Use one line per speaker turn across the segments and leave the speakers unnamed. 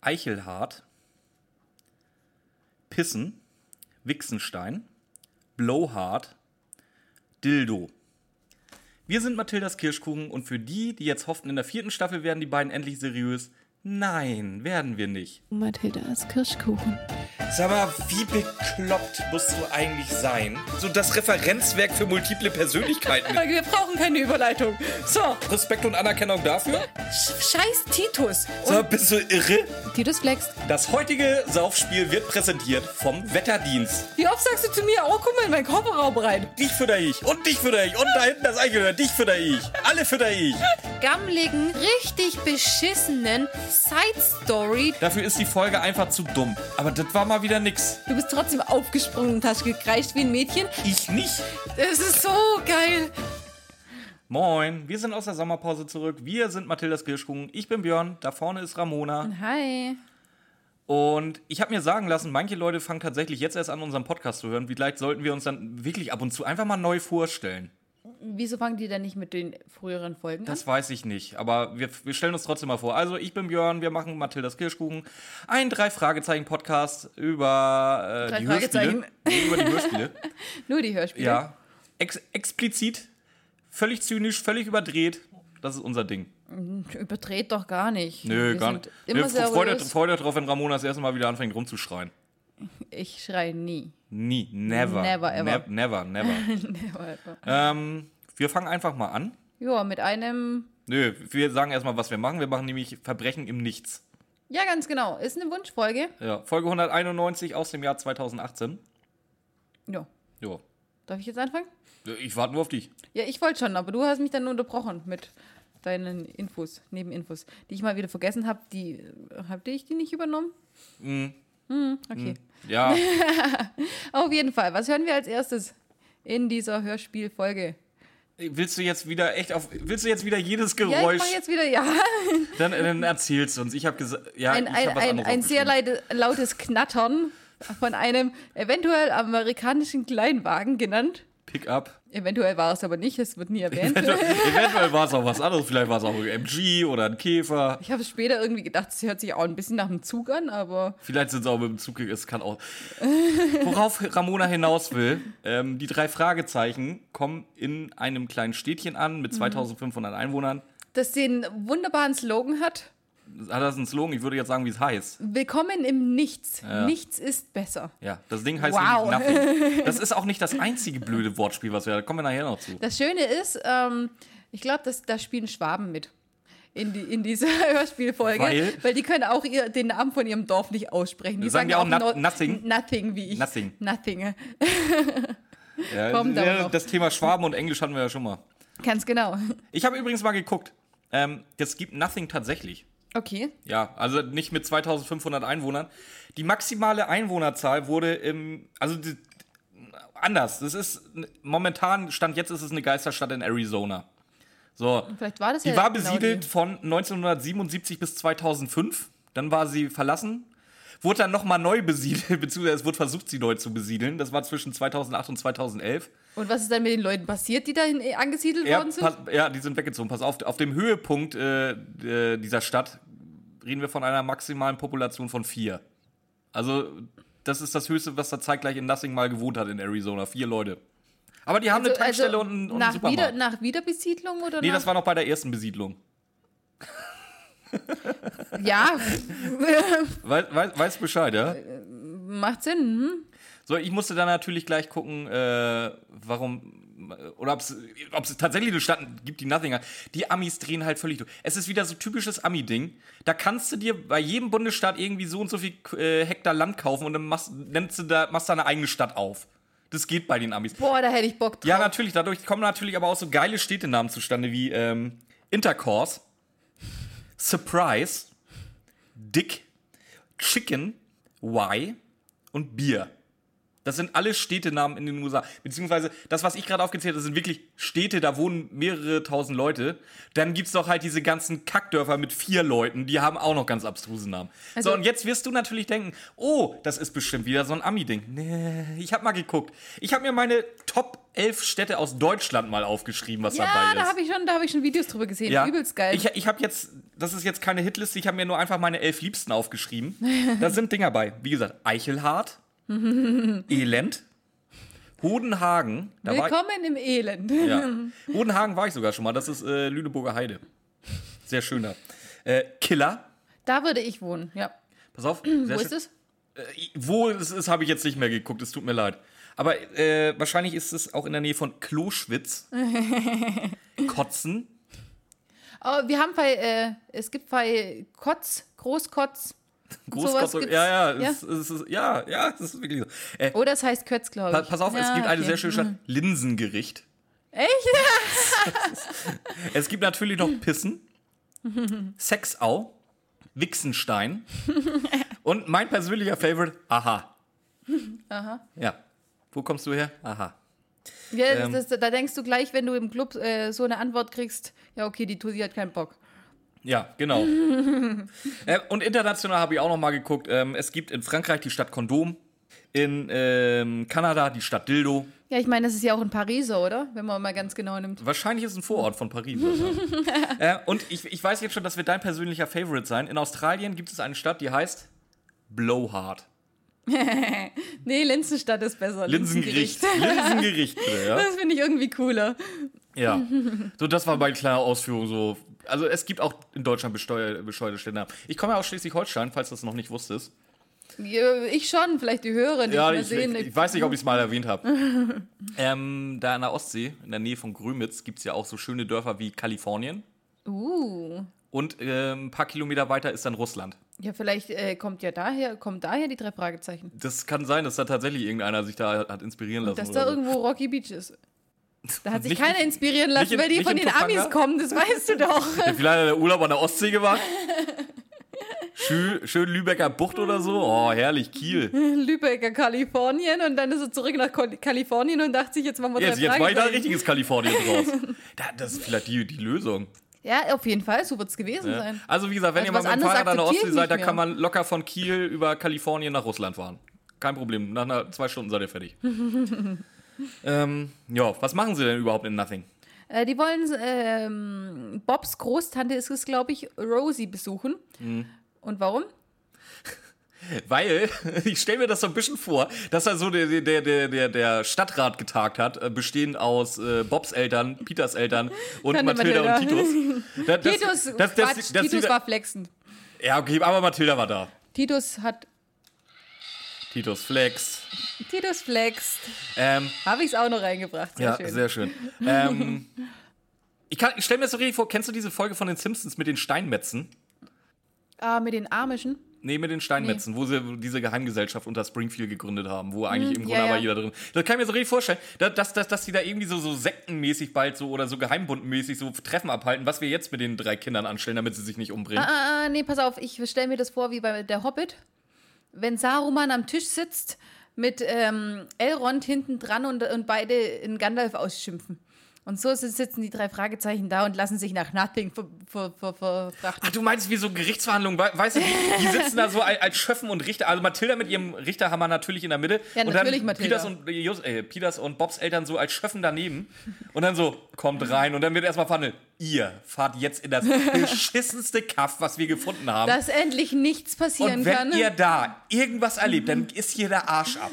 Eichelhardt, Pissen, Wichsenstein, Blowhard, Dildo. Wir sind Mathildas Kirschkuchen und für die, die jetzt hofften, in der vierten Staffel werden die beiden endlich seriös. Nein, werden wir nicht.
Mathilda ist Kirschkuchen.
Sag mal, wie bekloppt musst du eigentlich sein? So das Referenzwerk für multiple Persönlichkeiten.
Wir brauchen keine Überleitung. So,
Respekt und Anerkennung dafür?
scheiß Titus.
Sag mal, bist du irre?
Titus flext.
Das heutige Saufspiel wird präsentiert vom Wetterdienst.
Wie oft sagst du zu mir, oh, guck mal in meinen Kofferraum rein.
Dich fütter ich und dich fütter ich und da hinten das Eichhörnchen, dich fütter ich. Alle fütter ich.
gammeligen, richtig beschissenen Side-Story.
Dafür ist die Folge einfach zu dumm. Aber das war mal wieder nix.
Du bist trotzdem aufgesprungen und hast gekreischt wie ein Mädchen.
Ich nicht.
Es ist so geil.
Moin, wir sind aus der Sommerpause zurück. Wir sind Mathildas Kirschkuchen. Ich bin Björn, da vorne ist Ramona.
Hi.
Und ich habe mir sagen lassen, manche Leute fangen tatsächlich jetzt erst an, unseren Podcast zu hören. Vielleicht sollten wir uns dann wirklich ab und zu einfach mal neu vorstellen.
Wieso fangen die denn nicht mit den früheren Folgen
Das weiß ich nicht, aber wir, wir stellen uns trotzdem mal vor. Also, ich bin Björn, wir machen Mathildas Kirschkuchen, ein Drei-Fragezeichen-Podcast über, äh,
Drei
die Hörspiele.
Fragezeichen.
Nee, über die Hörspiele.
an? Nur die Hörspiele.
ja. Ex explizit, völlig zynisch, völlig überdreht. Das ist unser Ding.
Überdreht doch gar nicht.
Nö,
Wir
gar
sind
nicht.
Immer
Wir
seriös.
freuen uns freut drauf, wenn Ramona das erste Mal wieder anfängt rumzuschreien.
Ich schreie nie.
Nie, never.
Never ever.
Ne never, never. ähm, wir fangen einfach mal an.
Ja, mit einem.
Nö, wir sagen erstmal, was wir machen. Wir machen nämlich Verbrechen im Nichts.
Ja, ganz genau. Ist eine Wunschfolge.
Ja, Folge 191 aus dem Jahr 2018.
Ja.
Jo.
Darf ich jetzt anfangen?
Ich warte nur auf dich.
Ja, ich wollte schon, aber du hast mich dann nur unterbrochen mit deinen Infos, Nebeninfos, die ich mal wieder vergessen habe. Die habe ich die nicht übernommen?
Mhm.
Hm, okay.
Ja,
Auf jeden Fall. Was hören wir als erstes in dieser Hörspielfolge?
willst du jetzt wieder echt auf. Willst du jetzt wieder jedes
Ja, ich
Geräusch?
mache jetzt wieder, ja,
dann, dann erzählst du uns. Ich habe gesagt. Ja,
ein,
ich
ein,
hab was
ein,
anderes
ein sehr
aufgeschrieben.
leide, lautes Knattern von einem eventuell amerikanischen Kleinwagen genannt.
Pickup.
Eventuell war es aber nicht, es wird nie erwähnt.
Eventuell war es auch was anderes. Vielleicht war es auch ein MG oder ein Käfer.
Ich habe später irgendwie gedacht, es hört sich auch ein bisschen nach einem Zug an, aber
Vielleicht sind sie auch mit dem Zug gegangen, es kann auch. Worauf Ramona hinaus will, ähm, die drei Fragezeichen kommen in einem kleinen Städtchen an
Mhm.
mit 2500 Einwohnern.
das den wunderbaren Slogan hat,
Hat das einen Slogan? Ich würde jetzt sagen, wie es heißt.
Willkommen im Nichts. Nichts ist besser.
Ja, das Ding heißt
Wow.
nämlich Nothing. Das ist auch nicht das einzige blöde Wortspiel, was wir Da kommen wir nachher noch zu.
Das Schöne ist, ähm, ich glaube, da spielen Schwaben mit. In, die, in dieser Hörspielfolge.
Weil?
Weil, die können auch ihr, den Namen von ihrem Dorf nicht aussprechen. Die
Sagen die auch
no-
na- nothing?
Nothing, wie ich.
Nothing.
Nothing.
Ja,
kommen da
ja,
noch.
das Thema Schwaben und Englisch hatten wir ja schon mal.
Ganz genau.
Ich habe übrigens mal geguckt. Ähm, das gibt Nothing tatsächlich.
Okay.
Ja, also nicht mit 2500 Einwohnern. Die maximale Einwohnerzahl wurde im. Also die, anders. Das ist. Momentan, Stand jetzt, ist es eine Geisterstadt in Arizona. So.
Vielleicht war das
Die
ja
war
genau
besiedelt von 1977 bis 2005. Dann war sie verlassen. Wurde dann nochmal neu besiedelt, beziehungsweise es wurde versucht, sie neu zu besiedeln. Das war zwischen 2008 und 2011.
die. Und was ist dann mit den Leuten passiert, die dahin eh angesiedelt
Ja,
worden sind?
pass, ja, die sind weggezogen. Pass auf, auf dem Höhepunkt äh, äh, dieser Stadt reden wir von einer maximalen Population von vier. Also, das ist das Höchste, was da zeitgleich in Nothing mal gewohnt hat in Arizona. Vier Leute. Aber die haben eine Tankstelle und einen, und einen
Also, nach, wieder,
Supermarkt.
nach Wiederbesiedlung oder
nee,
nach,
das war noch bei der ersten Besiedlung.
Ja,
Wei- wei- weißt Bescheid, ja?
macht Sinn. Hm?
So, ich musste dann natürlich gleich gucken, äh, warum äh, oder ob es tatsächlich eine Stadt gibt, die Nothing hat. Die Amis drehen halt völlig durch. Es ist wieder so typisches Ami-Ding. Da kannst du dir bei jedem Bundesstaat irgendwie so und so viel äh, Hektar Land kaufen und dann machst, nennst du da, machst da eine eigene Stadt auf. Das geht bei den Amis.
Boah, da hätte ich Bock drauf.
Ja, natürlich. Dadurch kommen natürlich aber auch so geile Städtenamen zustande wie ähm, Intercourse, Surprise, Dick, Chicken, Y und Bier. Das sind alle Städtenamen in den USA. Beziehungsweise das, was ich gerade aufgezählt habe, das sind wirklich Städte, da wohnen mehrere tausend Leute. Dann gibt es doch halt diese ganzen Kackdörfer mit vier Leuten, die haben auch noch ganz abstrusen Namen.
Also-
so, und jetzt wirst du natürlich denken, oh, das ist bestimmt wieder so ein Ami-Ding. Nee, ich habe mal geguckt. Ich habe mir meine Top 11 Städte aus Deutschland mal aufgeschrieben, was dabei
Ja,
ist.
da habe ich, schon- da hab ich schon Videos drüber gesehen. Übelst geil.
Ich, ich habe jetzt, das ist jetzt keine Hitliste, ich habe mir nur einfach meine elf Liebsten aufgeschrieben. da sind Dinger bei. Wie gesagt, Eichelhardt, Elend, Hodenhagen. Da War
Willkommen im Elend.
ich, ja. Hodenhagen war ich sogar schon mal, das ist äh, Lüneburger Heide. Sehr schöner. Äh, Killer,
Da würde ich wohnen, ja.
pass auf.
Wo
Sehr
ist
schön.
es?
Äh, Wo es ist, habe ich jetzt nicht mehr geguckt, es tut mir leid. Aber äh, wahrscheinlich ist es auch in der Nähe von Kloschwitz, Kotzen,
Oh, wir haben bei, äh, es gibt bei Kotz, Großkotz, Sowas
Großkotz.
gibt's.
Ja, ja,
Ja.
es, es ist, ja, ja, es ist wirklich so. Äh,
oder es Oh, heißt Kötz, glaube
pa
ich.
pass auf, es
Ja,
gibt eine
okay. Mhm.
sehr schöne Stadt, Linsengericht.
Echt?
Es gibt natürlich noch Pissen, Sexau, Wixenstein und mein persönlicher Favorite, Aha. Aha. Ja. Wo kommst du her? Aha.
Ja, das,
Ähm.
das, da denkst du gleich, wenn du im Club äh, so eine Antwort kriegst, ja, okay, die Tussi hat keinen Bock.
Ja, genau. äh, und international habe ich auch noch mal geguckt. Ähm, es gibt in Frankreich die Stadt Kondom, in ähm, Kanada die Stadt Dildo.
Ja, ich meine, das ist ja auch in Paris, oder? Wenn man mal ganz genau nimmt.
Wahrscheinlich ist es ein Vorort von Paris. oder? äh, und ich, ich weiß jetzt schon, das wird dein persönlicher Favorite sein. In Australien gibt es eine Stadt, die heißt Blowhard.
Nee, Linzenstadt ist besser.
Linsengericht. Linsengericht, bitte, ja.
Das finde ich irgendwie cooler.
ja. So, das war meine kleine Ausführung. So. Also, es gibt auch in Deutschland besteuer- bescheuerte Städte. Ich komme ja aus Schleswig-Holstein, falls du das noch nicht wusstest.
Ja, Ich schon, vielleicht die Hörer nicht
Ja,
mehr
ich,
sehen.
ich, ich weiß nicht, ob ich es mal erwähnt habe. ähm, da an der Ostsee, in der Nähe von Grömitz, gibt es ja auch so schöne Dörfer wie Kalifornien.
uh.
Und äh, ein paar Kilometer weiter ist dann Russland.
Ja, vielleicht äh, kommt ja daher, kommt daher die drei Fragezeichen.
Das kann sein, dass da tatsächlich irgendeiner sich da hat inspirieren lassen.
Dass da
oder so.
irgendwo Rocky Beach ist. Da hat sich
Nicht-
keiner inspirieren lassen,
nicht in-
weil die
nicht
von
in
den
Topanga?
Amis kommen, das weißt du doch.
Ja, vielleicht hat der Urlaub an der Ostsee gemacht. Schön, schön Lübecker Bucht oder so. Oh, herrlich,
Hm,
Kiel.
Lübecker, Kalifornien und dann ist er zurück nach Kol- Kalifornien und dachte sich, jetzt machen wir
Jetzt,
drei
jetzt war ich da ein
Fragezeichen.
richtiges Kalifornien draus. Da, das ist vielleicht die, die Lösung.
Ja, auf jeden Fall, so wird es gewesen
Ja.
sein.
Also, wie gesagt, wenn
Also
ihr
was
mal mit dem
anderes
Fahrrad an der
akzeptiere ich
Ostsee seid,
nicht
da
mehr.
kann man locker von Kiel über Kalifornien nach Russland fahren. Kein Problem. Nach einer, zwei Stunden seid ihr fertig. ähm, ja, was machen sie denn überhaupt in Nothing?
Äh, die wollen ähm, Bobs Großtante ist es, glaube ich, Rosie besuchen.
Mhm.
Und warum?
Weil, ich stelle mir das so ein bisschen vor, dass da so der, der, der, der, der Stadtrat getagt hat, äh, bestehend aus äh, Bobs Eltern, Peters Eltern und
Keine
Mathilda, und
Mathilda.
Titus. Da- das-
Titus,
das- das-
Quatsch,
das-
Titus
das-
war flexend.
Ja, okay, aber Mathilda war da.
Titus hat.
Titus Flex.
Titus flext.
Ähm,
Habe ich es auch noch reingebracht. Sehr
ja,
schön.
sehr schön. Ähm, ich kann- ich stelle mir das so richtig vor, kennst du diese Folge von den Simpsons mit den Steinmetzen?
Ah, mit den Amischen.
Nee, mit den Steinmetzen, wo sie diese Geheimgesellschaft unter Springfield gegründet haben, wo eigentlich im Grunde
Mhm. ja,
aber
ja.
jeder drin. Das kann ich mir so richtig vorstellen, dass, dass, dass, dass die da irgendwie so, so sektenmäßig bald so oder so geheimbundmäßig so Treffen abhalten, was wir jetzt mit den drei Kindern anstellen, damit sie sich nicht umbringen.
Ah, ah, nee, pass auf, ich stelle mir das vor wie bei der Hobbit. Wenn Saruman am Tisch sitzt mit ähm, Elrond hinten dran und, und beide in Gandalf ausschimpfen. Und so sit- sitzen die drei Fragezeichen da und lassen sich nach Nothing ver, ver, ver, verfrachten.
Ach, du meinst wie so Gerichtsverhandlungen, wei- weißt du, die, die sitzen da so als, als Schöffen und Richter, also Mathilda mit ihrem Richterhammer natürlich in der Mitte
Ja,
und
natürlich
dann
Mathilda.
Peters und, äh, Jus- äh, Peters und Bobs Eltern so als Schöffen daneben und dann so, kommt rein und dann wird erstmal verhandelt, ihr fahrt jetzt in das beschissenste Kaff, was wir gefunden haben.
Dass endlich nichts passieren
Und wenn
kann,
ihr da irgendwas erlebt, dann ist hier der Arsch ab.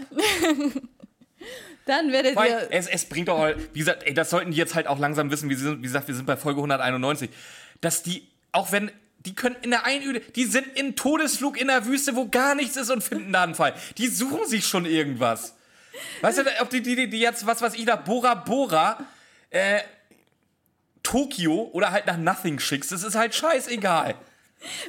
dann werdet
Weil
ihr.
es, es bringt doch, wie gesagt, ey, das sollten die jetzt halt auch langsam wissen. Wie, sie sind, wie gesagt, wir sind bei Folge 191. Dass die, auch wenn, die können in der Einöde, die sind in Todesflug in der Wüste, wo gar nichts ist und finden da einen Fall. Die suchen sich schon irgendwas. Weißt du, ob die, die, die jetzt, was weiß ich, nach Bora Bora, äh, Tokio oder halt nach Nothing schickst, das ist halt scheißegal.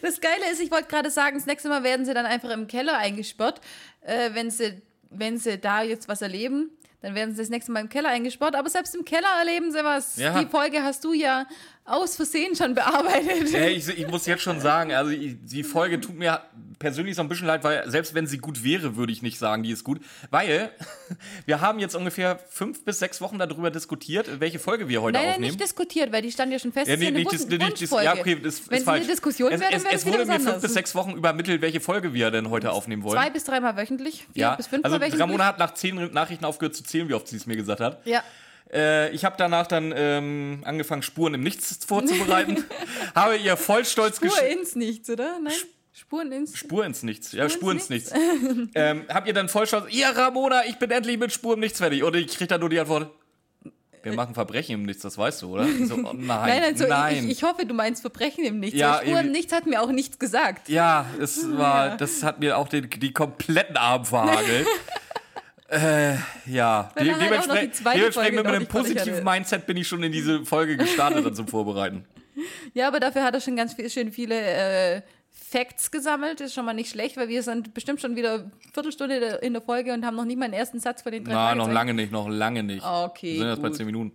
Das Geile ist, ich wollte gerade sagen, das nächste Mal werden sie dann einfach im Keller eingesperrt. Äh, wenn, sie, wenn sie da jetzt was erleben, dann werden sie das nächste Mal im Keller eingesperrt. Aber selbst im Keller erleben sie was.
Ja.
Die Folge hast du ja aus Versehen schon bearbeitet.
Ey, ich, ich muss jetzt schon sagen, also ich, die Folge tut mir persönlich so ein bisschen leid, weil selbst wenn sie gut wäre, würde ich nicht sagen, die ist gut. Weil wir haben jetzt ungefähr fünf bis sechs Wochen darüber diskutiert, welche Folge wir heute
Nein, nein,
aufnehmen.
nicht diskutiert, weil die stand ja schon fest.
Ja,
es ist
nee,
eine
nicht, dis,
Wunsch-
nee, nicht dis,
Wunschfolge.
ja, okay, das ist
Wenn es
falsch.
eine Diskussion
es,
wäre, dann
es,
wäre
es
es wieder
wurde
was
mir fünf
anderes.
bis sechs Wochen übermittelt, welche Folge wir denn heute aufnehmen wollen.
Zwei bis dreimal wöchentlich, vier
ja,
bis fünfmal
also
wöchentlich.
Ramona hat nach zehn Nachrichten aufgehört zu zählen, wie oft sie es mir gesagt hat.
ja.
Äh, ich habe danach dann ähm, angefangen, Spuren im Nichts vorzubereiten. habe ihr voll stolz
Spur
geschrieben.
ins Nichts, oder? Nein? Spuren ins
Spur ins Nichts. Ja, Spur ins Nichts. ähm, habt ihr dann voll Chance? Ja, Ramona, ich bin endlich mit Spur im Nichts fertig. Und ich krieg dann nur die Antwort. Wir machen Verbrechen im Nichts, das weißt du, oder? Ich So, oh, nein,
Äh. Nein,
nein.
also Ich, ich hoffe, du meinst Verbrechen im Nichts.
Ja,
Ja, Spur im
eben.
Nichts hat mir auch nichts gesagt.
ja, es war, das hat mir auch den, die kompletten Arm verhagelt. äh, ja,
Weil er halt auch noch die
dementsprechend,
zweite
dementsprechend
Folge
mit
noch
einem
nicht fertig
positiven
hatte.
Mindset bin ich schon in diese Folge gestartet, dann zum Vorbereiten.
Ja, aber dafür hat er schon ganz viel, schön viele äh, Facts gesammelt. Ist schon mal nicht schlecht, weil wir sind bestimmt schon wieder eine Viertelstunde der- in der Folge und haben noch nicht mal einen ersten Satz von den drei
Na, noch
Fragezeichen.
lange nicht, noch lange nicht.
Okay,
Wir sind erst bei
gut.
10 Minuten.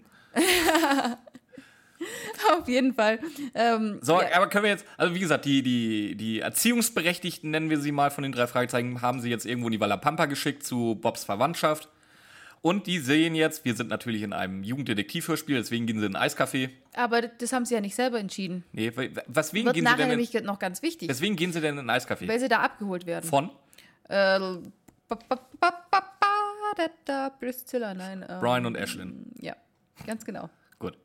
Auf jeden Fall. Ähm,
So,
ja.
aber können wir jetzt, also wie gesagt, die, die, die Erziehungsberechtigten, nennen wir sie mal von den drei Fragezeichen, haben sie jetzt irgendwo in die Walla Pampa geschickt zu Bobs Verwandtschaft. Und die sehen jetzt, wir sind natürlich in einem Jugenddetektivhörspiel, deswegen gehen sie in ein Eiscafé.
aber das haben sie ja nicht selber entschieden.
Nee, wa- was wegen
Wird
gehen sie
nachher
denn in,
nämlich noch ganz wichtig,
weswegen gehen sie denn in ein Eiscafé?
weil sie da abgeholt werden.
Von
Äh, ba, ba, ba, ba, ba, da, da, Priscilla, nein. Ähm,
Brian und Ashlyn.
Ja, ganz genau.
Gut.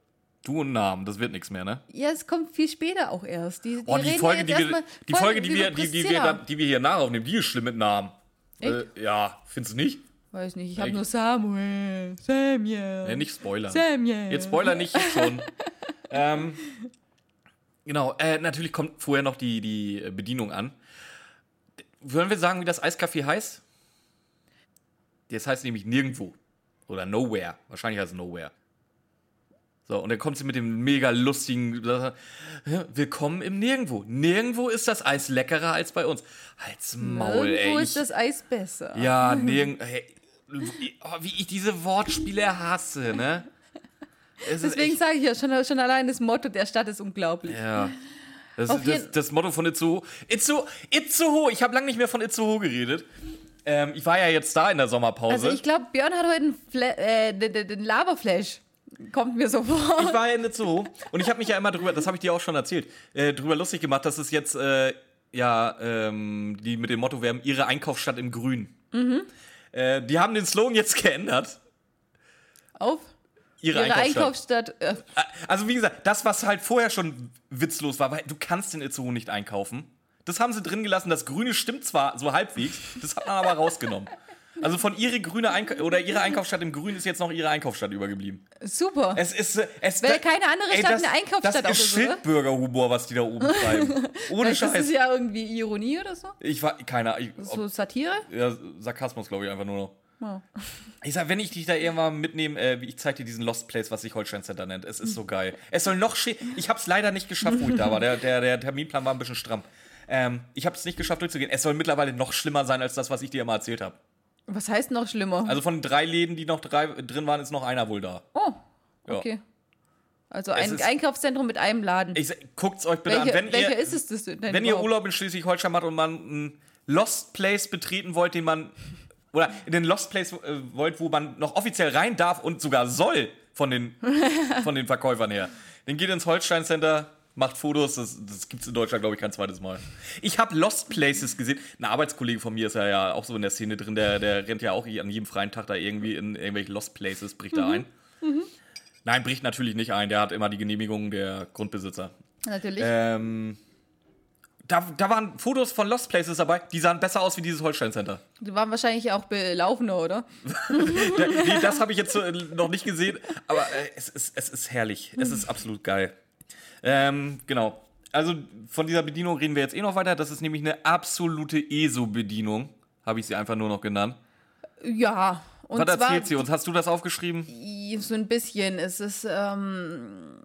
Du und Namen, das wird nichts mehr, ne?
Ja, es kommt viel später auch erst. Die,
Oh, die
reden
Folge,
jetzt
die wir,
erstmal
die
voll
Folge, die
über
wir, die, die, wir
Priscilla.
da, die wir hier nachaufnehmen, die ist schlimm mit Namen.
Echt?
Äh, ja, findest du nicht?
Weiß nicht, ich habe
Ich-
nur Samuel, Samuel,
Ja, nicht spoilern.
Samuel.
Jetzt spoiler nicht jetzt schon. ähm, genau, äh, natürlich kommt vorher noch die, die äh, Bedienung an. D- Wollen wir sagen, wie das Eiscafé heißt? Das heißt nämlich nirgendwo. Oder Nowhere. Wahrscheinlich heißt es Nowhere. So, und dann kommt sie mit dem mega lustigen. äh, Willkommen im Nirgendwo. Nirgendwo ist das Eis leckerer als bei uns. Halt's Maul, ey.
Irgendwo
ich-
ist das Eis besser.
ja, nirgend. Hey, wie- oh, wie ich diese Wortspiele hasse, ne? Es ist
Deswegen
echt-
sage ich ja schon, schon allein das Motto der Stadt ist unglaublich.
also Ja. Das,
Auf
ist das,
jeden-
das Motto von Itzehoe. Itzehoe, Itzehoe. Ich habe lange nicht mehr von Itzehoe geredet. Ähm, ich war ja jetzt da in der Sommerpause.
Also ich glaube, Björn hat heute einen, Fla äh, den- den den Laberflash. Kommt mir so vor.
ich war ja in Itzehoe und ich habe mich ja immer drüber, das habe ich dir auch schon erzählt, äh, drüber lustig gemacht, dass es jetzt äh, ja ähm, die mit dem Motto wir haben ihre Einkaufsstadt im Grün.
Mhm.
Äh, die haben den Slogan jetzt geändert.
Auf
Ihre,
ihre
Einkaufsstadt.
Einkaufsstadt. Äh,
Also wie gesagt, das, was halt vorher schon witzlos war, weil du kannst den Itzehoe nicht einkaufen. Das haben sie drin gelassen. Das Grüne stimmt zwar so halbwegs, das hat man aber rausgenommen. Also von ihre grüne Einka oder ihre Einkaufsstadt im Grün ist jetzt noch ihre Einkaufsstadt übergeblieben.
super.
Es ist äh, es
Weil keine andere Stadt eine Einkaufsstadt auch
Das
ist,
ist
oder?
Schildbürgerhumor, was die da oben treiben. Ohne
das ist
Scheiß.
ja irgendwie Ironie oder so.
Ich war keine ich, ob,
So Satire.
ja, Sarkasmus, glaube ich, einfach nur noch. Ich sag, wenn ich dich da irgendwann mitnehme, äh, ich zeig dir diesen Lost Place, was sich Holstein Center nennt. Es ist so geil. Es soll noch schön. Ich hab's leider nicht geschafft, wo ich da war. Der, der, der Terminplan war ein bisschen stramm. Ähm, ich hab's nicht geschafft, durchzugehen. Es soll mittlerweile noch schlimmer sein als das, was ich dir immer erzählt habe.
Was heißt noch schlimmer?
Also von den drei Läden, die noch drei drin waren, ist noch einer wohl da.
oh,
Ja.
okay. Also
Es
ein
ist-
Einkaufszentrum mit einem Laden.
Ich sag, guckt's euch bitte
welcher
an. Wenn
welcher
ihr,
ist es das denn?
wenn ihr
überhaupt?
Urlaub in Schleswig-Holstein macht und man einen Lost Place betreten wollt, den man oder in den Lost Place äh, wollt, wo man noch offiziell rein darf und sogar soll von den, von den Verkäufern her, dann geht ins Holstein Center, macht Fotos, das, das gibt es in Deutschland, glaube ich, kein zweites Mal. Ich habe Lost Places gesehen. Ein Arbeitskollege von mir ist ja, ja auch so in der Szene drin, der, der rennt ja auch an jedem freien Tag da irgendwie in irgendwelche Lost Places, bricht
Mhm.
da ein. Nein, bricht natürlich nicht ein, der hat immer die Genehmigung der Grundbesitzer.
Natürlich.
Ähm, da, da waren Fotos von Lost Places dabei, die sahen besser aus wie dieses Holstein Center.
Die waren wahrscheinlich auch belaufener, oder?
Da, nee, das habe ich jetzt äh, noch nicht gesehen, aber äh, es, ist, es ist herrlich. Es ist absolut geil. Ähm, genau. Also von dieser Bedienung reden wir jetzt eh noch weiter. Das ist nämlich eine absolute ESO-Bedienung. Habe ich sie einfach nur noch genannt.
Ja. Und
Was
zwar
erzählt sie uns? Hast du das aufgeschrieben?
so ein bisschen. Es ist, ähm,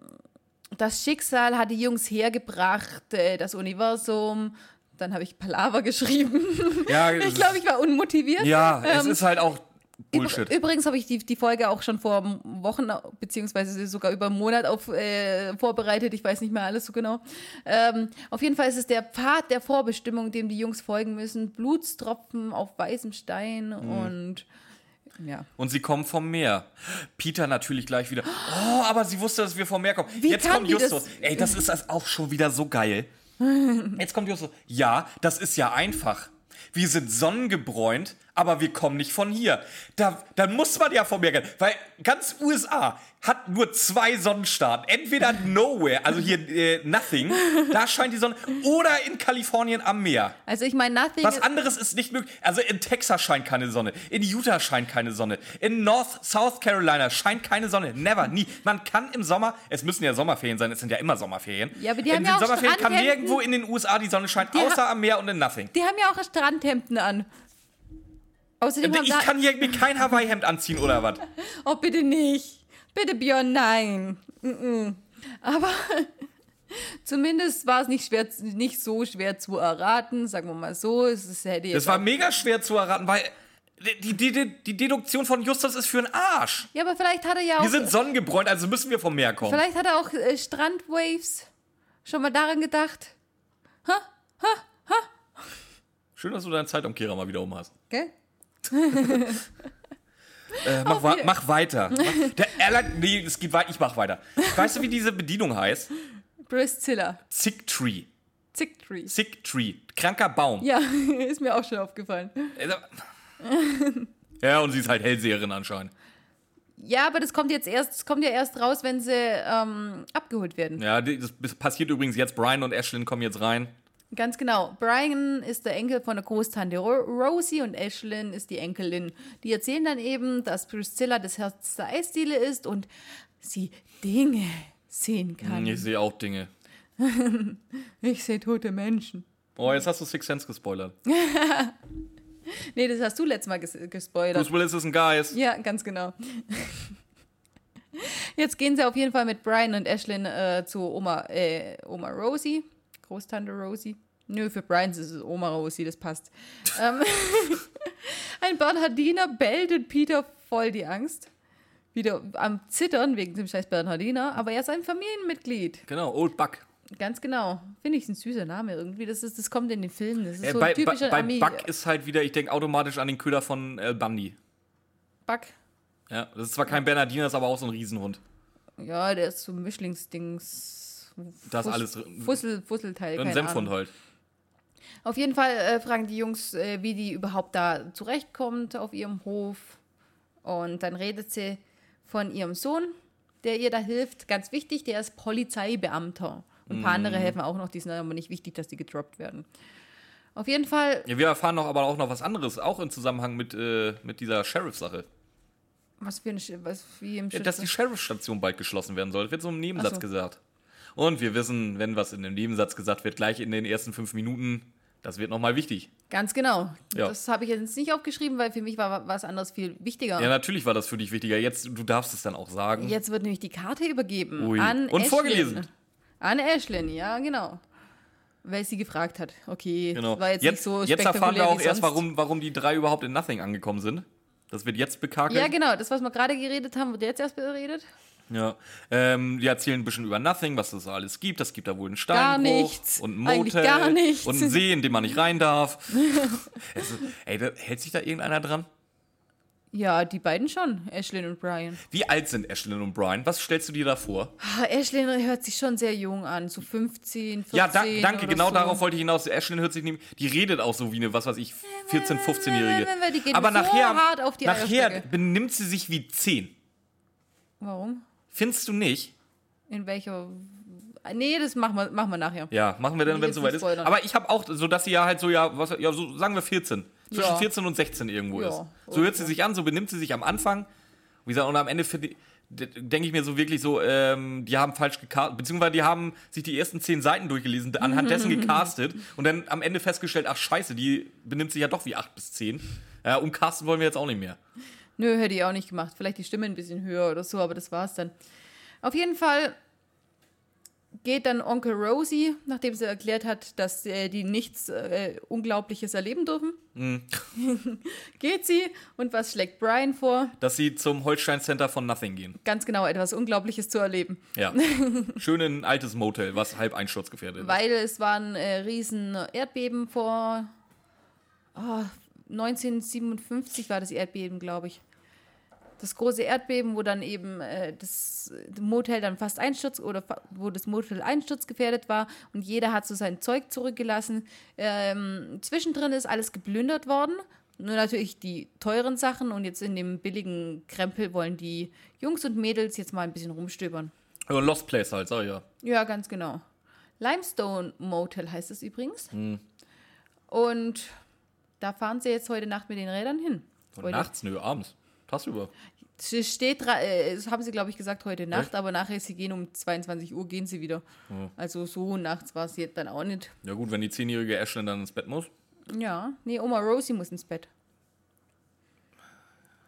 das Schicksal hat die Jungs hergebracht, äh, das Universum. Dann habe ich Palaver geschrieben.
Ja,
ich glaube, ich war unmotiviert.
ja es
ähm,
ist halt auch Bullshit.
Übr- Übrigens habe ich die, die Folge auch schon vor Wochen, beziehungsweise sogar über einen Monat auf, äh, vorbereitet. Ich weiß nicht mehr alles so genau. Ähm, auf jeden Fall ist es der Pfad der Vorbestimmung, dem die Jungs folgen müssen. Blutstropfen auf weißem Stein
Mhm.
und ja.
Und sie kommen vom Meer. Peter natürlich gleich wieder. Oh, aber sie wusste, dass wir vom Meer kommen.
Wie
Jetzt
kann
kommt
die das-
Justus. Ey, das ist das auch schon wieder so geil. Jetzt kommt Justus. Ja, das ist ja einfach. Wir sind sonnengebräunt, aber wir kommen nicht von hier. Da, dann muss man ja vom Meer gehen. Weil ganz USA hat nur zwei Sonnenstaaten. Entweder Nowhere, also hier äh, Nothing, da scheint die Sonne, oder in Kalifornien am Meer.
Also ich meine, Nothing
Was anderes ist nicht möglich. Also in Texas scheint keine Sonne, in Utah scheint keine Sonne, in North South Carolina scheint keine Sonne. Never, nie. Man kann im Sommer, es müssen ja Sommerferien sein, es sind ja immer Sommerferien.
Ja, aber die
in
haben
den
ja auch
Sommerferien kann
Strandhemden.
nirgendwo in den USA die Sonne scheinen,
ha-
außer am Meer und in Nothing.
die haben ja auch Strandhemden an. Außerdem haben
Ich
sie...
kann hier mir kein Hawaii-Hemd anziehen oder was.
Oh, bitte nicht. Bitte, Björn, nein. Mm-mm. Aber zumindest war es nicht, schwer, nicht so schwer zu erraten, sagen wir mal so. Es ist, hätte
Das
jetzt
war mega schwer zu erraten, weil die, die, die, die Deduktion von Justus ist für einen Arsch.
ja, aber vielleicht hat er ja
Wir
auch,
sind sonnengebräunt, also müssen wir vom Meer kommen.
vielleicht hat er auch äh, Strandwaves schon mal daran gedacht.
Schön, dass du deinen Zeitumkehrer mal wieder um hast.
Gell?
Äh, mach, wa mach weiter. Mach, der Airline, nee, es geht weiter, ich mach weiter. Weißt du, wie diese Bedienung heißt?
Priscilla.
Sick Tree.
Zicktree.
Sick Tree. Kranker Baum.
Ja, ist mir auch schon aufgefallen.
Also- Ja, und sie ist halt Hellseherin anscheinend.
Ja, aber das kommt jetzt erst, das kommt ja erst raus, wenn sie ähm, abgeholt werden.
Ja, die- das das passiert übrigens jetzt. Brian und Ashlyn kommen jetzt rein.
Ganz genau. Brian ist der Enkel von der Großtante Ro Rosie und Ashlyn ist die Enkelin. Die erzählen dann eben, dass Priscilla das Herz der Eisdiele ist und sie Dinge sehen kann.
Hm, Ich
Ich,
sehe auch Dinge.
sehe tote Menschen.
Oh, jetzt hast du Six Sense gespoilert.
Nee, das hast du letztes Mal ges gespoilert.
Bruce Willis ist ein Geist.
Ja, ganz genau. Jetzt gehen sie auf jeden Fall mit Brian und Ashlyn äh, zu Oma, äh, Oma Rosie, Großtante Rosie. Nö, für Brian ist es Oma Rosie, das passt. ähm, ein Bernhardiner bellt und Peter voll die Angst. Wieder am Zittern wegen dem scheiß Bernhardiner, aber er ist ein Familienmitglied.
Genau, Old Buck.
Ganz genau. Finde ich ein süßer Name irgendwie. Das, ist, das kommt in den Filmen. Das ist
Äh,
so
bei
ein typischer
bei
Ami.
Buck ist halt wieder, ich denke automatisch an den Köder von äh, Bundy.
Buck.
Ja, das ist zwar kein Bernardiner, ist aber auch so ein Riesenhund.
Ja, der ist so ein Mischlingsdings.
Das
Fuß-
alles drin.
Fussel, Fusselteil.
Ein
keine
Senfhund
Ahnung.
halt.
Auf jeden Fall äh, fragen die Jungs, äh, wie die überhaupt da zurechtkommt auf ihrem Hof. Und dann redet sie von ihrem Sohn, der ihr da hilft. Ganz wichtig, der ist Polizeibeamter. Und ein paar andere
Mhm.
helfen auch noch, die sind aber nicht wichtig, dass die gedroppt werden. Auf jeden Fall,
Ja, wir erfahren noch aber auch noch was anderes, auch im Zusammenhang mit, äh, mit dieser Sheriff-Sache.
was für ein, Sch- was wie im
Ja, dass die Sheriff-Station bald geschlossen werden soll. Das wird so im Nebensatz
Ach so.
gesagt. Und wir wissen, wenn was in dem Nebensatz gesagt wird, gleich in den ersten fünf Minuten, das wird nochmal wichtig.
Ganz genau.
Ja.
Das habe ich jetzt nicht aufgeschrieben, weil für mich war wa- was anderes viel wichtiger.
Ja, natürlich war das für dich wichtiger. Jetzt, du darfst es dann auch sagen.
Jetzt wird nämlich die Karte übergeben
Ui.
an
Und
Ashlyn.
vorgelesen.
An Ashlyn, ja, genau. Weil sie gefragt hat. Okay,
genau.
das war jetzt, nicht so
jetzt
spektakulär
erfahren wir auch
wie
erst,
sonst.
warum, warum die drei überhaupt in Nothing angekommen sind. Das wird jetzt bekakelt.
Ja, genau. Das, was wir gerade geredet haben, wird jetzt erst beredet.
Ja, ähm, die erzählen ein bisschen über Nothing, was es da alles gibt. Das gibt da wohl einen Steinbruch
Gar nichts.
und ein
Eigentlich
Motel
gar nichts.
und einen See, in den man nicht rein darf. es ist, ey, da, hält sich da irgendeiner dran?
Ja, die beiden schon, Ashlyn und Brian.
Wie alt sind Ashlyn und Brian? Was stellst du dir da vor?
Ah, Ashlyn hört sich schon sehr jung an, so 15, 14
ja, da, danke,
oder
genau
so.
darauf wollte ich hinaus. Ashlyn hört sich nämlich, die redet auch so wie eine, was weiß ich, 14-, 15-Jährige.
Die geht
Aber
so
nachher,
hart auf die
nachher
Eierstöcke.
benimmt sie sich wie 10.
Warum?
Findest du nicht?
In welcher... Nee, das machen wir, machen wir nachher.
Ja, machen wir
Will
dann,
ich
wenn es
jetzt
soweit
nicht
ist.
spoilern.
Aber ich habe auch, so dass sie ja halt so, ja, was, ja so, sagen wir 14. Zwischen
Ja.
14 und 16 irgendwo
Ja,
ist. So hört sie sich an, so benimmt sie sich am Anfang. Wie gesagt, und am Ende denke ich mir so wirklich so, ähm, die haben falsch gecastet, beziehungsweise die haben sich die ersten zehn Seiten durchgelesen, anhand dessen
Mhm.
gecastet und dann am Ende festgestellt, ach scheiße, die benimmt sich ja doch wie 8 bis 10. Ja, umcasten wollen wir jetzt auch nicht mehr.
Nö, hätte ich auch nicht gemacht. Vielleicht die Stimme ein bisschen höher oder so, aber das war's dann. Auf jeden Fall geht dann Onkel Rosie, nachdem sie erklärt hat, dass äh, die nichts äh, Unglaubliches erleben dürfen, geht sie und was schlägt Brian vor?
Dass sie zum Holstein Center von Nothing gehen.
Ganz genau, etwas Unglaubliches zu erleben.
Ja. Schön in ein altes Motel, was halb einsturzgefährdet ist.
Weil es waren äh, riesen Erdbeben vor ah, 1957 war das Erdbeben, glaube ich. Das große Erdbeben, wo dann eben äh, das Motel dann fast einstürzt oder fa- wo das Motel einsturzgefährdet war und jeder hat so sein Zeug zurückgelassen. Ähm, zwischendrin ist alles geplündert worden. Nur natürlich die teuren Sachen und jetzt in dem billigen Krempel wollen die Jungs und Mädels jetzt mal ein bisschen rumstöbern.
Also Lost Place halt, sag ich ja.
Ja, ganz genau. Limestone Motel heißt es übrigens.
Hm.
Und da fahren sie jetzt heute Nacht mit den Rädern hin.
Und
Heute-
nachts, nö, abends. Tagsüber.
Es steht, dra- äh, das haben sie, glaube ich, gesagt, heute Nacht, aber nachher, sie gehen um 22 Uhr, gehen sie wieder.
Hm.
Also so nachts war es jetzt dann auch nicht.
Ja gut, wenn die zehnjährige Ashlyn dann ins Bett muss.
Ja, nee, Oma Rosie muss ins Bett.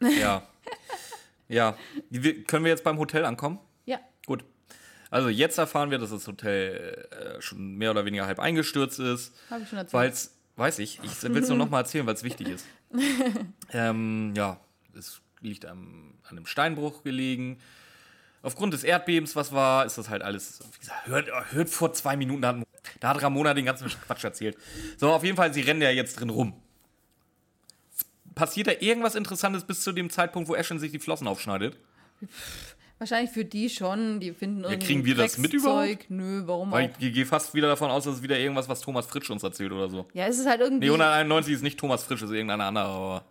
Ja. ja. Wir, können wir jetzt beim Hotel ankommen?
Ja,
Gut. Also jetzt erfahren wir, dass das Hotel äh, schon mehr oder weniger halb eingestürzt ist.
habe ich schon erzählt.
Weil es, weiß ich, ich will es nur nochmal erzählen, weil es wichtig ist. ähm, ja, es liegt am, an einem Steinbruch gelegen. Aufgrund des Erdbebens, was war, ist das halt alles, wie gesagt, hört, hört vor zwei Minuten, da hat, da hat Ramona den ganzen Quatsch erzählt. So, auf jeden Fall, sie rennen ja jetzt drin rum. Passiert da irgendwas Interessantes bis zu dem Zeitpunkt, wo Ashen sich die Flossen aufschneidet?
Wahrscheinlich für die schon, die finden irgendwie.
kriegen wir das mit überhaupt?
Nö, warum
Weil
auch?
ich gehe fast wieder davon aus, dass es wieder irgendwas, was Thomas Fritsch uns erzählt oder so.
Ja, es ist halt irgendwie.
Nee, 191 ist nicht Thomas Fritsch, ist irgendeiner anderer, aber.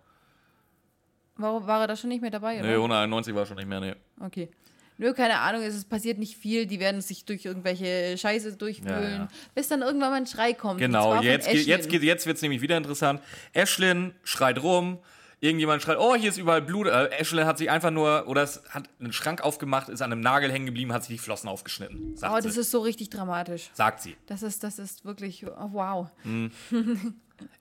warum war er da schon nicht mehr dabei?
Nee, 191 war schon nicht mehr, nee.
Okay. Nö, keine Ahnung, es ist- passiert nicht viel. Die werden sich durch irgendwelche Scheiße durchwühlen,
Ja, ja.
bis dann irgendwann mal ein Schrei kommt. und
Genau,
zwar von
jetzt, geht-
Ashlyn. Oh,
jetzt, geht- jetzt wird es nämlich wieder interessant. Ashlyn schreit rum, irgendjemand schreit, oh, hier ist überall Blut. Äh, Ashlyn hat sich einfach nur, oder es hat einen Schrank aufgemacht, ist an einem Nagel hängen geblieben, hat sich die Flossen aufgeschnitten. Sagt,
Oh, das
sie.
ist so richtig dramatisch.
sagt sie.
Das ist, das ist wirklich, oh, wow.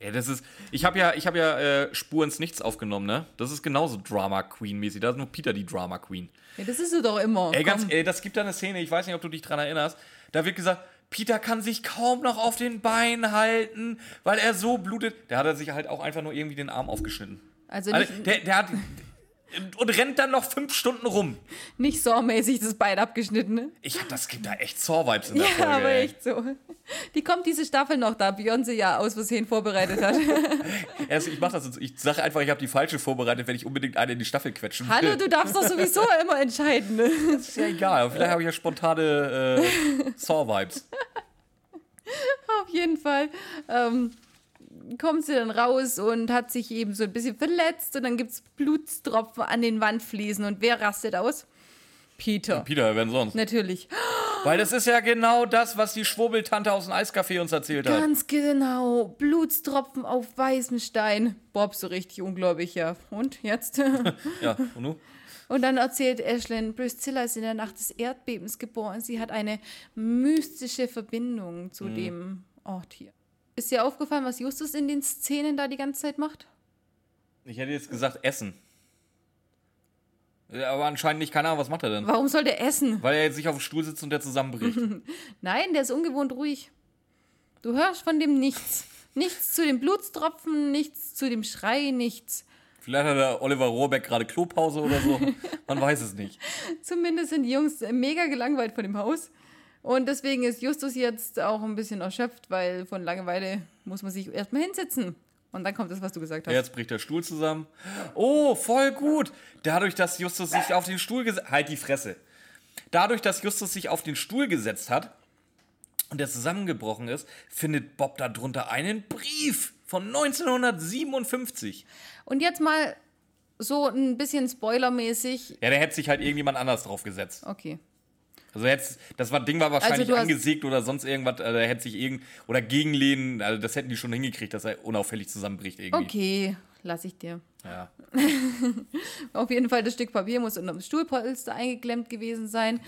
Ja, das ist, ich habe ja, ich hab ja äh, Spur ins Nichts aufgenommen, ne? Das ist genauso Drama Queen-mäßig. Da ist nur Peter die Drama Queen.
Ja, das ist sie doch immer.
Ey, ganz,
Komm.
ey, das gibt da eine Szene, ich weiß nicht, ob du dich dran erinnerst. Da wird gesagt, Peter kann sich kaum noch auf den Beinen halten, weil er so blutet. Da hat er sich halt auch einfach nur irgendwie den Arm aufgeschnitten.
also
Also,
nicht,
der, der hat. Und rennt dann noch fünf Stunden rum.
nicht sormäßig das Bein abgeschnitten. Ne?
Ich hab, das gibt da echt Saw-Vibes in der
Ja,
Folge.
aber
ey.
echt so. Die kommt diese Staffel noch, da Beyoncé ja aus Versehen vorbereitet hat.
Erst, ich mach das jetzt. Ich sage einfach, ich habe die falsche vorbereitet, wenn ich unbedingt eine in die Staffel quetschen will.
Hallo, du darfst doch sowieso immer entscheiden. Ne?
Ist ja egal. Vielleicht habe ich ja spontane äh, Saw-Vibes.
Auf jeden Fall ähm, kommt sie dann raus und hat sich eben so ein bisschen verletzt und dann gibt es Blutstropfen an den Wand fließen und wer rastet aus? Peter.
Peter, wenn sonst.
Natürlich.
Weil das ist ja genau das, was die Schwurbeltante aus dem Eiscafé uns erzählt hat.
Ganz genau. Blutstropfen auf weißem Stein. Bob, so richtig ungläubig, ja. Und jetzt?
Ja, und du?
Und dann erzählt Ashlyn, Priscilla ist in der Nacht des Erdbebens geboren. Sie hat eine mystische Verbindung zu dem Ort hier. Ist dir aufgefallen, was Justus in den Szenen da die ganze Zeit macht?
Ich hätte jetzt gesagt, Essen. Ja, Aber anscheinend nicht, keine Ahnung, was macht er denn?
Warum soll der essen?
Weil er jetzt sich auf dem Stuhl sitzt und der zusammenbricht.
Nein, der ist ungewohnt ruhig. Du hörst von dem nichts. Nichts zu den Blutstropfen, nichts zu dem Schrei, nichts.
Vielleicht hat der Oliver Rohrbeck gerade Klopause oder so. Man weiß es nicht.
Zumindest sind die Jungs mega gelangweilt von dem Haus. Und deswegen ist Justus jetzt auch ein bisschen erschöpft, weil von Langeweile muss man sich erstmal hinsetzen. Und dann kommt das, was du gesagt hast.
Ja, Jetzt bricht der Stuhl zusammen. Oh, voll gut. Dadurch, dass Justus sich auf den Stuhl gesetzt Halt die Fresse. Dadurch, dass Justus sich auf den Stuhl gesetzt hat und der zusammengebrochen ist, findet Bob darunter einen Brief von 1957.
Und jetzt mal so ein bisschen spoilermäßig.
Ja, da hätte sich halt irgendjemand anders drauf gesetzt.
Okay.
Also jetzt, das war, Ding war wahrscheinlich
Also du hast-
angesägt oder sonst irgendwas, äh, da hätte sich irgend oder gegenlehnen, also das hätten die schon hingekriegt, dass er unauffällig zusammenbricht irgendwie.
Okay, lass ich dir.
Ja.
Auf jeden Fall, das Stück Papier muss unter dem Stuhlpolster eingeklemmt gewesen sein.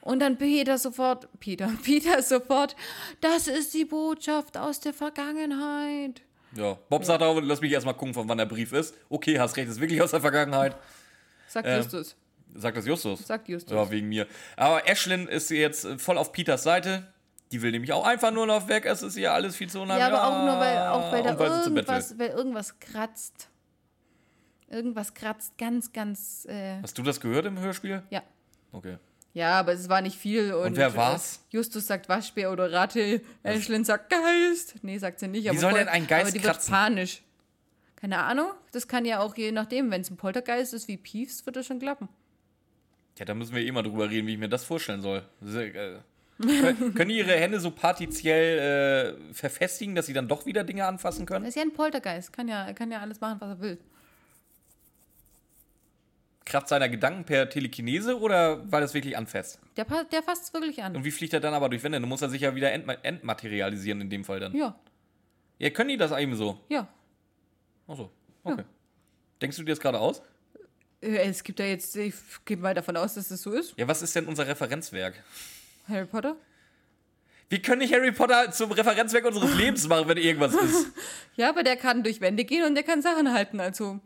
Und dann Peter sofort, Peter, Peter sofort, das ist die Botschaft aus der Vergangenheit.
Ja. Bob sagt auch, lass mich erstmal gucken, von wann der Brief ist. Okay, hast recht, ist wirklich aus der Vergangenheit.
Sagt Justus.
Sagt das Justus?
Sagt Justus.
Ja, wegen mir. Aber Ashlyn ist jetzt äh, voll auf Peters Seite. Die will nämlich auch einfach nur noch weg. Es ist ihr alles viel zu
Ja,
unheimlich.
aber auch nur, weil, auch weil da
Und weil sie zu Bett will.
irgendwas, weil irgendwas kratzt. Irgendwas kratzt ganz, ganz. Äh,
Hast du das gehört im Hörspiel?
ja.
Okay.
Ja, aber es war nicht viel. Und,
wer war's?
äh, Justus sagt Waschbär oder Ratte. Ashlyn sagt Geist. Nee, sagt sie nicht. aber
soll
voll-
denn ein Geist
Aber die
kratzen?
wird panisch. Keine Ahnung. Das kann ja auch je nachdem, wenn es ein Poltergeist ist wie Piefs, wird das schon klappen.
Ja, da müssen wir eh mal drüber reden, wie ich mir das vorstellen soll. Sehr, äh, können- können die ihre Hände so partiziell äh, verfestigen, dass sie dann doch wieder Dinge anfassen können?
Das ist ja ein Poltergeist. Kann ja, er kann ja alles machen, was er will.
Kraft seiner Gedanken per Telekinese oder weil das wirklich anfasst?
Der, pa- der fasst es wirklich an.
Und wie fliegt er dann aber durch Wände? Dann muss er sich ja wieder entma entmaterialisieren in dem Fall dann.
Ja,
Ja, können die das eben so?
ja.
Achso, okay. Denkst du dir das gerade aus?
Äh, Es gibt ja jetzt, ich gehe mal davon aus, dass das so ist.
Ja, was ist denn unser Referenzwerk?
Harry Potter?
Wir können nicht Harry Potter zum Referenzwerk unseres Lebens machen, wenn irgendwas ist.
Ja, aber der kann durch Wände gehen und der kann Sachen halten. Also,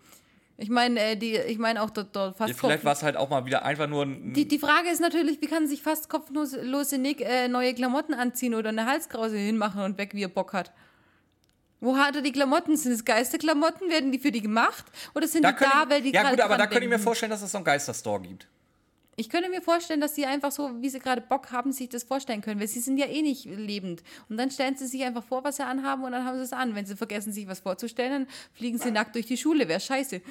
ich meine, äh, die, ich meine auch dort, dort fast
Ja, vielleicht war es halt auch mal wieder einfach nur ein.
Die, die Frage ist natürlich, wie kann sich fast kopflose Nick äh, neue Klamotten anziehen oder eine Halskrause hinmachen und weg, wie er Bock hat? Wo hat er die Klamotten? Sind es Geisterklamotten? Werden die für die gemacht? Oder sind
da
die
könnte
da,
ich,
weil die
ja,
gerade
gut, aber
dran
da könnte ich mir
denken?
vorstellen, dass es so einen Geisterstore gibt.
Ich könnte mir vorstellen, dass sie einfach so, wie sie gerade Bock haben, sich das vorstellen können, weil sie sind ja eh nicht lebend. Und dann stellen sie sich einfach vor, was sie anhaben und dann haben sie es an. Wenn sie vergessen, sich was vorzustellen, dann fliegen sie nackt durch die Schule. Wäre scheiße.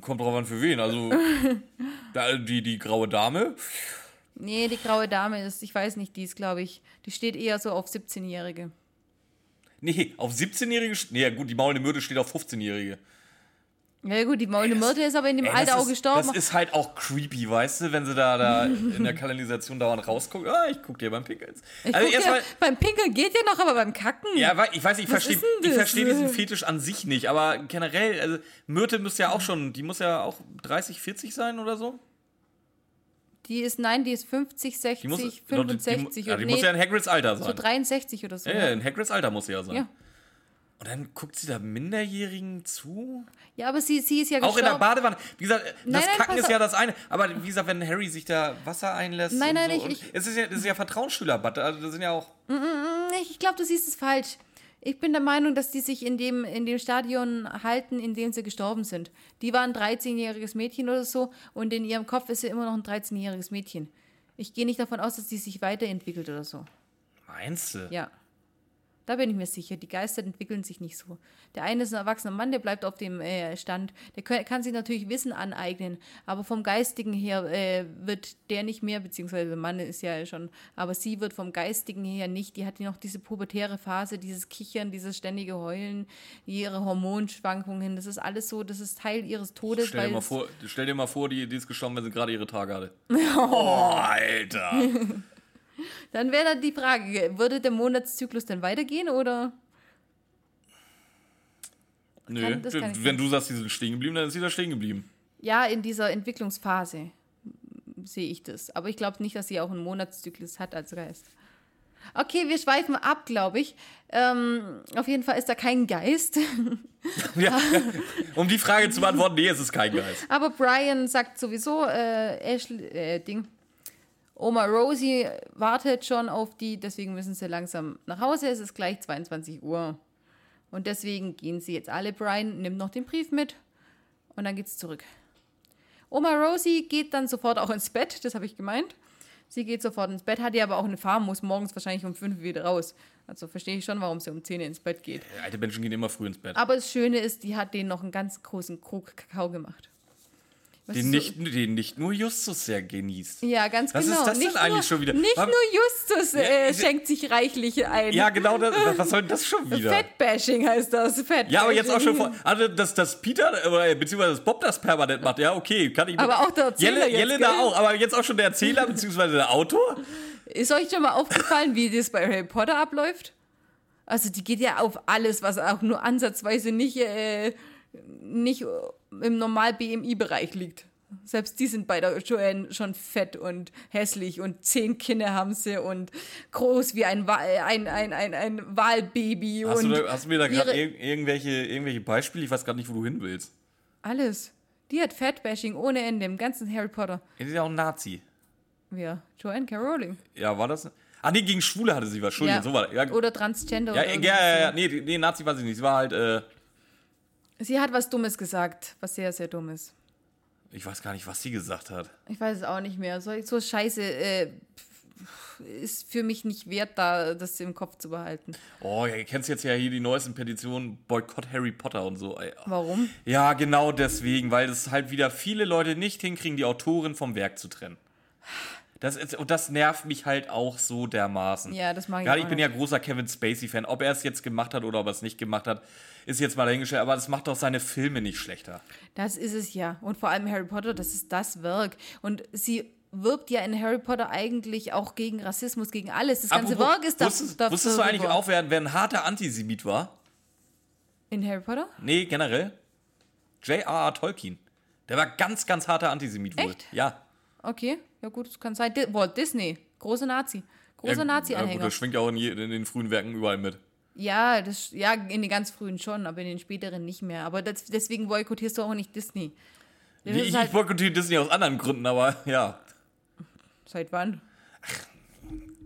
Kommt drauf an, für wen. Also, da, die, die graue Dame.
Nee, die graue Dame ist, ich weiß nicht, die ist, glaube ich, die steht eher so auf 17-Jährige.
Nee, auf 17-Jährige. st- Nee, ja, gut, die maulende Myrte steht auf 15-Jährige.
Ja gut, die Maulende Myrte ist aber in dem
Ey,
Alter
das
auch
ist-
gestorben.
Das ist halt auch creepy, weißt du, wenn sie da, da in der Kanalisation dauernd rausguckt. Ah, ich guck dir beim Pickels.
Ich
Also
guck ja,
erstmal.
beim Pinkeln geht ja noch, aber beim Kacken.
Ja, wei- ich weiß, nicht, ich
Was
verstehe
ist denn
ich
das?
versteh diesen Fetisch an sich nicht, aber generell, also Myrte muss ja auch schon, die muss ja auch 30, 40 sein oder so.
Die ist, nein, die ist 50, 60,
Die muss, doch, die-
65
die, ja, die
oder
muss ja
nee,
in Hagrids Alter
so
sein.
63 oder so. ne?
ja, ja, in Hagrids Alter muss sie ja sein.
Ja.
Und dann guckt sie da Minderjährigen zu?
Ja, aber sie, sie ist ja
Auch in
gestorben.
der Badewanne. Wie gesagt, das
Nein, nein,
Kacken
pass
ist ja
auf.
das eine. Aber wie gesagt, wenn Harry sich da Wasser einlässt.
Nein, nein,
und
ich-
so,
ich-
Und es ist ja, das ist ja Vertrauensschülerbatte. Also, das sind ja auch.
Nee, Ich glaube, du siehst es falsch. Ich bin der Meinung, dass die sich in dem, in dem Stadion halten, in dem sie gestorben sind. Die war ein 13-jähriges Mädchen oder so und in ihrem Kopf ist sie immer noch ein 13-jähriges Mädchen. Ich gehe nicht davon aus, dass die sich weiterentwickelt oder so.
Meinst du?
Ja. Da bin ich mir sicher. Die Geister entwickeln sich nicht so. Der eine ist ein erwachsener Mann, der bleibt auf dem äh, Stand. Der kö- kann sich natürlich Wissen aneignen, aber vom Geistigen her äh, wird der nicht mehr, beziehungsweise der Mann ist ja schon, aber sie wird vom Geistigen her nicht. Die hat ja noch diese pubertäre Phase, dieses Kichern, dieses ständige Heulen, ihre Hormonschwankungen. Das ist alles so, das ist Teil ihres Todes.
Stell dir,
weil
mal
es-
vor, stell dir mal vor, die, die ist gestorben, wenn sie gerade ihre Tage hatte. Oh, Alter.
Dann wäre dann die Frage, würde der Monatszyklus denn weitergehen oder?
Nö,
das kann ich
wenn du sagst, die sind stehen geblieben, dann ist sie da stehen geblieben.
Ja, in dieser Entwicklungsphase m, sehe ich das. Aber ich glaube nicht, dass sie auch einen Monatszyklus hat als Geist. Okay, wir schweifen ab, glaube ich. Ähm, auf jeden Fall ist da kein Geist.
Ja. um die Frage zu beantworten, nee, es ist kein Geist.
Aber Brian sagt sowieso, äh, Ashley, äh, Ding. Oma Rosie wartet schon auf die, deswegen müssen sie langsam nach Hause. Es ist gleich 22 Uhr. Und deswegen gehen sie jetzt alle. Brian nimmt noch den Brief mit und dann geht's zurück. Oma Rosie geht dann sofort auch ins Bett, das habe ich gemeint. Sie geht sofort ins Bett, hat ja aber auch eine Farm, muss morgens wahrscheinlich um 5 Uhr wieder raus. Also verstehe ich schon, warum sie um 10 Uhr ins Bett geht.
Alte Menschen gehen immer früh ins Bett.
Aber das Schöne ist, die hat denen noch einen ganz großen Krug Kakao gemacht. Was
Den
so-
nicht, den nicht nur Justus sehr genießt.
ja, ganz
Was ist
genau.
das denn
nicht
eigentlich
nur,
schon wieder?
Nicht
Warum-
nur Justus äh,
ich-
schenkt sich reichlich ein.
Ja, genau das. Was soll denn das schon wieder?
Fatbashing heißt das. Fatbashing.
Ja, aber jetzt auch schon
Äh,
vor. Also, dass, dass Peter, äh, beziehungsweise dass Bob das permanent macht, ja, okay, kann ich mit-
Aber auch der Erzähler
Jelle,
jetzt,
Jelle
gell?
da auch, aber jetzt auch schon der Erzähler, beziehungsweise der Autor?
Ist euch schon mal aufgefallen, wie das bei Harry Potter abläuft? Also die geht ja auf alles, was auch nur ansatzweise nicht, äh, nicht im normal BMI-Bereich liegt. Selbst die sind beide schon, schon fett und hässlich und zehn Kinder haben sie und groß wie ein, Wa ein, ein, ein, ein Walbaby
Hast du,
und
da, hast du mir da gerade
ihre-
ir irgendwelche, irgendwelche Beispiele? Ich weiß gerade nicht, wo du hin willst.
alles. Die hat Fatbashing ohne Ende im ganzen Harry Potter.
Die ist ja auch ein Nazi.
Ja, Joanne K. Rowling.
Ja, war das? Ah, nee, gegen Schwule hatte sie was. Entschuldigung, so war das. Ja,
Oder Transgender.
ja,
oder
ja,
irgendwie
ja, ja, nee, nee, Nazi war sie nicht. Sie war halt, äh,
so. Sie hat was Dummes gesagt, was sehr, sehr dumm ist.
ich weiß gar nicht, was sie gesagt hat.
Ich weiß es auch nicht mehr. So, so scheiße äh, ist für mich nicht wert, da das im Kopf zu behalten.
Oh, ja, ihr kennt jetzt ja hier die neuesten Petitionen, Boykott Harry Potter und so. ey.
Warum?
Ja, genau deswegen, weil es halt wieder viele Leute nicht hinkriegen, die Autorin vom Werk zu trennen. Das ist, und das nervt mich halt auch so dermaßen.
Ja, das mag ich
Gerade
auch
ich bin ja
nicht.
großer Kevin Spacey-Fan. Ob er es jetzt gemacht hat oder ob er es nicht gemacht hat, ist jetzt mal dahingestellt. Aber das macht doch seine Filme nicht schlechter.
Das ist es ja. Und vor allem Harry Potter, das ist das Werk. Und sie wirbt ja in Harry Potter eigentlich auch gegen Rassismus, gegen alles. Das ganze
Apropos,
Werk ist da.
Wusstest,
da-
wusstest du
darüber.
eigentlich auch, wer, wer ein harter Antisemit war?
In Harry Potter?
Nee, generell. J.R.R. Tolkien. Der war ganz, ganz harter Antisemit wohl.
Echt?
Ja.
Okay, ja gut, das kann sein. Di Walt Disney, großer Nazi.
ja, Ja,
Großer
gut,
Also Nazi-Anhänger.
das schwingt ja auch in, je, in den frühen Werken überall mit.
Ja, das, ja, in den ganz frühen schon, aber in den späteren nicht mehr. Aber das, deswegen boykottierst du auch nicht Disney. Das
Nee,
ist
ich
halt,
halt boykottiere Disney aus anderen Gründen, aber ja.
seit wann?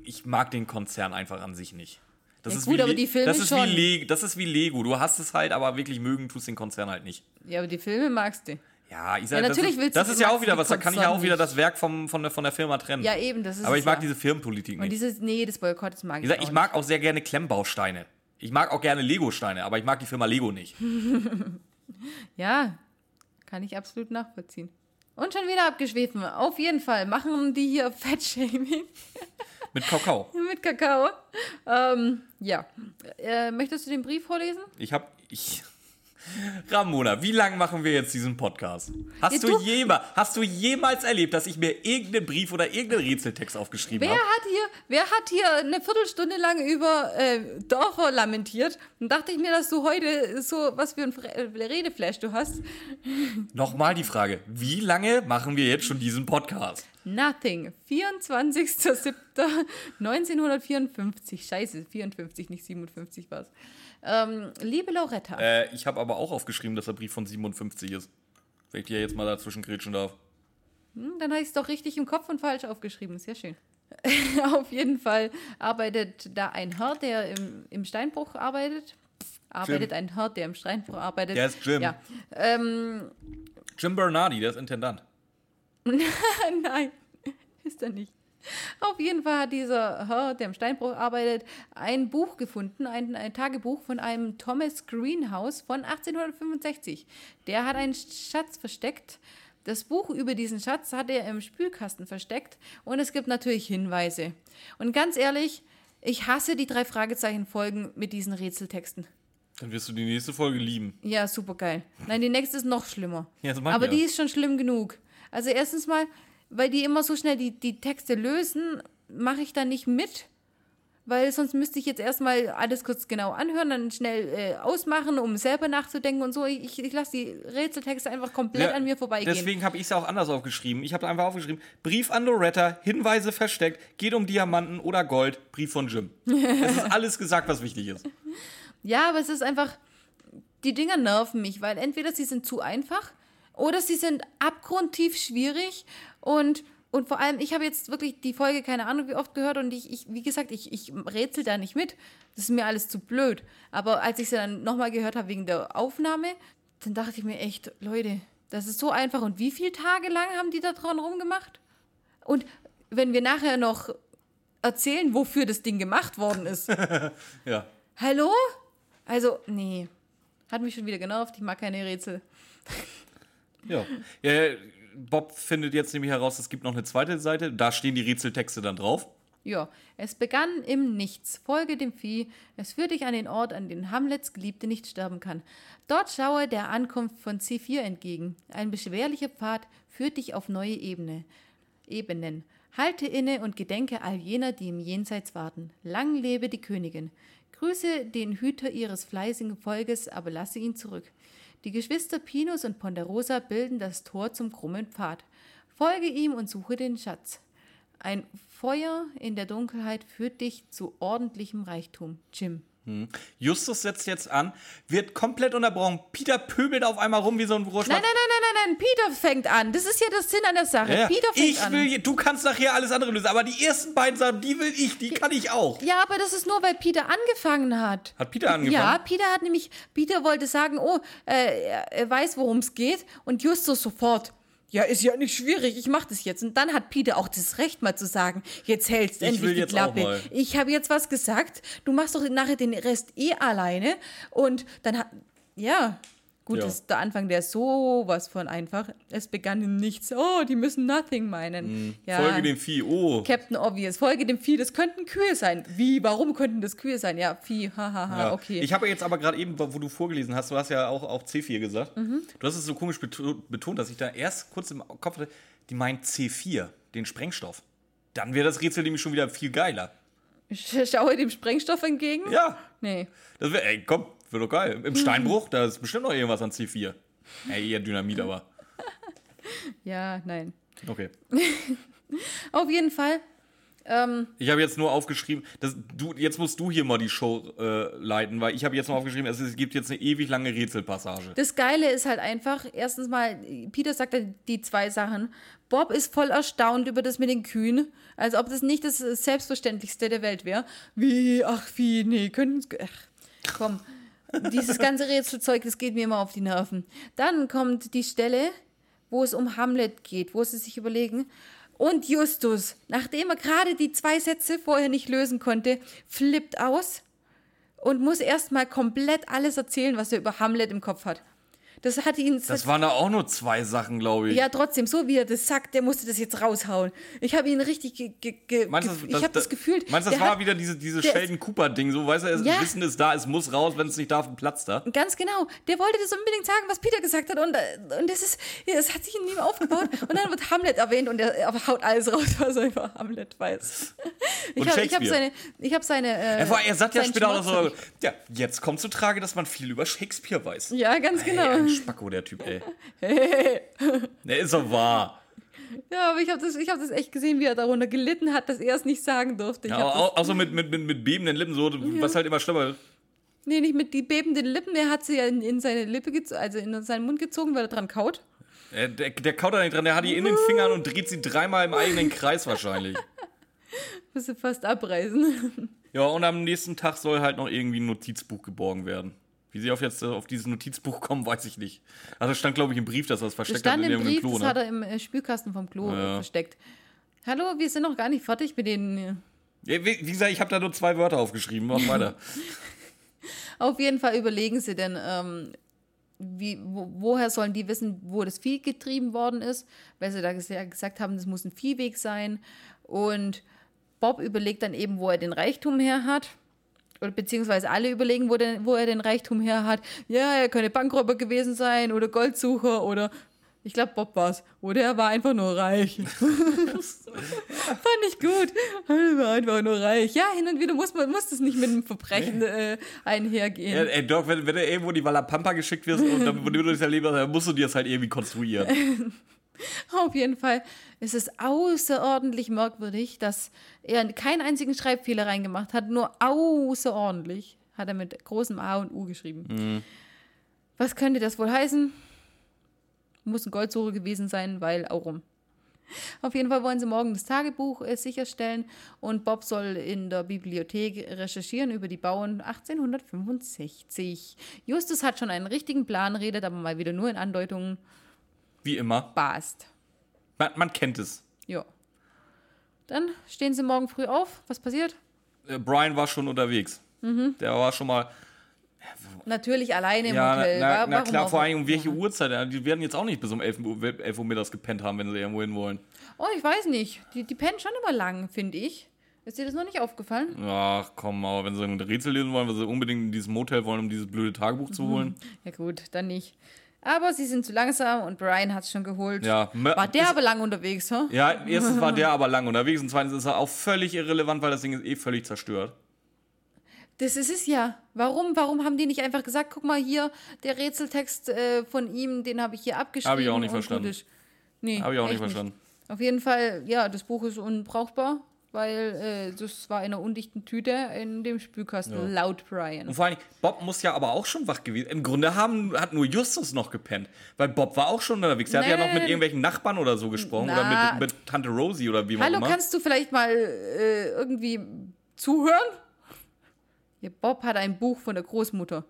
Ich mag den Konzern einfach an sich nicht. Das
Ja, gut, aber
Le-
die Filme
das ist
schon.
Wie Le das ist wie Lego. Du hast es halt, aber wirklich mögen tust den Konzern halt nicht.
Ja, aber die Filme magst du.
Ja, ich sag,
Ja, natürlich
das ist,
willst
das
du-
ist ja
magst
auch
du
wieder
den
was. Da kann ich ja
Konzern
auch wieder
nicht.
das Werk vom, von, der, von der Firma trennen.
Ja, eben, das ist
aber
es
ich mag
ja.
diese Firmenpolitik
Und
nicht.
dieses, nee, das Boykott, das mag ich
Wie gesagt, ich
auch
mag auch sehr gerne Klemmbausteine. Ich mag auch gerne Lego-Steine, aber ich mag die Firma Lego nicht.
nicht. Ja, kann ich absolut nachvollziehen. Und schon wieder abgeschwefen. Auf jeden Fall machen die hier Fettshaming
Mit Kakao.
mit Kakao. Ähm, ja. Äh, möchtest du den Brief vorlesen?
Ich hab. Ich. Ramona, wie lange machen wir jetzt diesen Podcast? Hast,
Ja,
du
du-
jemals, hast du jemals erlebt, dass ich mir irgendeinen Brief oder irgendeinen Rätseltext aufgeschrieben
Wer
habe?
hat hier, wer hat hier eine Viertelstunde lang über äh, Dörfer lamentiert? Und dachte ich mir, dass du heute so was für ein Fre äh, Redeflash du hast.
Nochmal die Frage: Wie lange machen wir jetzt schon diesen Podcast?
Nothing. 24.07.1954. Scheiße, 54, nicht 57 war's. Ähm, liebe Loretta,
Äh, ich habe aber auch aufgeschrieben, dass der Brief von 57 ist. Wenn ich dir jetzt mal dazwischen grätschen darf.
hm, dann habe ich es doch richtig im Kopf und falsch aufgeschrieben. Sehr schön. Auf jeden Fall arbeitet da ein Herr, der im, im Steinbruch arbeitet. Arbeitet
Jim.
ein Herr, der im Steinbruch arbeitet.
Der ist Jim.
Ja. Ähm,
Jim Bernardi, der ist Intendant.
Nein, ist er nicht. Auf jeden Fall hat dieser Herr, der im Steinbruch arbeitet, ein Buch gefunden, ein, ein Tagebuch von einem Thomas Greenhouse von 1865. Der hat einen Schatz versteckt. Das Buch über diesen Schatz hat er im Spülkasten versteckt und es gibt natürlich Hinweise. Und ganz ehrlich, ich hasse die drei Fragezeichen Folgen mit diesen Rätseltexten.
Dann wirst du die nächste Folge lieben.
Ja, super geil. Nein, die nächste ist noch schlimmer.
Ja, das meine
Aber
ich ja.
die ist schon schlimm genug. Also erstens mal, weil die immer so schnell die, die Texte lösen, mache ich da nicht mit. Weil sonst müsste ich jetzt erstmal alles kurz genau anhören, dann schnell äh, ausmachen, um selber nachzudenken und so. Ich, ich lasse die Rätseltexte einfach komplett
Ja,
an mir vorbeigehen.
Deswegen habe ich es auch anders aufgeschrieben. Ich habe einfach aufgeschrieben: Brief an Loretta, Hinweise versteckt, geht um Diamanten oder Gold, Brief von Jim. es ist alles gesagt, was wichtig ist.
Ja, aber es ist einfach, die Dinger nerven mich, weil entweder sie sind zu einfach oder sie sind abgrundtief schwierig und, und vor allem, ich habe jetzt wirklich die Folge, keine Ahnung, wie oft gehört und ich, ich wie gesagt, ich, ich rätsel da nicht mit. Das ist mir alles zu blöd. Aber als ich sie dann nochmal gehört habe wegen der Aufnahme, dann dachte ich mir echt, Leute, das ist so einfach. Und wie viele Tage lang haben die da dran rumgemacht? Und wenn wir nachher noch erzählen, wofür das Ding gemacht worden ist.
Ja.
Hallo? Also, nee. Hat mich schon wieder genervt. Ich mag keine Rätsel.
ja. Äh, Bob findet jetzt nämlich heraus, es gibt noch eine zweite Seite. Da stehen die Rätseltexte dann drauf.
Ja, es begann im Nichts. Folge dem Vieh. Es führt dich an den Ort, an den Hamlets Geliebte nicht sterben kann. Dort schaue der Ankunft von C4 entgegen. Ein beschwerlicher Pfad führt dich auf neue Ebene. Ebenen. Halte inne und gedenke all jener, die im Jenseits warten. Lang lebe die Königin. Grüße den Hüter ihres fleißigen Volkes, aber lasse ihn zurück. Die Geschwister Pinus und Ponderosa bilden das Tor zum krummen Pfad. Folge ihm und suche den Schatz. Ein Feuer in der Dunkelheit führt dich zu ordentlichem Reichtum, Jim.
Justus setzt jetzt an, wird komplett unterbrochen. Peter pöbelt auf einmal rum wie so ein Rohrschwanz.
Nein, nein, nein, nein, nein, nein. Peter fängt an. Das ist ja das Sinn an der Sache.
Ja, ja.
Peter fängt
ich
an.
will, je- du kannst nachher alles andere lösen, aber die ersten beiden Sachen, die will ich, die kann ich auch.
ja, aber das ist nur, weil Peter angefangen hat.
Hat Peter angefangen?
Ja, Peter hat nämlich, Peter wollte sagen, oh, äh, er er weiß, worum es geht. Und Justus sofort, ja, ist ja nicht schwierig, ich mach das jetzt. Und dann hat Peter auch das Recht, mal zu sagen, jetzt hältst
Ich
endlich
will
die
jetzt auch
Klappe.
mal.
Ich habe jetzt was gesagt, du machst doch nachher den Rest eh alleine. Und dann hat, ja... Gut,
Ja.
das ist der Anfang, der ist sowas von einfach. Es begann in nichts. Oh, die müssen nothing meinen. Ja.
Mhm. Folge dem Vieh. Oh.
Captain Obvious, Folge dem Vieh, das könnten Kühe sein. Wie, warum könnten das Kühe sein? Ja, Vieh, hahaha, ha,
Ja.
ha, Ah, okay.
Ich habe jetzt aber gerade eben, wo du vorgelesen hast, du hast ja auch auf C4 gesagt. Du hast es so komisch beto- betont, dass ich da erst kurz im Kopf hatte, die meint C4, den Sprengstoff. Dann wäre das Rätsel nämlich schon wieder viel geiler.
Ich schaue dem Sprengstoff entgegen?
Ja,
Nee.
das wäre, ey, komm, wird doch geil. Im Steinbruch, da ist bestimmt noch irgendwas an C4. Ey, eher Dynamit, aber.
Ja, nein.
Okay.
Auf jeden Fall. Ähm,
Ich habe jetzt nur aufgeschrieben, dass du, jetzt musst du hier mal die Show äh, leiten, weil ich habe jetzt nur aufgeschrieben, es, es gibt jetzt eine ewig lange Rätselpassage.
das Geile ist halt einfach, erstens mal, Peter sagt halt die zwei Sachen. Bob ist voll erstaunt über das mit den Kühen, als ob das nicht das Selbstverständlichste der Welt wäre. Wie, ach wie, nee, können... Ach, komm, dieses ganze Rätselzeug, das geht mir immer auf die Nerven. Dann kommt die Stelle, wo es um Hamlet geht, wo sie sich überlegen. Und Justus, nachdem er gerade die zwei Sätze vorher nicht lösen konnte, flippt aus und muss erstmal komplett alles erzählen, was er über Hamlet im Kopf hat. Das hat ihn.
Das waren da auch nur zwei Sachen, glaube ich.
ja, trotzdem, so wie er das sagt, der musste das jetzt raushauen. Ich habe ihn richtig. Ge ge ge
Meinst du,
gef- ich habe das gefühlt.
Meinst du, das
der
war
hat-
wieder diese, dieses
der ist-
Sheldon Cooper-Ding? So, weißt du, es,
Ja.
Wissen ist da, es muss raus, wenn es nicht darf, platzt da.
Ganz genau. Der wollte das unbedingt sagen, was Peter gesagt hat. Und, äh, und das, ist, das hat sich in ihm aufgebaut. Und dann wird Hamlet erwähnt und er, er haut alles raus, was er über Hamlet weiß. Ich
Und
habe hab
Shakespeare.
seine. Ich hab seine äh,
Er, war, er sagt ja
seinen
später auch
Schnauz
so, ja, jetzt kommt zu Trage, dass man viel über Shakespeare weiß.
Ja, ganz genau.
Ey, ein Spacko, der Typ, ey. Der ist so wahr.
Ja, aber ich habe das, ich hab das echt gesehen, wie er darunter gelitten hat, dass er es nicht sagen durfte. Ich
Ja,
hab das-
auch, auch so mit, mit, mit, mit bebenden Lippen, so, was halt immer schlimmer wird.
Nee, nicht mit die bebenden Lippen. Er hat sie ja in, in seine Lippe gezogen, also in seinen Mund gezogen, weil er dran kaut.
Äh, Der, der kaut da nicht dran, der hat die in den Fingern und dreht sie dreimal im eigenen Kreis wahrscheinlich.
Bis sie fast abreißen.
Ja, und am nächsten Tag soll halt noch irgendwie ein Notizbuch geborgen werden. Wie sie auf jetzt äh, auf dieses Notizbuch kommen, weiß ich nicht. Also stand, glaube ich, im Brief, dass er es
Das
versteckt hat
stand
in
im
irgendeinem
Brief,
Klo,
das
ne?
hat er im äh, Spülkasten vom Klo
Ja.
versteckt. Hallo, wir sind noch gar nicht fertig mit den. äh,
Ja, Wie wie gesagt, ich habe da nur zwei Wörter aufgeschrieben. Mach weiter.
Auf jeden Fall überlegen sie denn, ähm, wie, wo, woher sollen die wissen, wo das Vieh getrieben worden ist, weil sie da ges- ja gesagt haben, das muss ein Viehweg sein. Und Bob überlegt dann eben, wo er den Reichtum her hat. Oder beziehungsweise alle überlegen, wo, denn, wo er den Reichtum her hat. Ja, er könnte Bankräuber gewesen sein oder Goldsucher oder ich glaube Bob war's. Oder er war einfach nur reich. Fand ich gut. Er war einfach nur reich. Ja, hin und wieder muss man muss das nicht mit einem Verbrechen äh, einhergehen.
ja, ey, Doc, wenn, wenn du irgendwo in die Wallapampa geschickt wirst und dann wenn du durchs Leben hast, dann musst du dir das halt irgendwie konstruieren.
Auf jeden Fall ist es außerordentlich merkwürdig, dass er keinen einzigen Schreibfehler reingemacht hat, nur außerordentlich hat er mit großem A und U geschrieben. Was könnte das wohl heißen? Muss ein Goldsuche gewesen sein, weil auch rum. Auf jeden Fall wollen sie morgen das Tagebuch äh, sicherstellen und Bob soll in der Bibliothek recherchieren über die Bauern 1865. Justus hat schon einen richtigen Plan, redet aber mal wieder nur in Andeutungen.
Wie immer.
Bast.
Man, man kennt es.
Ja. Dann stehen sie morgen früh auf. Was passiert?
Äh, Brian war schon unterwegs.
Mhm.
Der war schon mal.
Natürlich alleine im
Ja,
Hotel.
na,
wa?
na
Warum
klar,
auch?
vor allem um welche Uhrzeit. Ja, Die werden jetzt auch nicht bis um 11 Uhr, 11 Uhr mittags gepennt haben, wenn sie irgendwo hin wollen.
Oh, ich weiß nicht. Die, die pennen schon immer lang, finde ich. Ist dir das noch nicht aufgefallen?
Ach komm, aber wenn sie ein Rätsel lesen wollen, wenn sie unbedingt in dieses Motel wollen, um dieses blöde Tagebuch
Mhm.
zu holen.
Ja gut, dann nicht. Aber sie sind zu langsam und Brian hat es schon geholt.
Ja, Mö-
War der
ist-
aber lang unterwegs, hä?
Ja, erstens war der aber lang unterwegs und zweitens ist er auch völlig irrelevant, weil das Ding ist eh völlig zerstört.
Das ist es ja. Warum? Warum haben die nicht einfach gesagt, guck mal hier, der Rätseltext äh, von ihm, den habe ich hier abgeschrieben.
Hab ich auch nicht
und
verstanden.
gut ist. Nee,
Habe ich auch
echt
nicht verstanden.
Auf jeden Fall, ja, das Buch ist unbrauchbar. weil äh, das war in einer undichten Tüte in dem Spülkasten, laut Brian.
Und vor allem, Bob muss ja aber auch schon wach gewesen. Im Grunde haben, hat nur Justus noch gepennt. Weil Bob war auch schon unterwegs. Er hat ja noch mit
Nein.
irgendwelchen Nachbarn oder so gesprochen.
Na.
Oder mit, mit Tante Rosie oder wie man
Hallo,
immer.
kannst du vielleicht mal äh, irgendwie zuhören? Ja, Bob hat ein Buch von der Großmutter.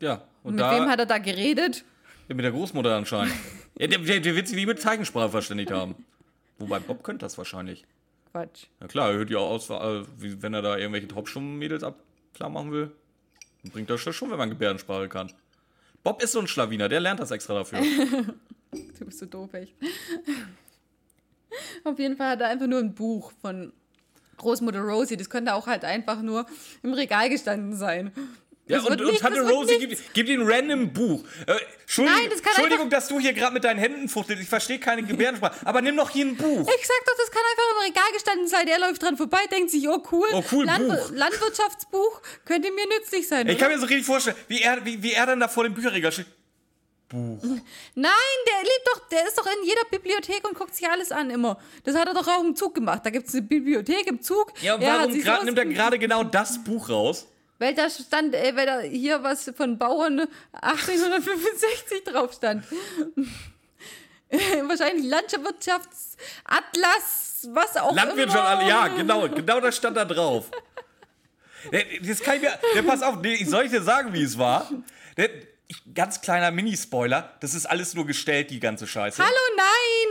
ja, und
Mit
da,
wem hat er da geredet?
ja, mit der Großmutter anscheinend. ja, der, der, der wird sich nicht mit Zeichensprache verständigt haben. Wobei, Bob könnte das wahrscheinlich.
Quatsch.
Na klar, er hört ja aus, äh, wie, wenn er da irgendwelche Taubstummen-Mädels ab klar machen will. Dann bringt das schon, wenn man Gebärdensprache kann. Bob ist so ein Schlawiner, der lernt das extra dafür.
Du bist so doof, echt. Auf jeden Fall hat er einfach nur ein Buch von Großmutter Rosie. Das könnte auch halt einfach nur im Regal gestanden sein.
Ja,
Es
und,
wird
und
nichts,
Tante
es wird
Rosie
nichts.
gibt, gibt ihm ein random Buch. Äh, Entschuldigung,
Nein, das kann
Entschuldigung dass du hier gerade mit deinen Händen fuchtelst. Ich verstehe keine Gebärdensprache. Aber nimm doch hier ein Buch.
Ich sag doch, das kann einfach im Regal gestanden sein. Er läuft dran vorbei, denkt sich, oh cool,
Oh, cool, Buch.
Landwirtschaftsbuch könnte mir nützlich sein.
Ich
oder?
kann mir so richtig vorstellen, wie er, wie, wie er dann da vor dem Bücherregal steht.
Nein, der lebt doch, der ist doch in jeder Bibliothek und guckt sich alles an immer. Das hat er doch auch im Zug gemacht. Da gibt es eine Bibliothek im Zug.
Ja, und
Er hat
warum
sich
grad, nimmt er
raus-
gerade genau das Buch raus?
Weil da stand, äh, weil da hier was von Bauern 1865 drauf stand. Wahrscheinlich Landwirtschaftsatlas, was auch
Landwirtschaft,
immer.
alle- ja, genau, genau das stand da drauf. Der- Das kann ich mir, der, pass auf, nee, ich soll ich dir sagen, wie es war? Der, ich, ganz kleiner Minispoiler, das ist alles nur gestellt, die ganze Scheiße.
Hallo, nein,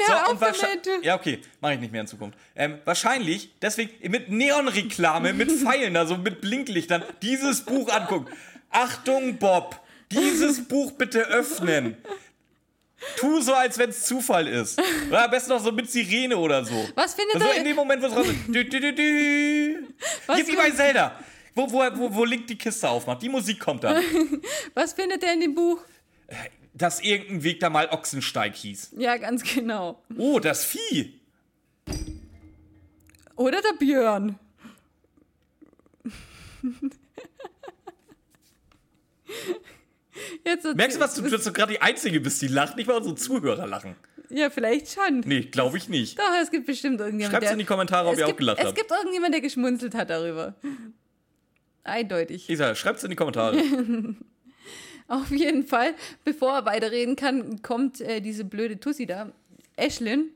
So,
hör
und
auf
wahrscheinlich-
damit.
Ja, okay, mache ich nicht mehr in Zukunft. Ähm, wahrscheinlich, deswegen mit Neonreklame, mit Pfeilen, also mit Blinklichtern, dieses Buch angucken. Achtung, Bob, dieses Buch bitte öffnen. Tu so, als wenn es Zufall ist. Oder am besten noch so mit Sirene oder so.
Was findet
So
er-
in dem Moment, wo es raus ist. Dü, dü, dü, dü.
Was
Jetzt wie bei Zelda. Wo, wo, wo, wo Link die Kiste aufmacht. Die Musik kommt dann.
Was findet er in dem Buch?
Dass irgendein Weg da mal Ochsensteig hieß.
Ja, ganz genau.
Oh, das Vieh.
Oder der Björn. Jetzt
Merkst du was, du, dass du gerade die Einzige bist, die lacht? Nicht mal unsere Zuhörer lachen.
Ja, vielleicht schon.
Nee, glaube ich nicht.
Doch, es gibt bestimmt irgendjemand.
Schreibt's
der-
in die Kommentare, ob
es
ihr auch
gibt,
gelacht
Es
habt.
gibt irgendjemand, der geschmunzelt hat darüber. Eindeutig.
Isa, schreibt's in die Kommentare.
Auf jeden Fall, bevor er weiterreden kann, kommt äh, diese blöde Tussi da, Ashlyn.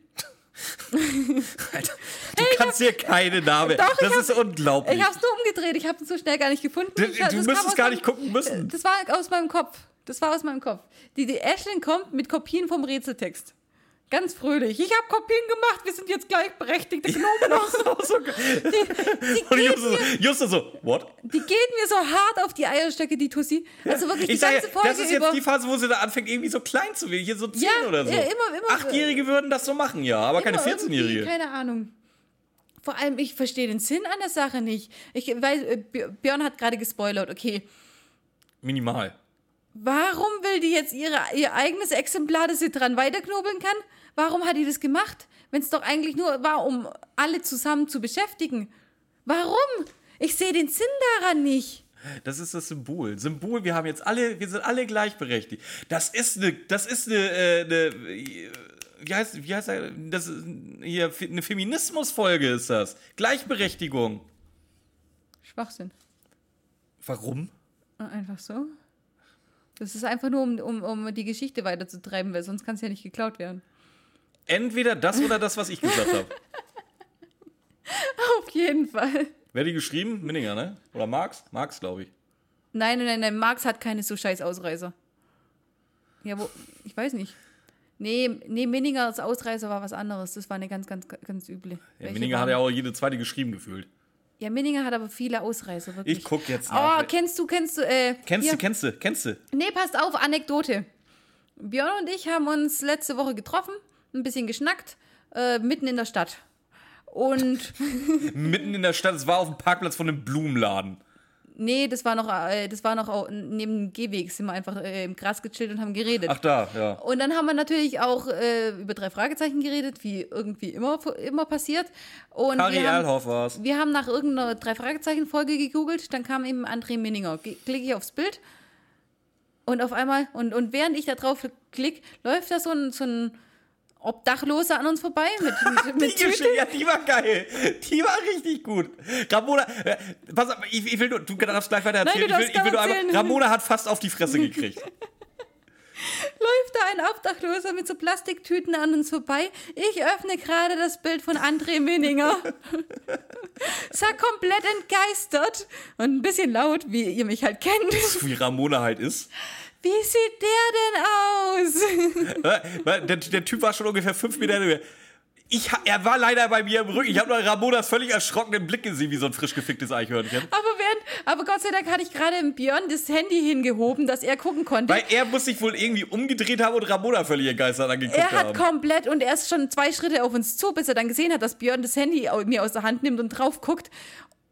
Alter, du kannst hier keine Namen.
Doch, ich
das
hab-
ist unglaublich.
Ich hab's nur umgedreht, ich hab's so schnell gar nicht gefunden.
du
Ich, das
du
kam
müsstest
aus
gar
meinem-
nicht gucken müssen.
Das war aus meinem Kopf. Das war aus meinem Kopf. Die, die Ashlyn kommt mit Kopien vom Rätseltext. Ganz fröhlich. Ich habe Kopien gemacht, wir sind jetzt gleichberechtigte Gnomen.
Das ist auch so geil. Und Justus so, Justus so, what?
Äh, Die geht mir so hart auf die Eierstöcke, die Tussi. Also wirklich die
Ich sage,
ganze Folge
das ist
über.
jetzt die Phase, wo sie da anfängt, irgendwie so klein zu werden. Hier so 10
Ja,
oder so.
ja, immer- immer-
Achtjährige würden das so machen, ja, aber keine
Immer irgendwie,
14-Jährige.
Keine Ahnung. Vor allem, ich verstehe den Sinn an der Sache nicht. Ich weiß, äh, Bj- Björn hat gerade gespoilert, okay.
Minimal.
Warum will die jetzt ihre, ihr eigenes Exemplar, das sie dran weiterknobeln kann? Warum hat die das gemacht? Wenn es doch eigentlich nur war, um alle zusammen zu beschäftigen. Warum? Ich sehe den Sinn daran nicht.
Das ist das Symbol. Symbol, wir haben jetzt alle, wir sind alle gleichberechtigt. Das ist eine, das ist eine, äh, eine wie heißt, wie heißt er? das? ist Hier, eine Feminismusfolge ist das. Gleichberechtigung.
Schwachsinn.
Warum?
Einfach so. Das ist einfach nur, um, um, um die Geschichte weiterzutreiben, weil sonst kann es ja nicht geklaut werden.
Entweder das oder das, was ich gesagt habe.
Auf jeden Fall.
Wer hat die geschrieben? Minninger, ne? Oder Marx? Marx, glaube ich.
Nein, nein, nein, Marx hat keine so scheiß Ausreißer. Ja, wo, ich weiß nicht. Nee, nee, Minninger als Ausreißer war was anderes. Das war eine ganz, ganz, ganz üble.
Ja,
Welche
Minninger
waren-
hat ja auch jede zweite geschrieben gefühlt.
Ja, Minninger hat aber viele Ausreißer, wirklich.
Ich guck jetzt
Oh,
nach.
kennst du, kennst du, äh.
Ah, Kennst
hier.
du, kennst du, kennst du?
Nee, passt auf, Anekdote. Björn und ich haben uns letzte Woche getroffen, ein bisschen geschnackt, äh, mitten in der Stadt. Und.
Mitten in der Stadt, es war auf dem Parkplatz von einem Blumenladen.
Nee, das war noch, äh, das war noch au- neben dem Gehweg, sind wir einfach äh, im Gras gechillt und haben geredet.
Ach da, ja.
Und dann haben wir natürlich auch äh, über drei Fragezeichen geredet, wie irgendwie immer, immer passiert. Und
Harry
wir haben,
Erlhoff war's.
wir haben nach irgendeiner drei Fragezeichen Folge gegoogelt, dann kam eben André Minninger. Ge- Klicke ich aufs Bild und auf einmal und, und während ich da drauf klick, läuft da so ein, so ein Obdachlose an uns vorbei mit, mit, mit
Die
Tüten.
Geschichte, ja, die war geil. Die war richtig gut. Ramona, äh, pass auf, ich, ich will nur, du darfst gleich weiter
Nein, du
erzählen.
darfst
ich will, ich will nur
gerne
einmal,
erzählen.
Ramona hat fast auf die Fresse gekriegt.
läuft da ein Obdachloser mit so Plastiktüten an uns vorbei. Ich öffne gerade das Bild von André Meninger. Sah komplett entgeistert und ein bisschen laut, wie ihr mich halt kennt.
Wie Ramona halt ist.
Wie sieht der denn aus?
Äh, Der, der Typ war schon ungefähr fünf Meter in der Höhe. Ich, ha- er war leider bei mir im Rücken. Ich habe nur Ramonas völlig erschrockenen Blick gesehen, wie so ein frisch geficktes Eichhörnchen.
Aber, während, aber Gott sei Dank hatte ich gerade im Björn das Handy hingehoben, dass er gucken konnte.
Weil er muss sich wohl irgendwie umgedreht haben und Ramona völlig entgeistert angeguckt
er hat
haben.
komplett und er ist schon zwei Schritte auf uns zu, bis er dann gesehen hat, dass Björn das Handy au- mir aus der Hand nimmt und drauf guckt.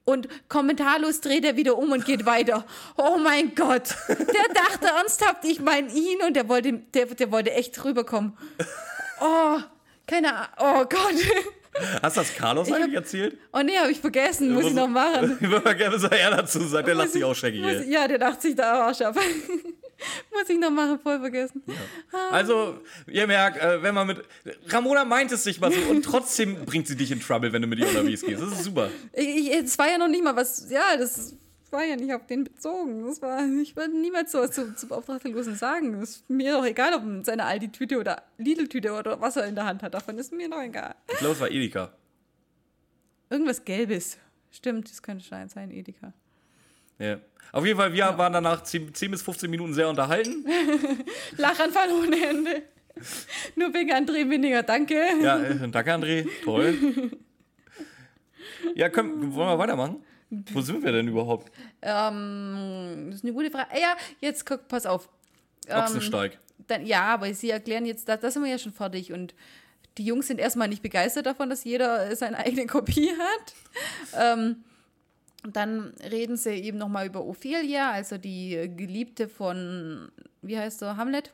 Und kommentarlos dreht er wieder um und geht weiter. Oh mein Gott. Der dachte ernsthaft, ich meine ihn und der wollte, der, der wollte echt rüberkommen. Oh, keine Ahnung. Oh Gott.
Hast du das Carlos eigentlich
hab-
erzählt?
Oh nee, habe ich vergessen. Muss ich noch machen.
Ich würde mal gerne was er dazu sagt. Der lässt
Muss
sich
ich-
auch schenken
muss
hier.
ich- Ja, der dachte sich da Arsch ab. muss ich noch machen, voll vergessen.
Also, ihr merkt, äh, wenn man mit. Ramona meint es nicht mal so und trotzdem bringt sie dich in Trouble, wenn du mit ihr unterwegs gehst. Das ist super.
Ich, ich, es war ja noch nicht mal was, ja, das war ja nicht auf den bezogen. Das war, ich würde niemals sowas zu, zu Obdachlosen sagen. Ist mir doch egal, ob man seine Aldi-Tüte oder Lidl-Tüte oder was er in der Hand hat. Davon ist mir doch egal.
Ich glaube, es war Edeka.
Irgendwas Gelbes. Stimmt, das könnte schon sein, Edeka.
Ja. Auf jeden Fall, wir waren danach 10, 10 bis 15 Minuten sehr unterhalten.
Lachanfall ohne Ende. Nur wegen André Winiger, danke.
Ja, äh, danke, André. Toll. Ja, können, wollen wir weitermachen? Wo sind wir denn überhaupt?
Ähm, das ist eine gute Frage. Ah Ja, jetzt guck, pass auf.
Ochsensteig.
Dann, ja, aber sie erklären jetzt, das, das sind wir ja schon fertig. Und die Jungs sind erstmal nicht begeistert davon, dass jeder äh, seine eigene Kopie hat. Ähm, dann reden sie eben nochmal über Ophelia, also die äh, Geliebte von, wie heißt er, Hamlet?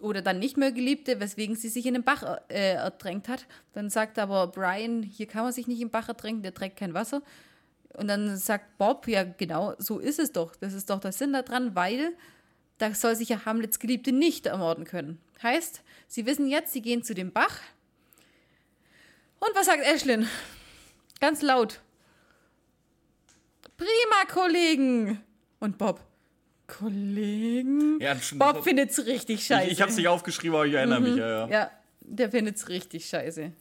Oder dann nicht mehr Geliebte, weswegen sie sich in den Bach äh, ertränkt hat. Dann sagt aber Brian, hier kann man sich nicht im Bach ertränken, der trägt kein Wasser. Und dann sagt Bob, ja genau, so ist es doch. Das ist doch der Sinn daran, weil da soll sich ja Hamlets Geliebte nicht ermorden können. Heißt, sie wissen jetzt, sie gehen zu dem Bach. Und was sagt Ashlyn? Ganz laut. Prima, Kollegen! Und Bob. Kollegen?
Ja, schon-
Bob findet's richtig scheiße.
Ich, ich hab's nicht aufgeschrieben, aber ich erinnere mich. Ja, ja.
Ja, der findet's richtig scheiße.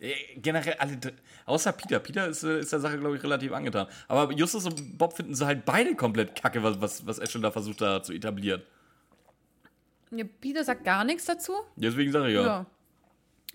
Äh, Generell alle, dr- außer Peter. Peter ist, äh, ist der Sache, glaube ich, relativ angetan. Aber Justus und Bob finden sie halt beide komplett kacke, was, was, was Ashton da versucht da zu etablieren.
Ja, Peter sagt gar nichts dazu.
Deswegen sage ich ja.
Ja.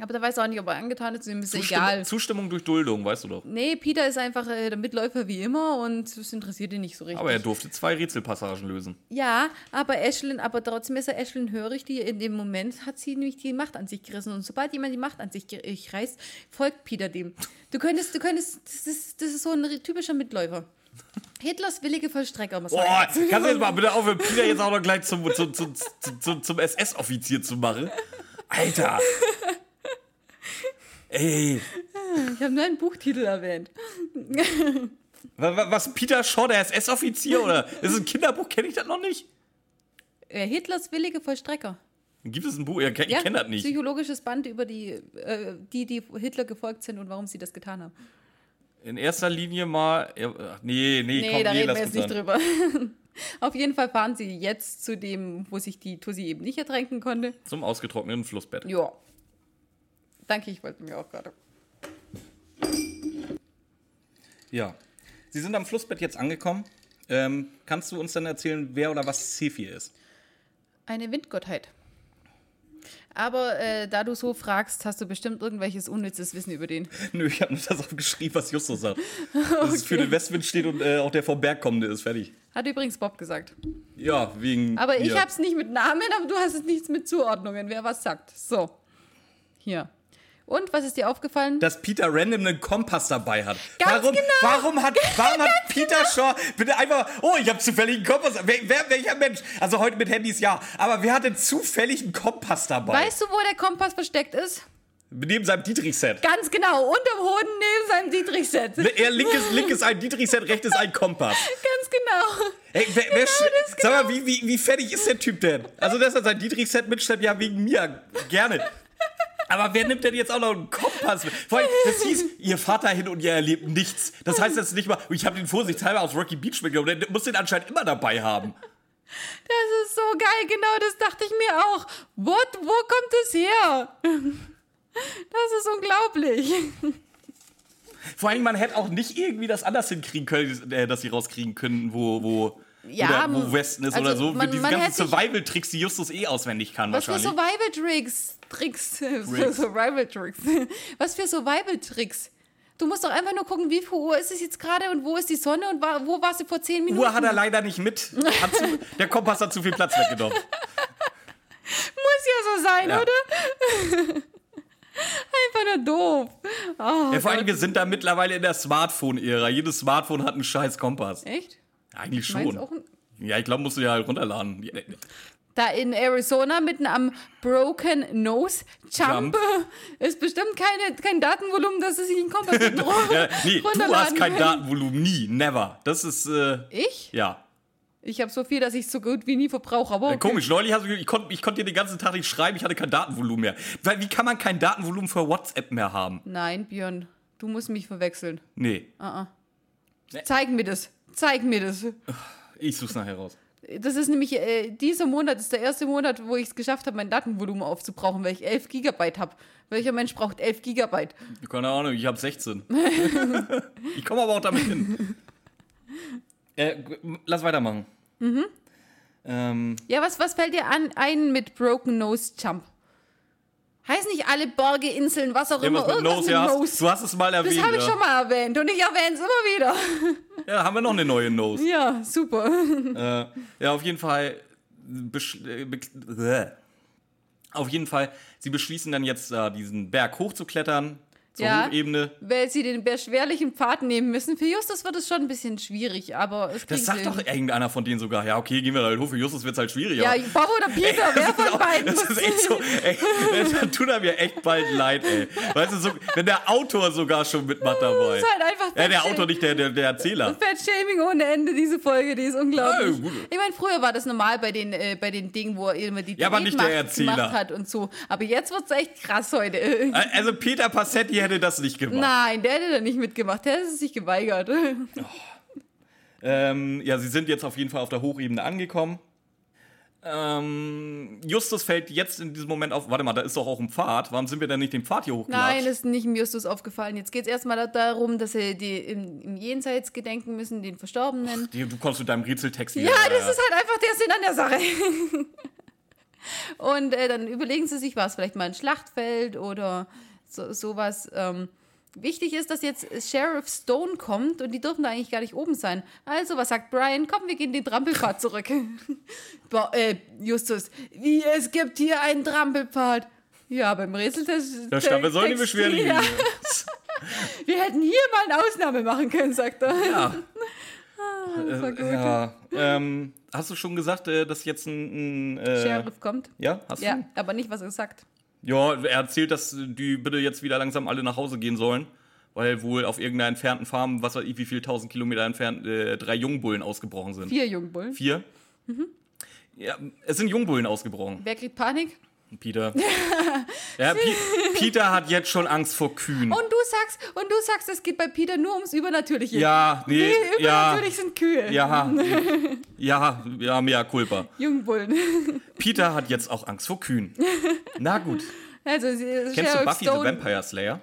Aber da weiß er auch nicht, ob er angetan ist, ihm ist
Zustimmung,
egal.
Zustimmung durch Duldung, weißt du doch.
Nee, Peter ist einfach äh, der Mitläufer wie immer und es interessiert ihn nicht so richtig.
Aber er durfte zwei Rätselpassagen lösen.
ja, aber Ashlyn, aber trotzdem ist er Ashlyn hörig, die in dem Moment hat sie nämlich die Macht an sich gerissen. Und sobald jemand die Macht an sich ge- äh, reißt, folgt Peter dem. Du könntest, du könntest, das ist, das ist so ein typischer Mitläufer. Hitlers willige Vollstrecker, muss man
Boah,
sagen.
kannst du jetzt mal bitte aufhören, Peter jetzt auch noch gleich zum, zum, zum, zum, zum, zum SS-Offizier zu machen? Alter! Ey,
Ich habe nur einen Buchtitel erwähnt.
wa- wa- was, Peter Shaw, der SS-Offizier, oder? Ist es ein Kinderbuch? Kenne ich das noch nicht?
Äh, Hitlers willige Vollstrecker.
Gibt es ein Buch? Ja, ke- ich kenne das nicht.
Psychologisches Band über die, äh, die, die Hitler gefolgt sind und warum sie das getan haben.
In erster Linie mal. ja, Ach, nee, nee,
Nee,
komm,
da
nee,
reden
eh, lass
wir
uns
jetzt nicht
sein.
drüber. Auf jeden Fall fahren sie jetzt zu dem, wo sich die Tussi eben nicht ertränken konnte.
Zum ausgetrockneten Flussbett.
Ja. Danke, ich wollte mir auch gerade.
Ja. Sie sind am Flussbett jetzt angekommen. Ähm, kannst du uns dann erzählen, wer oder was Zephyr ist?
Eine Windgottheit. Aber äh, da du so fragst, hast du bestimmt irgendwelches unnützes Wissen über den.
Nö, ich habe nur das aufgeschrieben, was Justus sagt. Dass es für den Westwind steht und äh, auch der vom Berg kommende ist. Fertig.
Hat übrigens Bob gesagt.
Ja, wegen.
Aber ich
mir.
hab's nicht mit Namen, aber du hast es nichts mit Zuordnungen, wer was sagt. So. Hier. Und was ist dir aufgefallen?
Dass Peter Random einen Kompass dabei hat.
Ganz
warum,
genau.
warum hat, warum hat Peter Shaw bitte einfach, oh, ich habe zufällig einen Kompass. Wer, wer, welcher Mensch? Also heute mit Handys ja. Aber wer hat denn zufällig einen Kompass dabei?
Weißt du, wo der Kompass versteckt ist?
Neben seinem Dietrich-Set.
Ganz genau, unterm Hoden neben seinem Dietrich-Set.
Ne,
Er linkes, linkes ein Dietrich-Set, rechtes ein Kompass.
Ganz genau.
Ey, wer, wer sch- Sag mal, wie, wie, wie fertig ist der Typ denn? Also, dass er sein Dietrich-Set mitschleppt, ja, wegen mir. Gerne. Aber wer nimmt denn jetzt auch noch einen Kompass mit? Vor allem, das hieß, ihr fahrt dahin und ihr erlebt nichts. Das heißt jetzt nicht mal, ich habe den vorsichtshalber aus Rocky Beach mitgenommen, der muss den anscheinend immer dabei haben.
Das ist so geil, genau das dachte ich mir auch. What, wo kommt es her? Das ist unglaublich.
Vor allem, man hätte auch nicht irgendwie das anders hinkriegen können, äh, dass sie rauskriegen können, wo, wo,
Ja,
oder wo
m-
Weston ist
also
oder so.
man-
Mit diesen
man
ganzen
hätte sich-
Survival-Tricks, die Justus eh auswendig kann
Was für
wahrscheinlich.
Survival-Tricks? Tricks.
Tricks.
Survival-Tricks. Was für Survival-Tricks? Du musst doch einfach nur gucken, wie viel Uhr ist es jetzt gerade und wo ist die Sonne und wa- wo warst du vor zehn Minuten?
Uhr hat er leider nicht mit. Hat zu, der Kompass hat zu viel Platz weggenommen.
Muss ja so sein,
Ja.
oder? einfach nur doof. Oh,
Ja, vor allem, wir sind da mittlerweile in der Smartphone-Ära. Jedes Smartphone hat einen scheiß Kompass.
Echt?
Eigentlich
Meins
schon.
auch ein-
Ja, ich glaube, musst du ja halt runterladen. Ja,
Da in Arizona mitten am Broken Nose Jump,
Jump.
ist bestimmt keine, kein Datenvolumen, dass es sich einen Kompass mit
äh, nee, du hast kein
kann.
Datenvolumen. Nie, never. Das ist, äh,
Ich?
ja.
Ich habe so viel, dass ich so gut wie nie verbrauche. Aber
Äh, Komisch, neulich hast du, ich konnte ich konnt dir den ganzen Tag nicht schreiben, ich hatte kein Datenvolumen mehr. Weil, wie kann man kein Datenvolumen für WhatsApp mehr haben?
Nein, Björn, du musst mich verwechseln.
Nee,
Zeig mir das. Zeig mir das.
ich such's nachher raus.
Das ist nämlich, äh, dieser Monat ist der erste Monat, wo ich es geschafft habe, mein Datenvolumen aufzubrauchen, weil ich 11 Gigabyte habe. Welcher Mensch braucht 11 Gigabyte?
Keine Ahnung, ich habe 16. ich komme aber auch damit hin. Äh, g- m- lass weitermachen. Ähm,
Ja, was, was fällt dir an, ein mit Broken Nose Jump? Heißt nicht alle Borge, Inseln, was auch immer,
irgendwas mit Nose, ja. Hast, du hast es mal erwähnt.
Das habe ich
ja.
schon mal erwähnt und ich erwähne es immer wieder.
ja, haben wir noch eine neue Nose.
Ja, super.
äh, ja, auf jeden Fall. besch- äh, bek- bleh. Auf jeden Fall, sie beschließen dann jetzt da diesen Berg hochzuklettern. Zur
Ja.
Hochebene.
Weil sie den beschwerlichen Pfad nehmen müssen. Für Justus wird es schon ein bisschen schwierig, aber es
Das
kriegen sie
sagt doch
hin.
irgendeiner von denen sogar. Ja, okay, gehen wir da halt hoch. Für Justus wird's halt schwierig.
Ja,
aber-
Bob oder Peter, wer von beiden
Das
muss
ist echt so, ey, da tut er mir echt bald leid, ey. Weißt du, so, wenn der Autor sogar schon mitmacht dabei.
ist halt einfach
ja, der
Fettshaming.
Autor, nicht der, der, der Erzähler.
Fettshaming ohne Ende, diese Folge, die ist unglaublich.
Ja, gut.
ich meine, früher war das normal bei den, äh, bei den Dingen, wo er immer die
Ja, aber nicht der
Diätmacht
Erzähler.
gemacht hat und so. Aber jetzt wird's echt krass heute. Äh,
Also Peter Passetti hätte das nicht gemacht.
Nein, der hätte da nicht mitgemacht, der hätte sich geweigert.
Ähm, ja, sie sind jetzt auf jeden Fall auf der Hochebene angekommen. Ähm, Justus fällt jetzt in diesem Moment auf, warte mal, da ist doch auch ein Pfad. Warum sind wir denn nicht den Pfad hier hochgelatscht?
Nein, ist nicht im Justus aufgefallen. Jetzt geht's erstmal darum, dass sie die im, im Jenseits gedenken müssen, den Verstorbenen.
Die- Du kommst mit deinem Rätseltext hier.
Ja, das ist halt einfach der Sinn an der Sache. Und äh, dann überlegen sie sich, war es vielleicht mal ein Schlachtfeld oder so, sowas. Ähm, wichtig ist, dass jetzt Sheriff Stone kommt und die dürfen da eigentlich gar nicht oben sein. Also, was sagt Brian? Komm, wir gehen den Trampelpfad zurück. Bo äh, Justus, wie es gibt hier einen Trampelpfad. Ja, beim Rätseltest.
Da stand, wir sollen die
Text-
Beschwerde
Ja, wir hätten hier mal eine Ausnahme machen können, sagt er.
Ja. Äh, ja. Ähm, hast du schon gesagt, äh, dass jetzt ein, ein äh,
Sheriff kommt.
Ja, hast
Ja,
du?
aber nicht, was er sagt.
Ja, er erzählt, dass die bitte jetzt wieder langsam alle nach Hause gehen sollen, weil wohl auf irgendeiner entfernten Farm, was weiß ich, wie viel tausend Kilometer entfernt, äh, drei Jungbullen ausgebrochen sind.
Vier Jungbullen.
Vier? Mhm. Ja, es sind Jungbullen ausgebrochen,
Wer kriegt Panik?
Peter. ja, Pi Peter hat jetzt schon Angst vor Kühen.
Und du sagst, und du sagst, es geht bei Peter nur ums Übernatürliche.
ja, nee,
Die
ja,
übernatürlich sind Kühe.
ja, ja, ja, mehr Culpa.
Jungbullen.
Peter hat jetzt auch Angst vor Kühen. Na gut.
Also, sie,
Kennst du
Sheriff
Buffy the
Stone.
Vampire Slayer?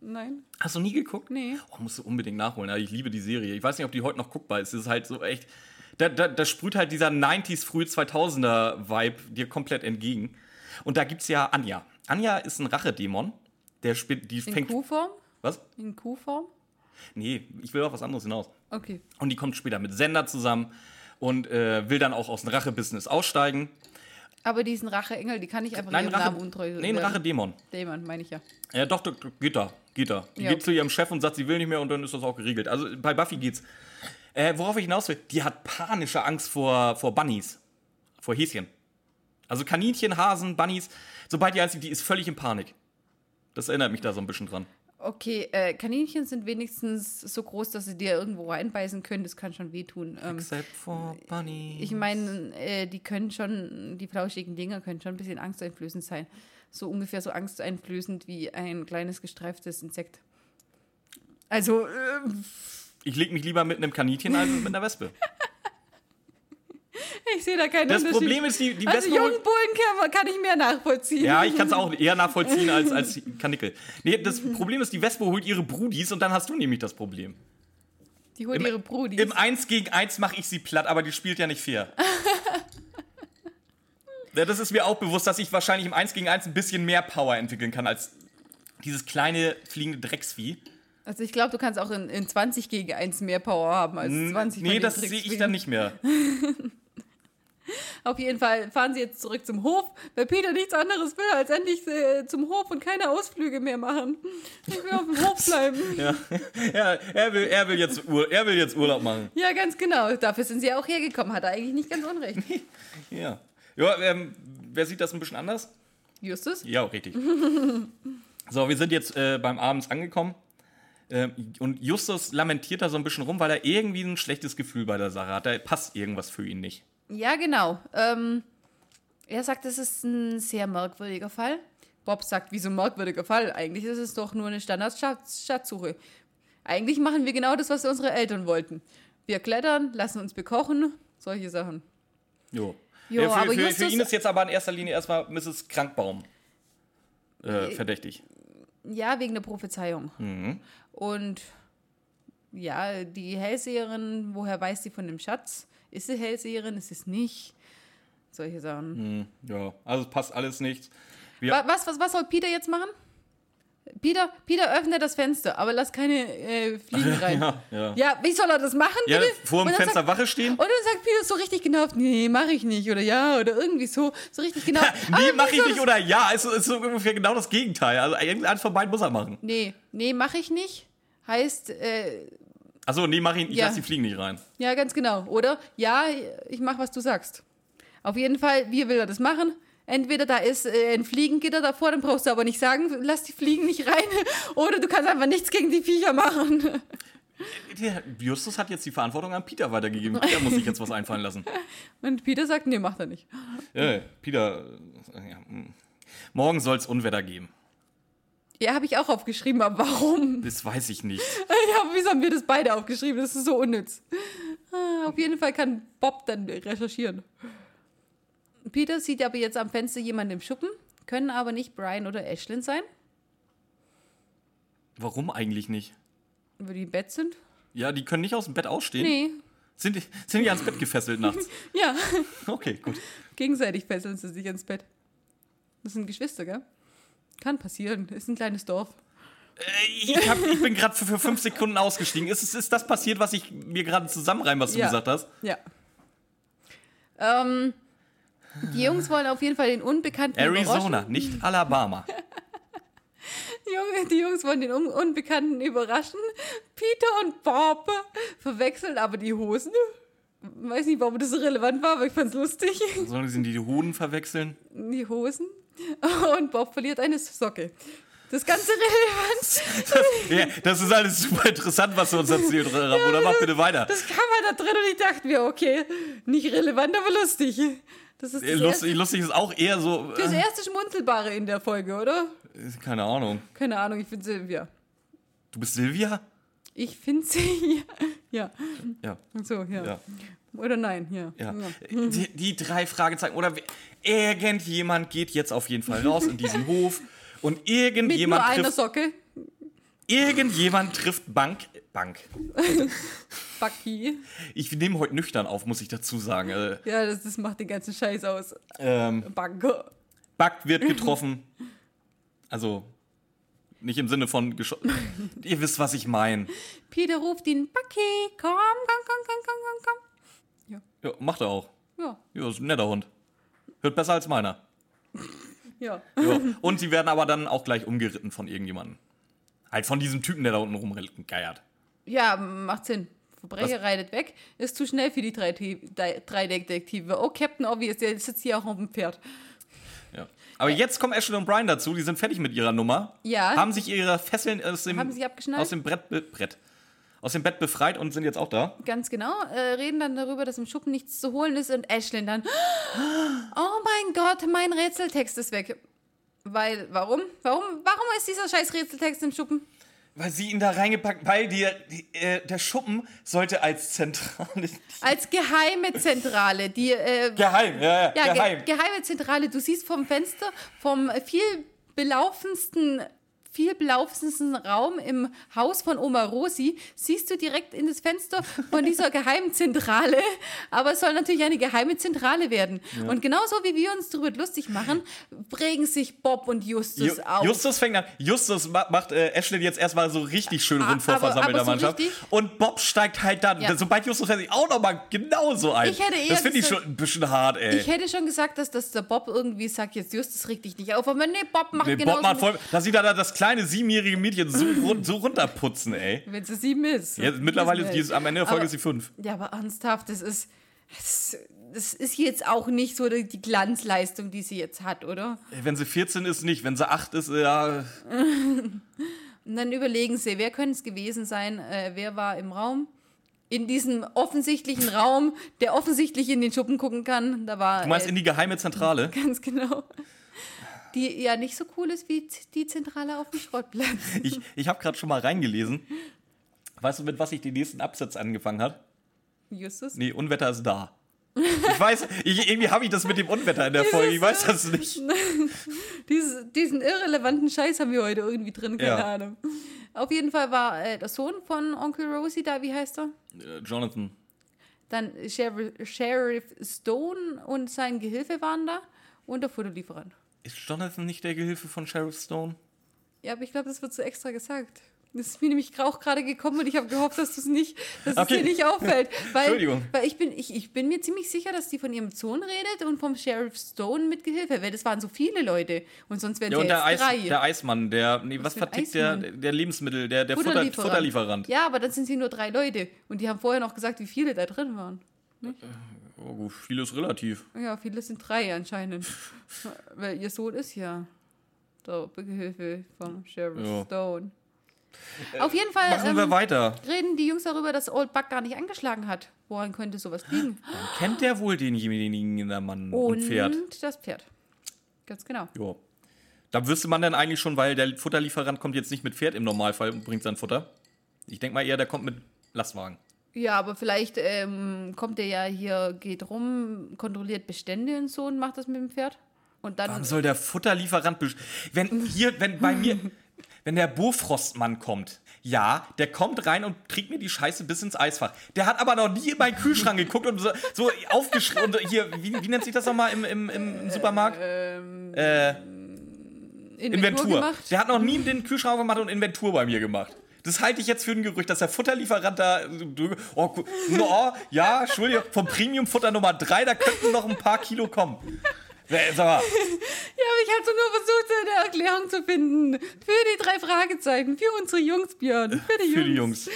Nein.
Hast du nie geguckt?
Nee.
Oh, musst du unbedingt nachholen. Ja, Ich liebe die Serie. Ich weiß nicht, ob die heute noch guckbar ist. Es ist halt so echt. Da, da, da sprüht halt dieser 90s, frühe 2000er-Vibe dir komplett entgegen. Und da gibt's ja Anja. Anja ist ein Rachedämon. Der spielt, die
In
fängt.
Kuhform?
Was?
In Kuhform?
Nee, ich will auf was anderes hinaus.
Okay.
Und die kommt später mit Sender zusammen und äh, will dann auch aus dem Rache-Business aussteigen.
Aber diesen Racheengel, die kann ich einfach
Nein,
ihrem
Rache,
Namen untreu
nee, ein Rachedämon.
Dämon, meine ich ja.
Ja, doch, doch, geht da, geht da. Die
Ja,
geht
okay.
zu ihrem Chef und sagt, sie will nicht mehr und dann ist das auch geregelt. Also bei Buffy geht's. Äh, worauf ich hinaus will, die hat panische Angst vor, vor Bunnies, vor Häschen. Also Kaninchen, Hasen, Bunnies, sobald die einzig, die ist völlig in Panik. Das erinnert mich da so ein bisschen dran.
Okay, äh, Kaninchen sind wenigstens so groß, dass sie dir irgendwo reinbeißen können. Das kann schon wehtun. Ähm,
Except for Bunny.
ich meine, äh, die können schon, die flauschigen Dinger können schon ein bisschen angsteinflößend sein. So ungefähr so angsteinflößend wie ein kleines gestreiftes Insekt. Also, äh,
Ich leg mich lieber mit einem Kaninchen als mit einer Wespe.
ich sehe da keinen
Das
Unterschied.
Problem ist, die, die
also
Wespe.
jungen Bullen kann, kann ich mehr nachvollziehen.
Ja, ich kann es auch eher nachvollziehen als, als Kanickel. Nee, das Problem ist, die Wespe holt ihre Brudis und dann hast du nämlich das Problem.
die holt
im-
ihre Brudis.
Im 1 gegen 1 mache ich sie platt, aber die spielt ja nicht fair. ja, das ist mir auch bewusst, dass ich wahrscheinlich im 1 gegen 1 ein bisschen mehr Power entwickeln kann als dieses kleine fliegende Drecksvieh.
also ich glaube, du kannst auch in, in 20 gegen 1 mehr Power haben als 20 von
nee,
den
das
Tricks
sehe ich
wegen.
dann nicht mehr.
Auf jeden Fall fahren sie jetzt zurück zum Hof, weil Peter nichts anderes will, als endlich äh, zum Hof und keine Ausflüge mehr machen. Ich will auf dem Hof bleiben.
Ja, ja er, will, er, will jetzt Ur, er will jetzt Urlaub machen.
Ja, ganz genau. Dafür sind sie ja auch hergekommen. Hat er eigentlich nicht ganz unrecht.
Ja. Ja, ähm, wer sieht das ein bisschen anders?
Justus?
Ja, richtig. so, wir sind jetzt äh, beim Abends angekommen. Ähm, und Justus lamentiert da so ein bisschen rum, weil er irgendwie ein schlechtes Gefühl bei der Sache hat. Da passt irgendwas für ihn nicht.
Ja, genau. Ähm, er sagt, es ist ein sehr merkwürdiger Fall. Bob sagt, wieso merkwürdiger Fall? Eigentlich ist es doch nur eine Standard-Schatzsuche. Eigentlich machen wir genau das, was unsere Eltern wollten. Wir klettern, lassen uns bekochen, solche Sachen.
Jo.
Jo,
äh, für,
aber
für, für
Justus-
ihn ist jetzt aber in erster Linie erstmal Mrs. Krankbaum äh, verdächtig.
Ja, wegen der Prophezeiung. Und ja, die Hellseherin, woher weiß sie von dem Schatz? Ist sie Hellseherin? Ist sie es nicht? Solche Sachen.
Ja, also es passt alles nichts.
Wa- Was, was, was soll Peter jetzt machen? Peter, Peter, öffne das Fenster, aber lass keine äh, Fliegen rein. ja,
ja.
wie soll er das machen?
Ja,
bitte?
vor
Und
dem
dann
Fenster
sagt-
Wache stehen?
Und dann sagt Peter so richtig genau, nee, mache ich nicht oder ja oder irgendwie so, so richtig genau.
Nee,
Aber
mach ich
wie soll
nicht
das-
oder ja. Es ist, ist so ungefähr genau das Gegenteil. Also irgendeinen von beiden muss er machen.
Nee, nee, mache ich nicht. Heißt, äh,
Achso, nee, mach ich, ich
Ja.
lass die Fliegen nicht rein.
Ja, ganz genau. Oder ja, ich mach, was du sagst. Auf jeden Fall, wie will er das machen? Entweder da ist äh, ein Fliegengitter davor, dann brauchst du aber nicht sagen, lass die Fliegen nicht rein. Oder du kannst einfach nichts gegen die Viecher machen.
Der Justus hat jetzt die Verantwortung an Peter weitergegeben. Peter muss sich jetzt was einfallen lassen.
Und Peter sagt, nee, macht er nicht.
Ja, Peter, äh, ja, mm. morgen soll es Unwetter geben.
Ja, habe ich auch aufgeschrieben, aber warum?
Das weiß ich nicht.
Ja, wieso haben wir das beide aufgeschrieben? Das ist so unnütz. Ah, Auf jeden Fall kann Bob dann recherchieren. Peter sieht aber jetzt am Fenster jemanden im Schuppen, können aber nicht Brian oder Ashlyn sein,
Warum eigentlich nicht?
weil die im Bett sind.
Ja, die können nicht aus dem Bett ausstehen.
Nee,
Sind, die- sind die ans Bett gefesselt nachts?
ja.
Okay, gut.
Gegenseitig fesseln sie sich ins Bett. Das sind Geschwister, gell? Kann passieren. Ist ein kleines Dorf.
Äh, Ich, hab, ich bin gerade für, für fünf Sekunden ausgestiegen. Ist, es- ist das passiert, was ich mir gerade zusammenreim, was du
Ja.
gesagt hast?
Ja. Ähm, die Jungs wollen auf jeden Fall den Unbekannten
Arizona,
überraschen.
nicht Alabama.
Die, Jung- die Jungs wollen den Un Unbekannten überraschen. Peter und Bob verwechseln aber die Hosen. Weiß nicht, warum das relevant war, aber ich fand's lustig.
Sollen sie die Hoden verwechseln?
Die Hosen. Und Bob verliert eine Socke. Das Ganze relevant.
Ja, das ist alles super interessant, was du uns erzählt hast. Oder mach bitte weiter.
Das kam halt da drin und ich dachte mir, okay, nicht relevant, aber lustig. Das ist das,
Äh, Lustig,
erste,
lustig ist auch eher so.
das erste Schmunzelbare in der Folge, oder?
Äh, keine Ahnung.
Keine Ahnung, ich finde Silvia.
Du bist Silvia?
Ich finde sie, ja.
Ja.
ja. So, ja.
Ja.
Oder nein, ja.
ja. Die, die drei Fragezeichen. Oder we- irgendjemand geht jetzt auf jeden Fall raus in diesen Hof. Und
Mit
irgendjemand
nur einer
trifft,
Socke,
irgendjemand trifft Bank. Bank.
Bucky.
Ich nehme heute nüchtern auf, muss ich dazu sagen. Äh,
Ja, das, das macht den ganzen Scheiß aus.
ähm,
Banker.
Buck wird getroffen. Also, nicht im Sinne von geschossen. Ihr wisst, was ich meine.
Peter ruft ihn, Bucky, komm, komm, komm, komm, komm, komm,
Ja, macht er auch.
komm. Ja,
Ja, ist ein netter Hund. Hört besser als meiner.
ja.
Ja. Und sie werden aber dann auch gleich umgeritten von irgendjemandem. Halt von diesem Typen, der da unten rumgeiert.
Ja, macht Sinn. Verbrecher
Was-
reitet weg, ist zu schnell für die drei, Te- drei drei Detektive. Oh, Captain Obvious, der sitzt hier auch auf dem Pferd.
Ja. Aber jetzt kommen Ashley und Brian dazu, die sind fertig mit ihrer Nummer.
Ja.
Haben sich ihre Fesseln aus dem,
Haben sich abgeschnallt?
aus dem Brett, be- Brett. Aus dem Bett befreit und sind jetzt auch da.
Ganz genau. Äh, reden dann darüber, dass im Schuppen nichts zu holen ist und Ashlyn dann, oh mein Gott, mein Rätseltext ist weg. Weil, warum? Warum, warum ist dieser scheiß Rätseltext im Schuppen?
Weil sie ihn da reingepackt, weil die, die, äh, der Schuppen sollte als zentrale.
Als geheime Zentrale, die äh,
Geheim, ja, ja,
ja,
geheim.
Ge geheime Zentrale. Du siehst vom Fenster vom viel belaufensten viel belaufensten Raum im Haus von Oma Rosi, siehst du direkt in das Fenster von dieser geheimen Zentrale. Aber es soll natürlich eine geheime Zentrale werden. Und genauso wie wir uns darüber lustig machen, regen sich Bob und Justus
Ju-
auf.
Justus fängt an. Justus ma- macht äh, Ashley jetzt erstmal so richtig schön
Ah,
rund vor
aber-
versammelter
aber so
Mannschaft.
richtig?
Und Bob steigt halt dann,
Ja.
sobald Justus fertig ist, auch nochmal genauso ein.
Ich hätte eher
das finde ich
gesagt-
schon ein bisschen hart, ey.
ich hätte schon gesagt, dass, dass der Bob irgendwie sagt, jetzt Justus regt dich nicht auf. Aber nee, Bob macht
Nee,
genauso.
Bob macht voll, da sieht er da das kleine siebenjährige Mädchen so, run, so runterputzen, ey.
wenn sie sieben ist.
Jetzt, mittlerweile ist die, ist- am Ende der Folge
Aber-
ist sie fünf.
Ja, aber ernsthaft, das ist, das, das ist jetzt auch nicht so die die Glanzleistung, die sie jetzt hat, oder?
Ey, Wenn sie 14 ist, nicht. Wenn sie 8 ist, ja.
Und dann überlegen sie, wer könnte es gewesen sein, äh, wer war im Raum? In diesem offensichtlichen Raum, der offensichtlich in den Schuppen gucken kann, da war
Du meinst
äh,
in die geheime Zentrale?
ganz genau. Die ja nicht so cool ist wie z- die Zentrale auf dem Schrottplatz.
Ich, ich habe gerade schon mal reingelesen. Weißt du, mit was ich den nächsten Absatz angefangen hat?
Justus?
Nee, Unwetter ist da. Ich weiß, ich, irgendwie habe ich das mit dem Unwetter in der Folge. Ich weiß das nicht.
Dies, diesen irrelevanten Scheiß haben wir heute irgendwie drin, keine
Ja.
Ahnung. Auf jeden Fall war äh, der Sohn von Onkel Rosie da, wie heißt er?
Äh, Jonathan.
Dann Sheriff, Sheriff Stone und sein Gehilfe waren da und der Fotolieferant.
Ist Jonathan nicht der Gehilfe von Sheriff Stone?
Ja, aber ich glaube, das wird so extra gesagt. Das ist mir nämlich auch gerade gekommen und ich habe gehofft, dass du es nicht, dass
Okay.
es dir nicht auffällt. Weil,
Entschuldigung.
Weil ich bin, ich, ich bin mir ziemlich sicher, dass die von ihrem Sohn redet und vom Sheriff Stone mit Gehilfe, weil das waren so viele Leute und sonst wären
Ja,
sie
und der,
jetzt
Eis,
drei.
der Eismann, der. Nee, was,
für ein
vertickt der,
Eismann?
der Lebensmittel, der, der Futter, Futterlieferant?
Ja, aber dann sind sie nur drei Leute und die haben vorher noch gesagt, wie viele da drin waren.
Oh, gut, vieles relativ.
Ja, viele sind drei anscheinend. Weil ihr Sohn ist ja der Gehilfe vom Sheriff
Ja.
Stone. Auf jeden Fall
Machen wir
ähm,
weiter.
reden die Jungs darüber, dass Old Buck gar nicht angeschlagen hat. Woran könnte sowas liegen?
Kennt der wohl denjenigen, den der Mann und, Pferd?
das Pferd. Ganz genau.
Ja. Da wüsste man dann eigentlich schon, weil der Futterlieferant kommt jetzt nicht mit Pferd im Normalfall und bringt sein Futter. Ich denke mal eher, der kommt mit Lastwagen.
Ja, aber vielleicht ähm, kommt der ja hier, geht rum, kontrolliert Bestände und so und macht das mit dem Pferd. Und dann.
Warum soll der Futterlieferant besch wenn hier, wenn bei mir, wenn der Bofrostmann kommt, ja, der kommt rein und trägt mir die Scheiße bis ins Eisfach. Der hat aber noch nie in meinen Kühlschrank geguckt und so, so aufgeschrieben. Und hier, wie, wie nennt sich das nochmal im, im, im Supermarkt? äh, Inventur.
gemacht.
Der hat noch nie den Kühlschrank gemacht und Inventur bei mir gemacht. Das halte ich jetzt für ein Gerücht, dass der Futterlieferant da. Oh, gu- no, ja, Entschuldigung, vom Premium-Futter Nummer 3, da könnten noch ein paar Kilo kommen. Äh, Sag mal,
Ja, aber ich habe so nur versucht, eine Erklärung zu finden. Für die drei Fragezeichen, für unsere Jungs, Björn. Für die Jungs.
für die Jungs.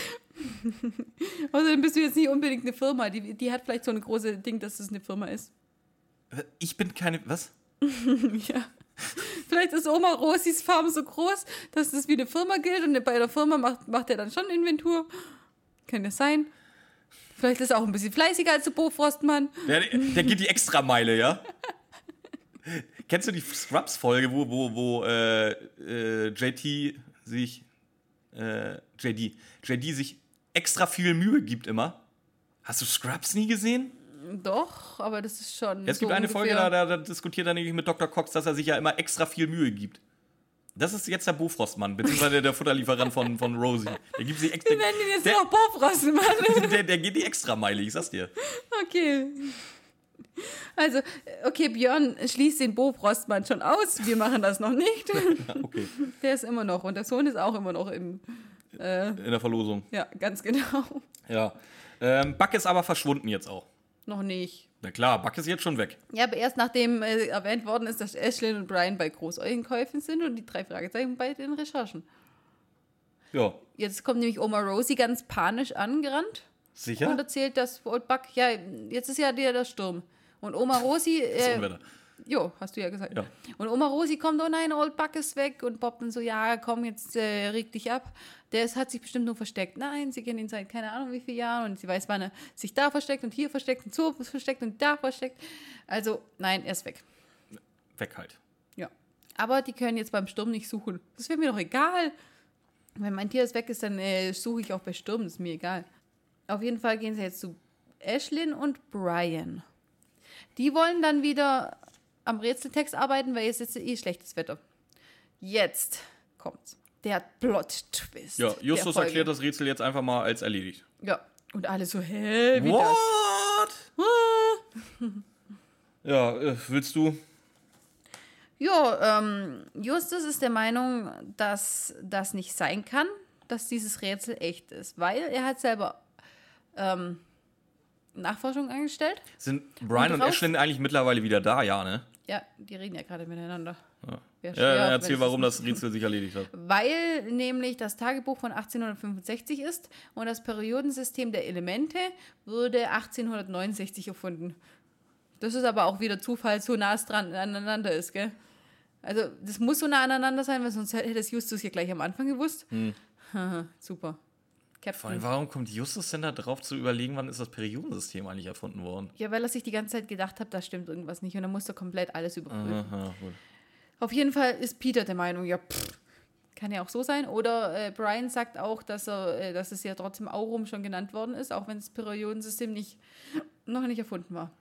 Außerdem bist du jetzt nicht unbedingt eine Firma. Die, die hat vielleicht so ein großes Ding, dass es eine Firma ist.
Ich bin keine. Was?
Ja. Vielleicht ist Oma Rosis Farm so groß, dass das wie eine Firma gilt und bei der Firma macht, macht er dann schon Inventur. Kann ja sein. Vielleicht ist er auch ein bisschen fleißiger als der Bo Frostmann.
Der, der geht die Extrameile, ja? Kennst du die Scrubs-Folge, wo, wo, wo äh, äh, JT sich. Äh, JD. JD sich extra viel Mühe gibt immer? Hast du Scrubs nie gesehen?
Doch, aber das ist schon.
Es gibt
so
eine
ungefähr-
Folge, da, da, da diskutiert er nämlich mit Dr. Cox, dass er sich ja immer extra viel Mühe gibt. Das ist jetzt der Bofrostmann, beziehungsweise der Futterlieferant von, von Rosie. Der gibt sich extra.
Wir nennen ihn jetzt
der,
noch Bo Frostmann.
der, der geht die Extrameile, ich sag's dir.
Okay. Also, okay, Björn schließt den Bo Frostmann schon aus. Wir machen das noch nicht.
Ja, okay,
Der ist immer noch und der Sohn ist auch immer noch im. Äh,
in der Verlosung.
ja, ganz genau.
Ja. Ähm, Buck ist aber verschwunden jetzt auch.
Noch nicht.
Na klar, Buck ist jetzt schon weg.
Ja, aber erst nachdem äh, erwähnt worden ist, dass Ashlyn und Brian bei Großeinkäufen sind und die drei Fragezeichen bei den Recherchen.
Ja.
Jetzt kommt nämlich Oma Rosie ganz panisch angerannt und
Sicher?
erzählt, dass Old Buck, ja, jetzt ist ja der, der Sturm. Und Oma Rosie, äh,
Unwetter.
Jo, hast du ja gesagt.
Ja.
Und Oma Rosi kommt, oh nein, Old Buck ist weg. Und Bob dann so, ja, komm, jetzt äh, reg dich ab. Der ist, hat sich bestimmt nur versteckt. Nein, sie kennen ihn seit keine Ahnung wie vielen Jahren. Und sie weiß, wann er sich da versteckt und hier versteckt und so versteckt und da versteckt. Also, nein, er ist weg.
Weg halt.
Ja. Aber die können jetzt beim Sturm nicht suchen. Das wäre mir doch egal. Wenn mein Tier jetzt weg ist, dann äh, suche ich auch bei Sturm. Das ist mir egal. Auf jeden Fall gehen sie jetzt zu Ashlyn und Brian. Die wollen dann wieder am Rätseltext arbeiten, weil jetzt ist eh schlechtes Wetter. Jetzt kommt's. Der Plot-Twist.
Ja,
der
Justus
Folge.
erklärt das Rätsel jetzt einfach mal als erledigt.
Ja. Und alle so, hä, wie das?
What? ja, äh, willst du?
Ja, ähm, Justus ist der Meinung, dass das nicht sein kann, dass dieses Rätsel echt ist, weil er hat selber ähm, Nachforschung angestellt.
Sind Brian
Und
und,
raus-
Ashlyn eigentlich mittlerweile wieder da? Ja, ne?
Ja, die reden ja gerade miteinander. Wär
Ja,
schwer,
ja,
wenn
erzähl,
ich
warum das Rätsel sich erledigt hat.
Weil nämlich das Tagebuch von 1865 ist und das Periodensystem der Elemente wurde 1869 erfunden. Das ist aber auch wieder Zufall, so nah es dran aneinander ist, gell? Also, das muss so nah aneinander sein, weil sonst hätte das Justus hier gleich am Anfang gewusst. Haha, Super.
Hm. Vor allem,
Captain.
warum kommt Justus denn da drauf zu überlegen, wann ist das Periodensystem eigentlich erfunden worden?
Ja, weil er sich die ganze Zeit gedacht hat, da stimmt irgendwas nicht und dann musste er komplett alles überprüfen.
Aha, gut.
Auf jeden Fall ist Peter der Meinung, ja, pff, kann ja auch so sein. Oder äh, Brian sagt auch, dass, er, äh, dass es ja trotzdem Aurum schon genannt worden ist, auch wenn das Periodensystem nicht, noch nicht erfunden war.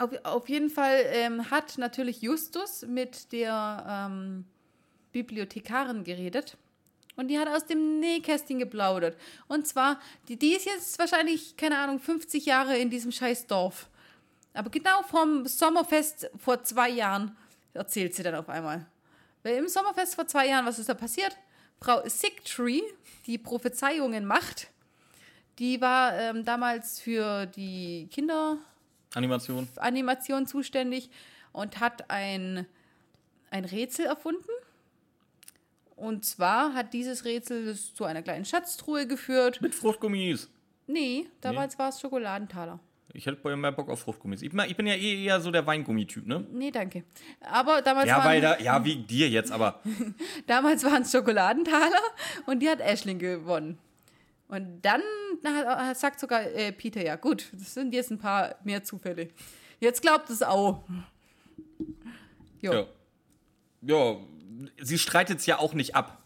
Auf, auf jeden Fall ähm, hat natürlich Justus mit der ähm, Bibliothekarin geredet. Und die hat aus dem Nähkästchen geplaudert. Und zwar, die, die ist jetzt wahrscheinlich, keine Ahnung, 50 Jahre in diesem scheiß Dorf. Aber genau vom Sommerfest vor zwei Jahren erzählt sie dann auf einmal. Weil im Sommerfest vor zwei Jahren, was ist da passiert? Frau Sigtree, die Prophezeiungen macht, die war ähm, damals für die Kinderanimation
Animation.
zuständig und hat ein, ein Rätsel erfunden. Und zwar hat dieses Rätsel zu einer kleinen Schatztruhe geführt.
Mit Fruchtgummis.
Nee, damals war es Schokoladentaler.
Ich hätte bei mehr Bock auf Fruchtgummis. Ich, mein, ich bin ja eh eher so der Weingummityp, ne?
Nee, danke. Aber damals
Ja,
waren-
weil da, ja, wie dir jetzt, aber
Damals waren es Schokoladentaler und die hat Ashling gewonnen. Und dann hat- sagt sogar äh, Peter, ja gut, das sind jetzt ein paar mehr Zufälle. Jetzt glaubt es auch. Jo.
ja.
Ja.
Ja, sie streitet es ja auch nicht ab.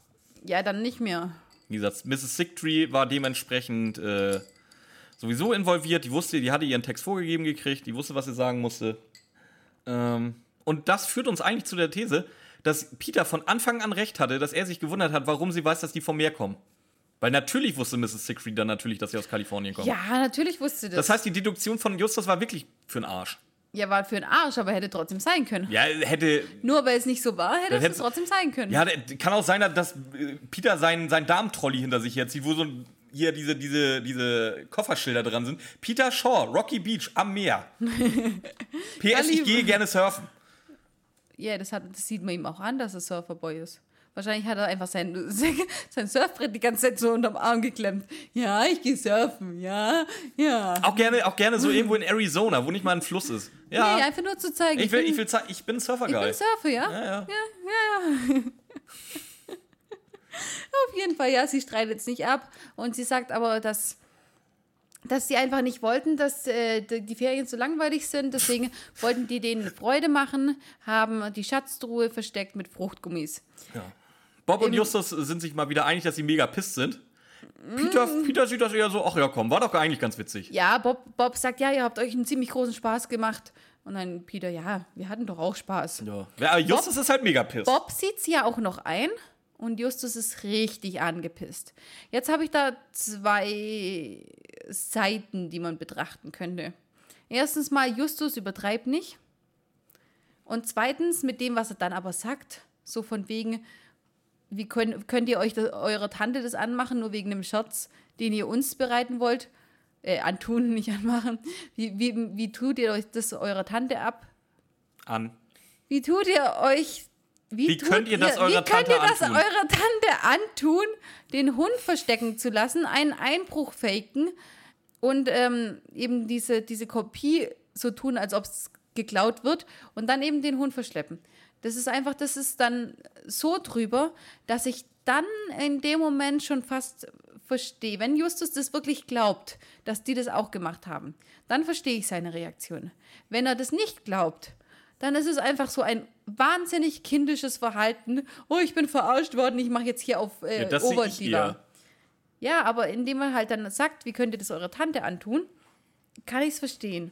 dann nicht mehr.
Wie gesagt, Mrs. Sigtree war dementsprechend äh, sowieso involviert. Die wusste, die hatte ihren Text vorgegeben gekriegt, die wusste, was sie sagen musste. Ähm, und das führt uns eigentlich zu der These, dass Peter von Anfang an recht hatte, dass er sich gewundert hat, warum sie weiß, dass die vom Meer kommen. Weil natürlich wusste Mrs. Sigtree dann natürlich, dass sie aus Kalifornien kommen.
Ja, natürlich wusste das.
Das heißt, die Deduktion von Justus war wirklich für den Arsch.
ja, war für den Arsch, aber hätte trotzdem sein können.
Ja, hätte.
Nur weil es nicht so war, hätte
Dann
es
hätt's-
trotzdem sein können.
Ja, der- kann auch sein, dass äh, Peter seinen sein Darmtrolley hinter sich herzieht, wo so ein- hier diese, diese, diese Kofferschilder dran sind. Peter Shaw, Rocky Beach, am Meer. PS, ich
liebe-
gehe gerne surfen.
Ja, das, hat, das sieht man ihm auch an, dass er Surferboy ist. Wahrscheinlich hat er einfach sein, sein Surfbrett die ganze Zeit so unterm Arm geklemmt. Ja, ich gehe surfen, ja, ja.
Auch gerne, auch gerne so irgendwo in Arizona, wo nicht mal ein Fluss ist. Ja,
Nee, einfach nur zu zeigen.
ich, will,
bin-
ich, will, zei- ich bin surfer
ich bin Surfer, ja?
ja, ja.
Auf jeden Fall, ja, sie streitet es nicht ab. Und sie sagt aber, dass, dass sie einfach nicht wollten, dass äh, die die Ferien so langweilig sind. Deswegen wollten die denen Freude machen, haben die Schatztruhe versteckt mit Fruchtgummis.
Bob und Justus sind sich mal wieder einig, dass sie mega pisst sind. Peter,
Mm.
Peter sieht das eher so, ach ja, komm, war doch eigentlich ganz witzig.
Ja, Bob, Bob sagt, ja, ihr habt euch einen ziemlich großen Spaß gemacht. Und dann Peter, ja, wir hatten doch auch Spaß.
Ja. Aber Justus ist halt mega pisst.
Bob sieht sie ja auch noch ein und Justus ist richtig angepisst. Jetzt habe ich da zwei Seiten, die man betrachten könnte. Erstens mal, Justus übertreibt nicht. Und zweitens, mit dem, was er dann aber sagt, so von wegen, wie könnt, könnt ihr euch das, eurer Tante das anmachen, nur wegen einem Scherz, den ihr uns bereiten wollt? Äh, antun, nicht anmachen. Wie, wie, wie tut ihr euch das eurer Tante ab?
An.
Wie tut ihr euch. Wie,
Wie
tut
könnt ihr das eurer
wie könnt
Tante
ihr das
antun?
eurer Tante antun, den Hund verstecken zu lassen, einen Einbruch faken und ähm, eben diese, diese Kopie so tun, als ob es geklaut wird und dann eben den Hund verschleppen. Das ist einfach, das ist dann so drüber, dass ich dann in dem Moment schon fast verstehe, wenn Justus das wirklich glaubt, dass die das auch gemacht haben, dann verstehe ich seine Reaktion. Wenn er das nicht glaubt, dann ist es einfach so ein wahnsinnig kindisches Verhalten. Oh, ich bin verarscht worden, ich mache jetzt hier auf äh,
Ja, das sehe ich
Overachiever.
eher.
Ja, aber indem man halt dann sagt, wie könnt ihr das eurer Tante antun, kann ich es verstehen.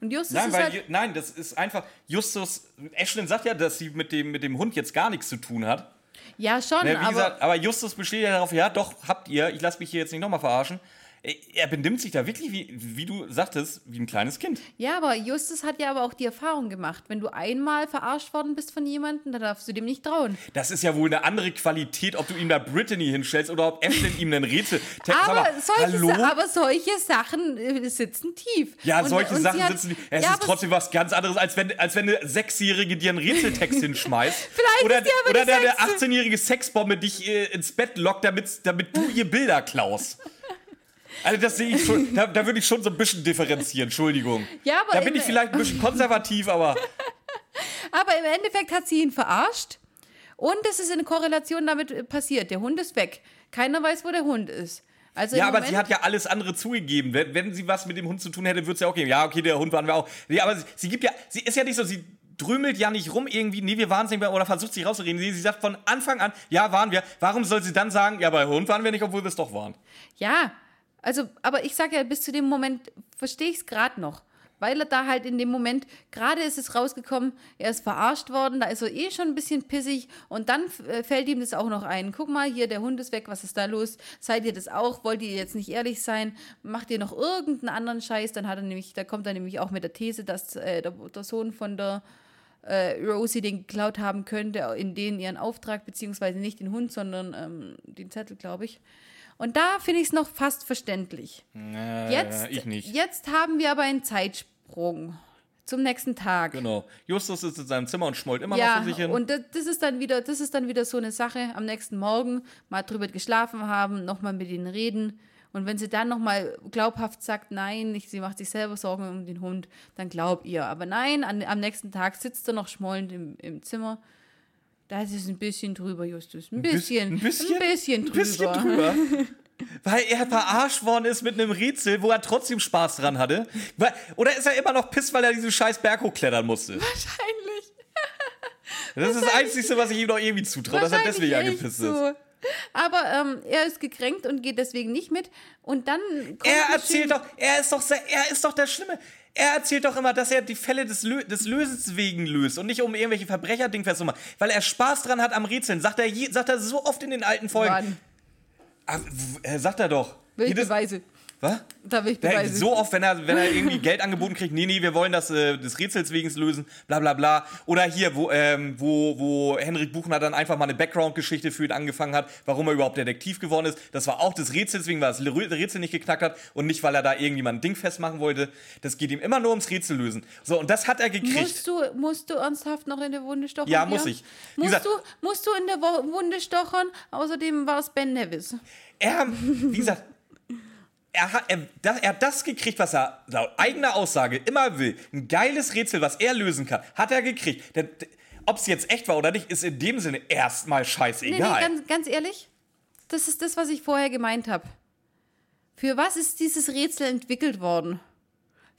Und Justus
Nein,
ist
weil,
halt,
Ju- nein, das ist einfach. Justus, Ashlyn sagt ja, dass sie mit dem, mit dem Hund jetzt gar nichts zu tun hat.
ja schon,
Ne, wie
aber
gesagt, aber Justus besteht ja darauf, ja, doch, habt ihr, ich lasse mich hier jetzt nicht nochmal verarschen. Äh, Er benimmt sich da wirklich, wie, wie du sagtest, wie ein kleines Kind.
ja, aber Justus hat ja aber auch die Erfahrung gemacht, wenn du einmal verarscht worden bist von jemandem, dann darfst du dem nicht trauen.
Das ist ja wohl eine andere Qualität, ob du ihm da Brittany hinstellst oder ob Ashlyn ihm einen Rätseltext
Aber solche,
hallo?
Sa- aber solche Sachen äh, sitzen tief.
ja,
Und-
solche
und sie
Sachen
hat-
sitzen. Es
ja,
ist
aber
trotzdem was ganz anderes, als wenn, als wenn eine Sechsjährige dir einen Rätseltext hinschmeißt.
Vielleicht
oder
ist sie aber
oder
die
der, der
Sechste.
18-jährige Sexbombe dich äh, ins Bett lockt, damit, damit du ihr Bilder klaust. Also das sehe ich schon, da, da würde ich schon so ein bisschen differenzieren, Entschuldigung.
Ja, aber
da bin
in-
ich vielleicht ein bisschen konservativ, aber
Aber im Endeffekt hat sie ihn verarscht. Und es ist in Korrelation damit äh, passiert. Der Hund ist weg. Keiner weiß, wo der Hund ist. Also
Ja,
im
aber
Moment,
sie hat ja alles andere zugegeben. Wenn, wenn sie was mit dem Hund zu tun hätte, würde es ja auch geben. Ja, okay, der Hund waren wir auch. Nee, aber sie, sie gibt ja, sie ist ja nicht so, sie drümelt ja nicht rum irgendwie, nee, wir waren es nicht mehr oder versucht sich rauszureden. Nee, sie sagt von Anfang an, ja, waren wir. Warum soll sie dann sagen, ja, bei Hund waren wir nicht, obwohl wir es doch waren?
Ja, also, aber ich sage ja, bis zu dem Moment verstehe ich es gerade noch. Weil er da halt in dem Moment, gerade ist es rausgekommen, er ist verarscht worden, da ist er eh schon ein bisschen pissig und dann äh, fällt ihm das auch noch ein. Guck mal, hier, der Hund ist weg, was ist da los? Seid ihr das auch? Wollt ihr jetzt nicht ehrlich sein? Macht ihr noch irgendeinen anderen Scheiß? Dann hat er nämlich, da kommt er nämlich auch mit der These, dass äh, der, der Sohn von der äh, Rosie den geklaut haben könnte, in denen ihren Auftrag, beziehungsweise nicht den Hund, sondern ähm, den Zettel, glaube ich. Und da finde ich es noch fast verständlich. jetzt,
Äh, ich nicht.
jetzt haben wir aber einen Zeitsprung zum nächsten Tag.
Genau. Justus sitzt in seinem Zimmer und schmollt immer noch
Ja,
vor sich hin.
und das, das ist dann wieder, das ist dann wieder so eine Sache. Am nächsten Morgen mal drüber geschlafen haben, nochmal mit ihnen reden. Und wenn sie dann nochmal glaubhaft sagt, nein, ich, sie macht sich selber Sorgen um den Hund, dann glaubt ihr. Aber nein, an, am nächsten Tag sitzt er noch schmollend im, im Zimmer. Da ist es ein bisschen drüber, Justus. Ein bisschen.
ein bisschen?
Ein bisschen drüber.
bisschen drüber. Weil er verarscht worden ist mit einem Rätsel, wo er trotzdem Spaß dran hatte. Weil- Oder ist er immer noch piss, weil er diesen scheiß Berg hochklettern musste?
Wahrscheinlich.
Das ist das Einzige, was ich ihm noch irgendwie zutraue, dass er
Wahrscheinlich
deswegen
echt
angepisst ist.
so. Aber ähm, er ist gekränkt und geht deswegen nicht mit. Und dann kommt
Er
ein schön-
erzählt doch, er ist doch, sehr- er ist doch der Schlimme. Er erzählt doch immer, dass er die Fälle des, Lö des Lösens wegen löst und nicht um irgendwelche Verbrecherding festzumachen, weil er Spaß dran hat am Rätseln. Sagt er, je, sagt er so oft in den alten Folgen.
Mann,
Ah, w- äh, sagt er doch.
Will ich
Jedes-
Beweise.
Was?
Da will ich
Der,
Beweise.
so oft, wenn er, wenn er irgendwie Geld angeboten kriegt, nee, nee, wir wollen das äh, des Rätsels wegen lösen, bla bla bla. Oder hier, wo, ähm, wo, wo Henrik Buchner dann einfach mal eine Background-Geschichte für ihn angefangen hat, warum er überhaupt Detektiv geworden ist. Das war auch des Rätsels wegen, weil er das Rö- Rätsel nicht geknackt hat und nicht, weil er da irgendjemand ein Ding festmachen wollte. Das geht ihm immer nur ums Rätsel lösen. So, und das hat er gekriegt.
Musst du, musst du ernsthaft noch in der Wunde stochern?
Ja,
Björn?
muss ich. Wie
Musst,
gesagt-
du, musst du in der Wo- Wunde stochern? Außerdem war es Ben Nevis.
Er, wie gesagt, er hat, er, das, er hat das gekriegt, was er laut eigener Aussage immer will. Ein geiles Rätsel, was er lösen kann, hat er gekriegt. Der- der- Ob es jetzt echt war oder nicht, ist in dem Sinne erstmal
Nee, nee,
scheißegal.
ganz, ganz ehrlich, das ist das, was ich vorher gemeint habe. Für was ist dieses Rätsel entwickelt worden?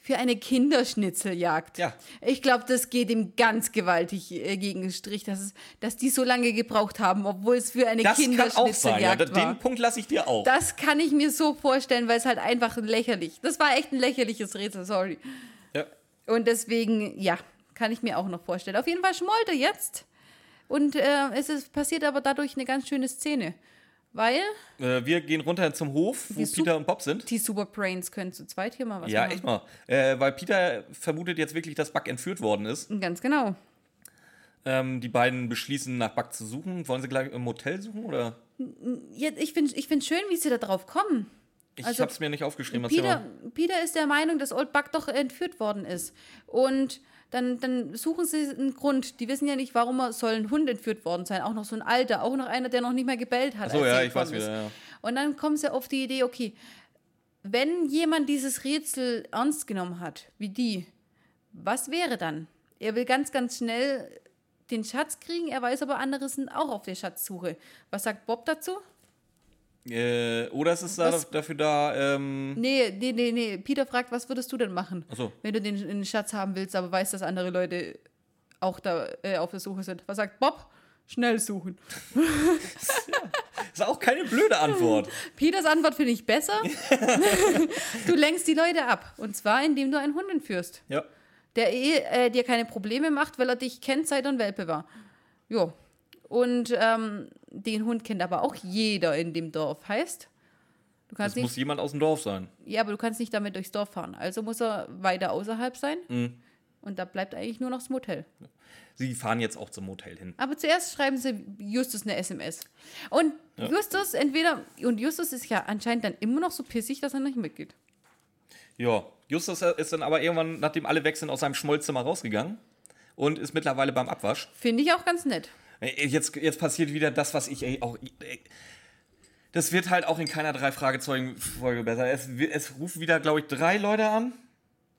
Für eine Kinderschnitzeljagd.
Ja.
Ich glaube, das geht ihm ganz gewaltig äh, gegen den Strich, dass, es, dass die so lange gebraucht haben, obwohl es für eine
das kann auch sein. Ja,
Kinderschnitzeljagd
den
war.
Punkt lasse ich dir auch.
Das kann ich mir so vorstellen, weil es halt einfach lächerlich. Das war echt ein lächerliches Rätsel, sorry.
Ja.
Und deswegen, ja, kann ich mir auch noch vorstellen. Auf jeden Fall schmollt er jetzt. Und äh, es ist, passiert aber dadurch eine ganz schöne Szene. Weil
Äh, wir gehen runter zum Hof, wo
Wir such-
Peter und Bob sind.
die Superbrains können zu zweit hier mal was
Ja,
machen.
echt mal. Äh, weil Peter vermutet jetzt wirklich, dass Buck entführt worden ist.
Ganz genau.
Ähm, die beiden beschließen, nach Buck zu suchen. Wollen sie gleich im Hotel suchen? Oder?
Jetzt, ich finde ich find schön, wie sie da drauf kommen.
Ich
Also,
hab's mir nicht aufgeschrieben. erzähl
Peter,
mal.
Peter ist der Meinung, dass Old Buck doch entführt worden ist. Und dann, dann suchen sie einen Grund. Die wissen ja nicht, warum er soll ein Hund entführt worden sein. Auch noch so ein alter, auch noch einer, der noch nicht mehr gebellt hat.
Ach so,
als er
ja, ich weiß
gekommen ist.
wieder, ja.
Und dann kommen sie auf die Idee, okay, wenn jemand dieses Rätsel ernst genommen hat, wie die, Was wäre dann? Er will ganz, ganz schnell den Schatz kriegen, er weiß aber, andere sind auch auf der Schatzsuche. Was sagt Bob dazu?
Äh, oder es ist da
Was?
dafür da, ähm,
Nee, nee, nee, nee. Peter fragt, was würdest du denn machen,
Ach so.
wenn du den, den Schatz haben willst, aber weißt, dass andere Leute auch da äh, auf der Suche sind. Was sagt Bob? Schnell suchen.
ist auch keine blöde Antwort.
Peters Antwort finde ich besser. du lenkst die Leute ab. Und zwar, indem du einen Hund entführst,
ja.
der eh äh, dir keine Probleme macht, weil er dich kennt, seit er ein Welpe war. Jo. Und ähm, den Hund kennt aber auch jeder in dem Dorf. Heißt, du
Das
kannst nicht
muss jemand aus dem Dorf sein.
Ja, aber du kannst nicht damit durchs Dorf fahren. Also muss er weiter außerhalb sein.
Mhm.
Und da bleibt eigentlich nur noch das Motel.
Sie fahren jetzt auch zum Motel hin.
Aber zuerst schreiben sie Justus eine SMS. Und Justus entweder, und Justus ist ja anscheinend dann immer noch so pissig, dass er nicht mitgeht.
Ja. Justus ist dann aber irgendwann, nachdem alle weg sind, aus seinem Schmolzzimmer rausgegangen und ist mittlerweile beim Abwasch.
Finde ich auch ganz nett.
Ey, Jetzt, jetzt passiert wieder das, was ich ey, auch. Ey, das wird halt auch in keiner drei Fragezeugen-Folge besser. Es, wi- es rufen wieder, glaube ich, drei Leute an.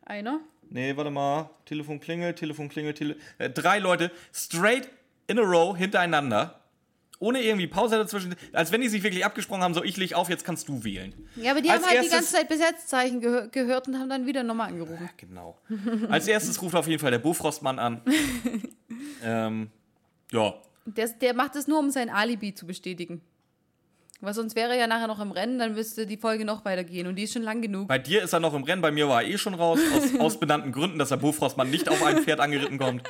Einer?
Nee, warte mal. Telefon klingelt, Telefon klingelt, Tele äh, Drei Leute straight in a row hintereinander. Ohne irgendwie Pause dazwischen. Als wenn die sich wirklich abgesprochen haben, so ich leg auf, jetzt kannst du wählen.
Ja, aber die
Als
haben halt die
erstes-
ganze Zeit Besetzzeichen gehö gehört und haben dann wieder nochmal angerufen.
Genau. Als erstes ruft auf jeden Fall der Bofrostmann an. ähm, ja.
Der, der macht es nur, um sein Alibi zu bestätigen. Weil sonst wäre er ja nachher noch im Rennen, dann müsste die Folge noch weitergehen. Und die ist schon lang genug.
Bei dir ist er noch im Rennen, bei mir war er eh schon raus. Aus, aus benannten Gründen, dass der Bofrostmann nicht auf ein Pferd angeritten kommt.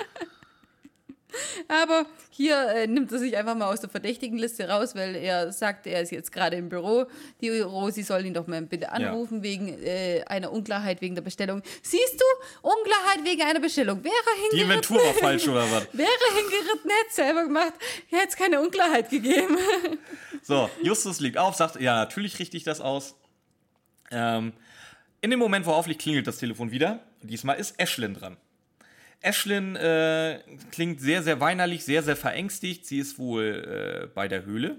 Aber hier äh, nimmt er sich einfach mal aus der verdächtigen Liste raus, weil er sagt, er ist jetzt gerade im Büro. Die Rosi soll ihn doch mal bitte anrufen wegen äh, einer Unklarheit wegen der Bestellung. Siehst du, Unklarheit wegen einer Bestellung. Wäre
Die
hingeritten,
Inventur war falsch oder was?
wäre hingeritten, hätte es selber gemacht, hätte es keine Unklarheit gegeben.
So, Justus liegt auf, sagt, ja, natürlich richte ich das aus. Ähm, in dem Moment, wo er aufliegt, klingelt das Telefon wieder. Diesmal ist Ashlyn dran. Ashlyn äh, klingt sehr, sehr weinerlich, sehr, sehr verängstigt. Sie ist wohl äh, bei der Höhle.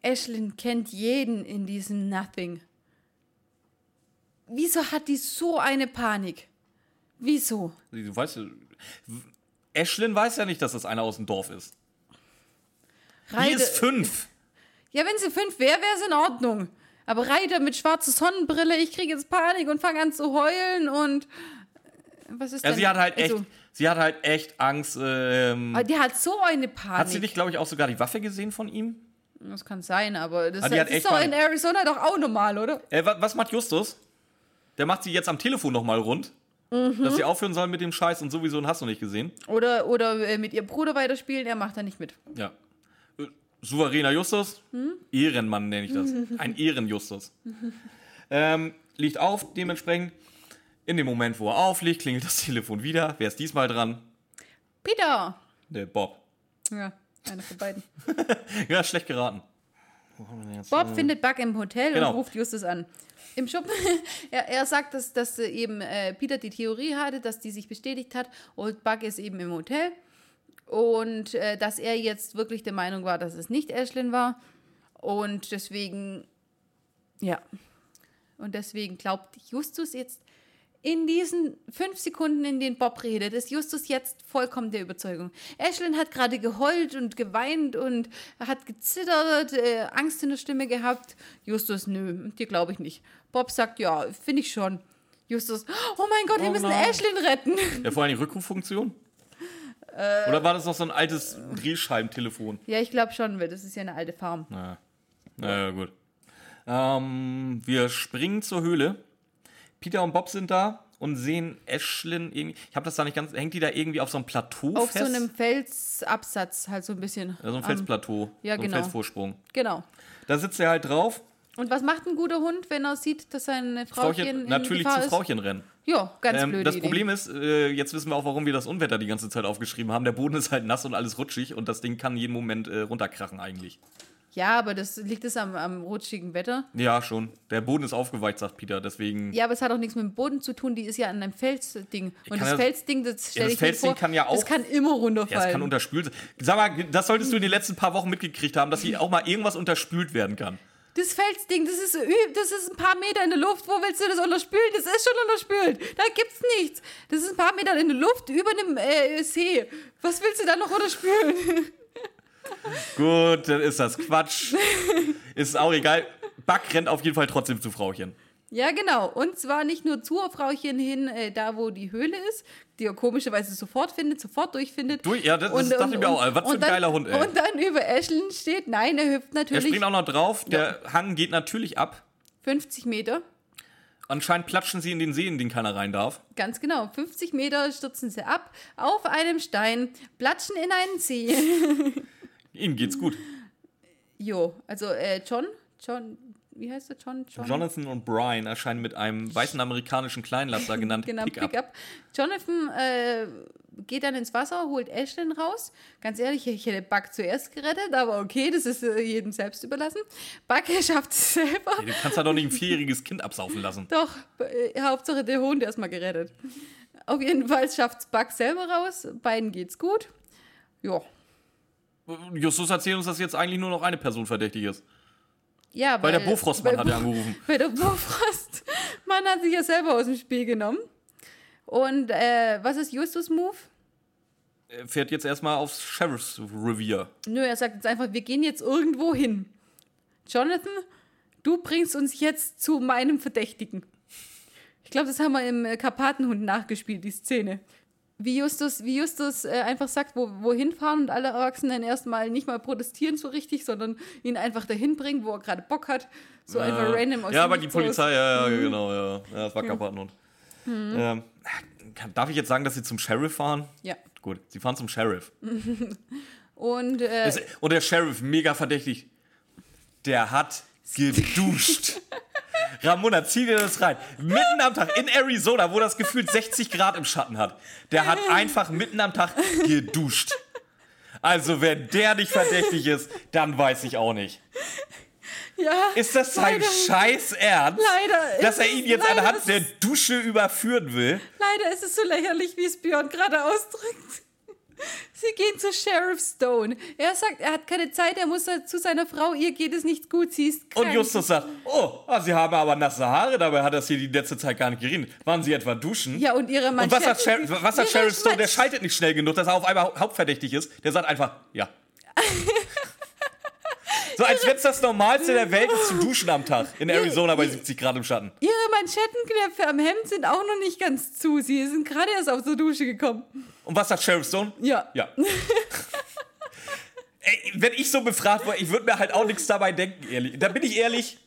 Ashlyn kennt jeden in diesem Nothing. Wieso hat die so eine Panik? Wieso?
Sie- Du weißt, äh, w- Ashlyn weiß ja nicht, dass das einer aus dem Dorf ist. Die
Reide-
ist fünf.
Ja, wenn sie fünf wäre, wäre es in Ordnung. Aber Reiter mit schwarzer Sonnenbrille, ich kriege jetzt Panik und fange an zu heulen und äh, was ist
Ja,
denn?
sie hat halt echt,
also,
sie hat halt echt Angst. Ähm,
aber die hat so eine Panik.
hat sie nicht, glaube ich, auch sogar die Waffe gesehen von ihm?
Das kann sein, aber das,
Ah, die
das
hat
ist
echt
doch
Panik.
in Arizona doch auch normal, oder?
Äh, wa was macht Justus? Der macht sie jetzt am Telefon nochmal rund. Dass sie aufhören sollen mit dem Scheiß und sowieso und hast du nicht gesehen.
Oder, oder äh, mit ihrem Bruder weiterspielen, er macht da nicht mit.
Ja. Äh, Souveräner Justus? Ehrenmann nenne ich das. Ein Ehrenjustus. ähm, liegt auf, dementsprechend. In dem Moment, wo er aufliegt, klingelt das Telefon wieder. Wer ist diesmal dran?
Peter!
Der Bob.
Ja, einer von beiden.
Ja, schlecht geraten.
Bob findet Buck im Hotel
Genau.
und ruft Justus an. Im Schuppen. er, er sagt, dass, dass äh, eben äh, Peter die Theorie hatte, dass die sich bestätigt hat und Buck ist eben im Hotel. Und äh, dass er jetzt wirklich der Meinung war, dass es nicht Ashlyn war. Und deswegen, ja. Und deswegen glaubt Justus jetzt, in diesen fünf Sekunden, in denen Bob redet, ist Justus jetzt vollkommen der Überzeugung. Ashlyn hat gerade geheult und geweint und hat gezittert, äh, Angst in der Stimme gehabt. Justus, nö, dir glaube ich nicht. Bob sagt, ja, finde ich schon. Justus, oh mein Gott, wir
Oh
müssen
nein.
Ashlyn retten.
Ja, vor allem die Rückruffunktion. Oder war das noch so ein altes Drehscheibentelefon?
Ja, ich glaube schon, weil das ist ja eine alte Farm.
Naja, gut. Ähm, wir springen zur Höhle. Peter und Bob sind da und sehen Ashlyn irgendwie. Ich habe das da nicht ganz. Hängt die da irgendwie auf so einem Plateau
Auf
fest?
so einem Felsabsatz halt so ein bisschen.
ja, so einem
am-
Felsplateau.
ja,
so
genau.
Ein Felsvorsprung.
Genau.
Da sitzt er halt drauf.
Und was macht ein guter Hund, wenn er sieht, dass seine Frauchen
Frauchen,
in
natürlich
Gefahr
zum
ist?
Frauchen rennen.
Ja, ganz
Ähm,
blöd.
das Problem ist, äh, jetzt wissen wir auch, warum wir das Unwetter die ganze Zeit aufgeschrieben haben. Der Boden ist halt nass und alles rutschig und das Ding kann jeden Moment äh, runterkrachen eigentlich.
Ja, aber das liegt es am, am rutschigen Wetter.
Ja, schon. Der Boden ist aufgeweicht, sagt Peter. Deswegen.
Ja, aber es hat auch nichts mit dem Boden zu tun. Die ist ja an einem Felsding. Und
kann
das
ja-
Felsding, das stelle
das
ich mir
Felsding
vor,
kann ja auch-
das kann immer
Ja, es kann
runterfallen.
unterspült sein. Sag mal, das solltest du in den letzten paar Wochen mitgekriegt haben, dass hier auch mal irgendwas unterspült werden kann.
Das Felsding, das ist, üb- das ist ein paar Meter in der Luft. Wo willst du das unterspülen? Das ist schon unterspült. Da gibt's nichts. Das ist ein paar Meter in der Luft über dem äh, See. Was willst du da noch unterspülen?
Gut, dann ist das Quatsch. ist auch egal. Buck rennt auf jeden Fall trotzdem zu Frauchen.
Ja, genau. Und zwar nicht nur zur Frauchen hin, äh, da wo die Höhle ist, die er komischerweise sofort findet, sofort durchfindet.
Du- ja, das- das dachte ich mir auch, was für
und
ein
dann-
geiler Hund, ey.
Und dann über Ashlyn steht, nein, er hüpft
Er
natürlich
springt auch noch drauf, der Hang geht natürlich ab.
50 Meter.
Anscheinend platschen sie in den See, in den keiner rein darf.
Ganz genau, 50 Meter stürzen sie ab auf einem Stein, platschen in einen See.
Ihm geht's gut.
Jo, also äh, John, John, wie heißt der John? John
Jonathan und Brian erscheinen mit einem weißen amerikanischen Kleinlaster genannt
genau,
Pickup.
Pickup. Jonathan äh, geht dann ins Wasser, holt Ashlyn raus. Ganz ehrlich, ich hätte Buck zuerst gerettet, aber okay, das ist äh, jedem selbst überlassen. Buck schafft es selber.
Du kannst da doch nicht ein vierjähriges Kind absaufen lassen.
Doch, äh, Hauptsache der Hund erstmal gerettet. Auf jeden Fall schafft es Buck selber raus. Beiden geht's gut. Ja.
Justus erzählt uns, dass jetzt eigentlich nur noch eine Person verdächtig ist.
Ja,
Weil der Bofrostmann
weil
hat ja angerufen.
Weil der Bofrostmann hat sich ja selber aus dem Spiel genommen. Und äh, was ist Justus Move?
Er fährt jetzt erstmal aufs Sheriff's Revier.
Nö, er sagt jetzt einfach, wir gehen jetzt irgendwo hin. Jonathan, du bringst uns jetzt zu meinem Verdächtigen. Ich glaube, das haben wir im äh, Karpatenhund nachgespielt, die Szene. Wie Justus, wie Justus äh, einfach sagt, wo, wohin fahren und alle Erwachsenen erstmal nicht mal protestieren so richtig, sondern ihn einfach dahin bringen, wo er gerade Bock hat. So einfach
Äh,
random aus
Ja,
dem Mhm.
aber die
Nichts raus.
Polizei, ja, ja, genau, ja. ja das war Kapatenhund.
Mhm.
Ähm, kann- darf ich jetzt sagen, dass sie zum Sheriff fahren?
Ja.
Gut, sie fahren zum Sheriff.
Und äh,
Es- Also, Und der Sheriff, mega verdächtig, der hat geduscht. Ramona, zieh dir das rein. Mitten am Tag in Arizona, wo das gefühlt 60 Grad im Schatten hat, der hat einfach mitten am Tag geduscht. Also, wenn der nicht verdächtig ist, dann weiß ich auch nicht.
ja,
Ist das sein
leider-
Scheiß Ernst?
Leider
Dass
ist
er ihn
es-
jetzt
leider
anhand
ist
der
es-
Dusche überführen will.
Leider ist es so lächerlich, wie es Björn gerade ausdrückt. Sie gehen zu Sheriff Stone. Er sagt, er hat keine Zeit, er muss zu seiner Frau, ihr geht es nicht gut, sie ist krank.
Und Justus sagt, oh, ah, sie haben aber nasse Haare, dabei hat das hier die letzte Zeit gar nicht geredet. Waren sie etwa duschen?
Ja, und ihre
Und
Manschette.
was sagt, Sheriff, was sagt
Ihre
Sheriff Stone? Der
Mansch-
schaltet nicht schnell genug, dass er auf einmal hau- hauptverdächtig ist. Der sagt einfach, ja. so als wenn es das Normalste der Welt ist, zu duschen am Tag. In Arizona bei 70 Grad im Schatten.
Ihre Manschettenknöpfe am Hemd sind auch noch nicht ganz zu. Sie sind gerade erst aus der Dusche gekommen.
Und was sagt Sheriff Stone?
Ja.
Ja. Ey, wenn ich so befragt wurde, ich würde mir halt auch nichts dabei denken, ehrlich. Da bin ich ehrlich.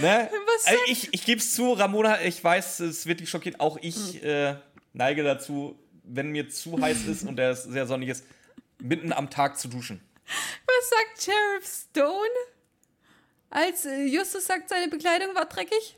Ne?
Was
also
sagt-
ich ich gebe es zu, Ramona, ich weiß, es wird dich schockieren. Auch ich
Hm.
äh, neige dazu, wenn mir zu heiß ist und der sehr sonnig ist, mitten am Tag zu duschen.
Was sagt Sheriff Stone? Als äh, Justus sagt, seine Bekleidung war dreckig?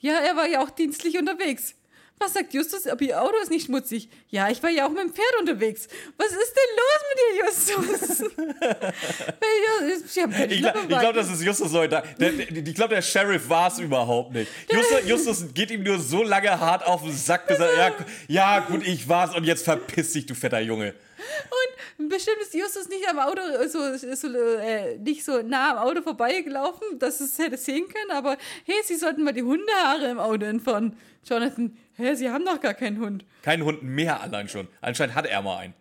Ja, er war ja auch dienstlich unterwegs. Was sagt Justus? Aber ihr Auto ist nicht schmutzig. Ja, ich war ja auch mit dem Pferd unterwegs. Was ist denn los mit dir, Justus? Weil Justus- ich hab keine
Ich glaube,
Schlappe
glaub,
bei.
das ist Justus neu da. Der, der, ich glaube, der Sheriff war es überhaupt nicht. Justus, Justus geht ihm nur so lange hart auf den Sack, bis er, ja, gu- ja gut, ich war's und jetzt verpiss dich, du fetter Junge.
Und bestimmt ist Justus nicht am Auto, äh, so, so, äh, nicht so nah am Auto vorbeigelaufen, dass es hätte sehen können, aber hey, sie sollten mal die Hundehaare im Auto entfernen. Jonathan, hä, sie haben doch gar keinen Hund.
Kein Hund mehr allein schon. Anscheinend hat er mal einen.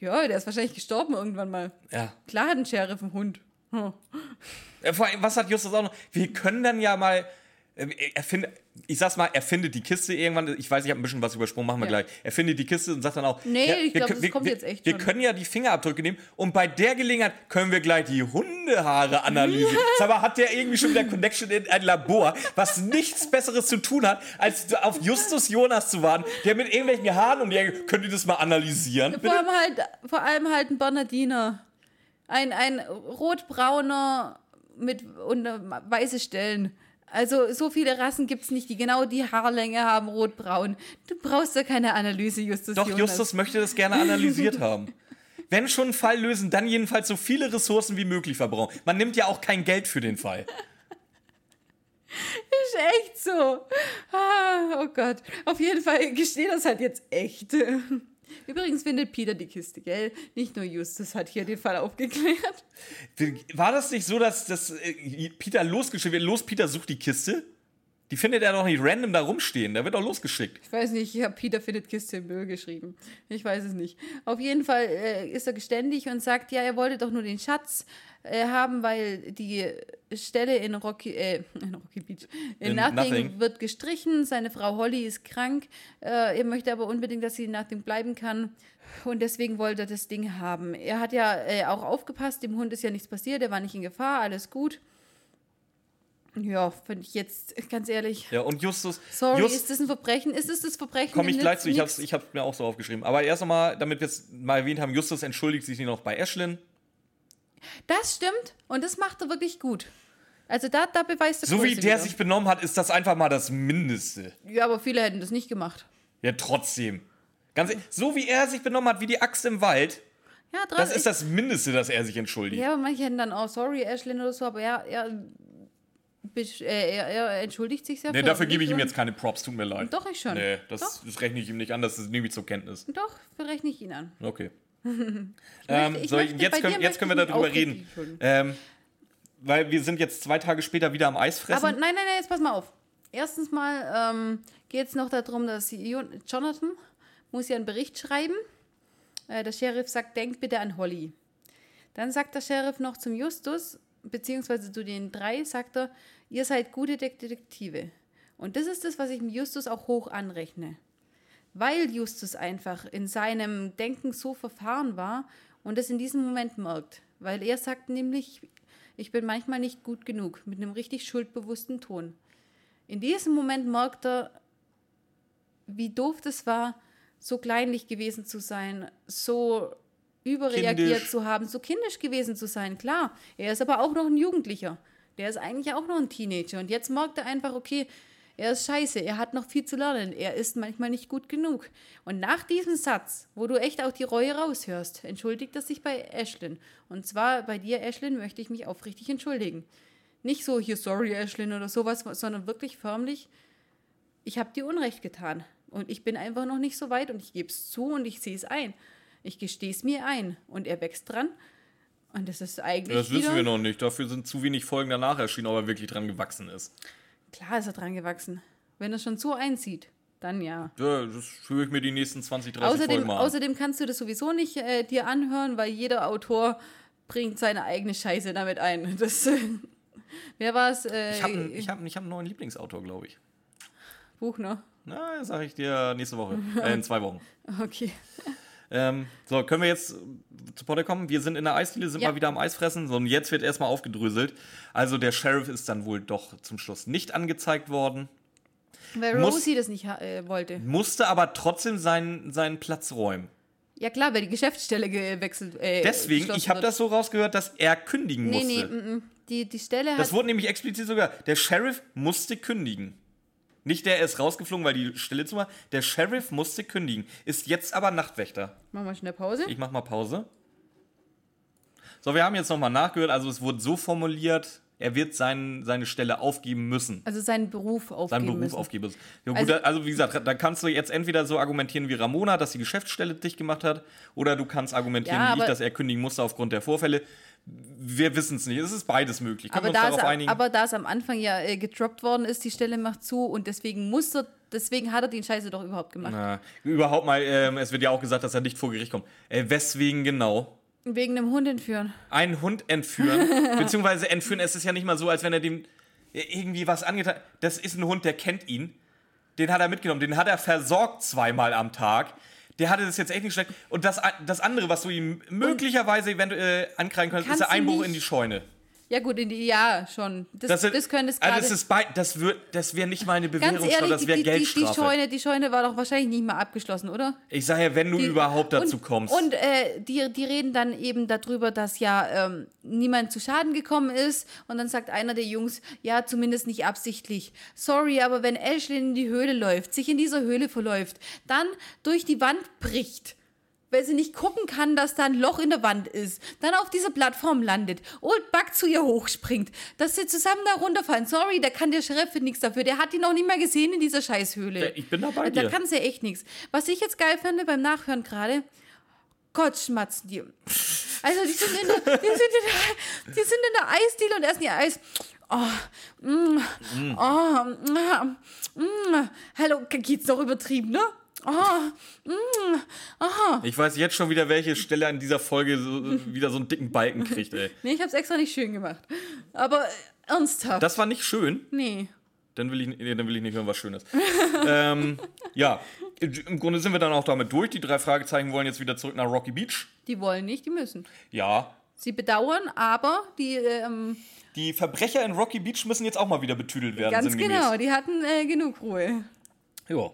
Ja, der ist wahrscheinlich gestorben irgendwann mal.
Ja.
Klar hat ein Sheriff einen Hund. Hm.
Äh, Vor allem, was hat Justus auch noch? Wir können dann ja mal. äh, Er findet, ich sag's mal, er findet die Kiste irgendwann. Ich weiß, ich habe ein bisschen was übersprungen, machen wir
Ja.
gleich. Er findet die Kiste und sagt dann auch:
Nee,
ja,
ich glaub, das
wir,
kommt
wir,
jetzt echt
Wir
schon.
können ja die Fingerabdrücke nehmen und bei der Gelegenheit können wir gleich die Hundehaare analysieren. Sag mal, hat der irgendwie schon wieder Connection in ein Labor, was nichts Besseres zu tun hat, als auf Justus Jonas zu warten, der mit irgendwelchen Haaren um die Ecke. Könnt ihr das mal analysieren?
Vor allem halt, vor allem halt ein Bernardiner. Ein, ein rotbrauner mit und äh, weiße Stellen. Also so viele Rassen gibt's nicht, die genau die Haarlänge haben, rotbraun. Du brauchst da keine Analyse, Justus.
Doch,
Jonas.
Justus möchte das gerne analysiert haben. Wenn schon einen Fall lösen, dann jedenfalls so viele Ressourcen wie möglich verbrauchen. Man nimmt ja auch kein Geld für den Fall.
Ist echt so. Ah, oh Gott. Auf jeden Fall gesteht das halt jetzt echt. Übrigens findet Peter die Kiste, gell? Nicht nur Justus hat hier den Fall aufgeklärt.
War das nicht so, dass, dass äh, Peter losgeschickt wird? Los, Peter sucht die Kiste. Die findet er doch nicht random da rumstehen. Da wird doch losgeschickt.
Ich weiß nicht, ich habe Peter findet Kiste im Müll geschrieben. Ich weiß es nicht. Auf jeden Fall äh, ist er geständig und sagt, ja, er wollte doch nur den Schatz äh, haben, weil die Stelle in Rocky, äh, in Rocky Beach, in,
In
Nothing,
Nothing.
wird gestrichen. Seine Frau Holly ist krank. Äh, er möchte aber unbedingt, dass sie in Nothing bleiben kann. Und deswegen wollte er das Ding haben. Er hat ja äh, auch aufgepasst, dem Hund ist ja nichts passiert, er war nicht in Gefahr, alles gut. Ja, finde ich jetzt ganz ehrlich.
Ja, und Justus.
Sorry,
Just-
ist das ein Verbrechen? Ist es das Verbrechen?
Komme ich
im
gleich
Netz?
zu, ich
Nix.
hab's, ich hab's mir auch so aufgeschrieben. Aber erst nochmal, damit wir es mal erwähnt haben, Justus entschuldigt sich noch bei Ashlyn.
Das stimmt und das macht er wirklich gut. Also da, da beweist er
So wie
Größe
der
wieder.
sich benommen hat, ist das einfach mal das Mindeste.
Ja, aber viele hätten das nicht gemacht.
Ja, trotzdem. Ganz ehrlich, so wie er sich benommen hat, wie die Axt im Wald,
Ja, dran,
das ist das Mindeste, dass er sich entschuldigt.
Ja, aber manche hätten dann auch sorry, Ashlyn oder so, aber ja, er, besch- äh, er, er entschuldigt sich sehr
nee,
für-
dafür gebe ich ihm jetzt keine Props, tut mir leid.
Doch, ich schon.
Nee, das, das rechne ich ihm nicht an, das nehme ich zur Kenntnis.
Doch, berechne ich ihn an.
Okay.
ich
ähm, so,
möchte- bei
jetzt
dir
können, jetzt können wir
möchte ich
darüber
mich aufregen,
reden.
Entschuldigung.
Ähm, weil wir sind jetzt zwei Tage später wieder am Eis fressen.
Aber nein, nein, nein, jetzt pass mal auf. Erstens mal ähm, geht es noch darum, dass Jo- Jonathan muss ja einen Bericht schreiben. Äh, der Sheriff sagt, denkt bitte an Holly. Dann sagt der Sheriff noch zum Justus, beziehungsweise zu den drei, sagt er, ihr seid gute Dek- Detektive. Und das ist das, was ich dem Justus auch hoch anrechne. Weil Justus einfach in seinem Denken so verfahren war und das in diesem Moment merkt. Weil er sagt nämlich, ich bin manchmal nicht gut genug, mit einem richtig schuldbewussten Ton. In diesem Moment merkt er, wie doof das war, so kleinlich gewesen zu sein, so überreagiert
Kindisch.
zu haben, so kindisch gewesen zu sein. Klar, er ist aber auch noch ein Jugendlicher. Der ist eigentlich auch noch ein Teenager. Und jetzt merkt er einfach, okay, er ist scheiße, er hat noch viel zu lernen, er ist manchmal nicht gut genug. Und nach diesem Satz, wo du echt auch die Reue raushörst, entschuldigt er sich bei Ashlyn. Und zwar bei dir, Ashlyn, möchte ich mich aufrichtig entschuldigen. Nicht so hier, sorry, Ashlyn oder sowas, sondern wirklich förmlich, ich habe dir Unrecht getan. Und ich bin einfach noch nicht so weit und ich gebe es zu und ich sehe es ein. Ich gestehe es mir ein. Und er wächst dran. Und das ist eigentlich.
das wissen
wieder,
wir noch nicht. Dafür sind zu wenig Folgen danach erschienen, ob er wirklich dran gewachsen ist.
Klar ist er dran gewachsen. Wenn er schon so einsieht, dann ja.
Ja, das höre ich mir die nächsten 20, 30 Folgen
Außerdem,
mal an.
außerdem kannst du das sowieso nicht äh, dir anhören, weil jeder Autor bringt seine eigene Scheiße damit ein. Das, wer war es? Äh,
ich habe einen, ich hab, ich hab einen neuen Lieblingsautor, glaube ich.
Buchner.
Na, sage ich dir nächste Woche. Äh, in zwei Wochen.
Okay.
Ähm, so, können wir jetzt äh, zu Potter kommen? Wir sind in der Eisdiele, sind
Ja.
mal wieder am Eisfressen. So, und jetzt wird erstmal aufgedröselt. Also, der Sheriff ist dann wohl doch zum Schluss nicht angezeigt worden.
Weil
Muss-
Rosie das nicht ha- äh, wollte.
Musste aber trotzdem seinen, seinen Platz räumen.
Ja klar, weil die Geschäftsstelle gewechselt äh,
Deswegen, ich
geschlossen
habe
wird.
das so rausgehört, dass er kündigen
Nee,
musste.
nee, mm, mm. Die, die Stelle
Das
hat.
wurde nämlich explizit sogar. Der Sheriff musste kündigen. Nicht der ist rausgeflogen, weil die Stelle zu war. Der Sheriff musste kündigen. Ist jetzt aber Nachtwächter.
Machen wir schnell Pause.
Ich mach mal Pause. So, wir haben jetzt nochmal nachgehört. Also, es wurde so formuliert, er wird sein, seine Stelle aufgeben müssen.
also seinen Beruf aufgeben.
Seinen Beruf
müssen.
aufgeben müssen. Ja, gut,
Also-
also, also, wie gesagt, da kannst du jetzt entweder so argumentieren wie Ramona, dass die Geschäftsstelle dich gemacht hat, oder du kannst argumentieren
Ja,
wie ich,
aber-
dass er kündigen musste aufgrund der Vorfälle. Wir wissen es nicht. Es ist beides möglich. Können
Aber
wir uns
da, es,
darauf einigen?
aber da es am Anfang ja äh, gedroppt worden ist, die Stelle macht zu und deswegen muss er, deswegen hat er den Scheiße doch überhaupt gemacht.
Na, überhaupt mal, ähm, es wird ja auch gesagt, dass er nicht vor Gericht kommt. Äh, weswegen genau?
Wegen dem Hund entführen.
Einen Hund entführen, beziehungsweise entführen, es ist ja nicht mal so, als wenn er dem äh, irgendwie was angetan Das ist ein Hund, der kennt ihn. Den hat er mitgenommen, den hat er versorgt zweimal am Tag. Der hatte das jetzt echt nicht schlecht. Und das, a- das andere, was du ihm möglicherweise eventuell ankreiden könntest, ist
Kannst
der
du
Einbruch
nicht-
in die Scheune.
Ja gut, in die, ja schon. Das, das,
ist-
könnte es
Ah,
gerade.
das, ist bei- das, wär- das wäre nicht mal eine
ganz
Bewährungsstrafe,
ehrlich,
das
die,
wäre
die, die, die,
Geldstrafe.
Scheune, die Scheune war doch wahrscheinlich nicht mal abgeschlossen, oder?
ich sage ja, wenn du
Die-
überhaupt dazu
und,
kommst.
Und äh, die, die reden dann eben darüber, dass ja ähm, niemand zu Schaden gekommen ist. Und dann sagt einer der Jungs, ja, zumindest nicht absichtlich. Sorry, aber wenn Ashley in die Höhle läuft, sich in dieser Höhle verläuft, dann durch die Wand bricht. weil sie nicht gucken kann, dass da ein Loch in der Wand ist, dann auf diese Plattform landet und Buck zu ihr hochspringt, dass sie zusammen da runterfallen. Sorry, da kann der Sheriff für nichts dafür. Der hat die noch nicht mal gesehen in dieser Scheißhöhle.
Ich bin dabei.
Da kannst du ja echt nichts. Was ich jetzt geil fand beim Nachhören gerade, Gott schmatzen die. Also die sind in der, die sind in der, die sind in der Eisdiele und essen ihr Eis. Oh, mm, oh, mm, mm. Hallo, geht's noch übertrieben, ne? Oh, mm, aha.
Ich weiß jetzt schon wieder, welche Stelle an dieser Folge so, wieder so einen dicken Balken kriegt, ey.
Nee, ich hab's extra nicht schön gemacht. Aber äh, ernsthaft.
Das war nicht schön.
nee.
Dann will ich, nee, dann will ich nicht hören, was Schönes. ähm, ja, im Grunde sind wir dann auch damit durch. Die drei Fragezeichen wollen jetzt wieder zurück nach Rocky Beach.
Die wollen nicht, die müssen.
Ja.
Sie bedauern, aber die, ähm,
Die Verbrecher in Rocky Beach müssen jetzt auch mal wieder betüdelt werden,
ganz
sinngemäß.
genau, die hatten äh, genug Ruhe.
Ja.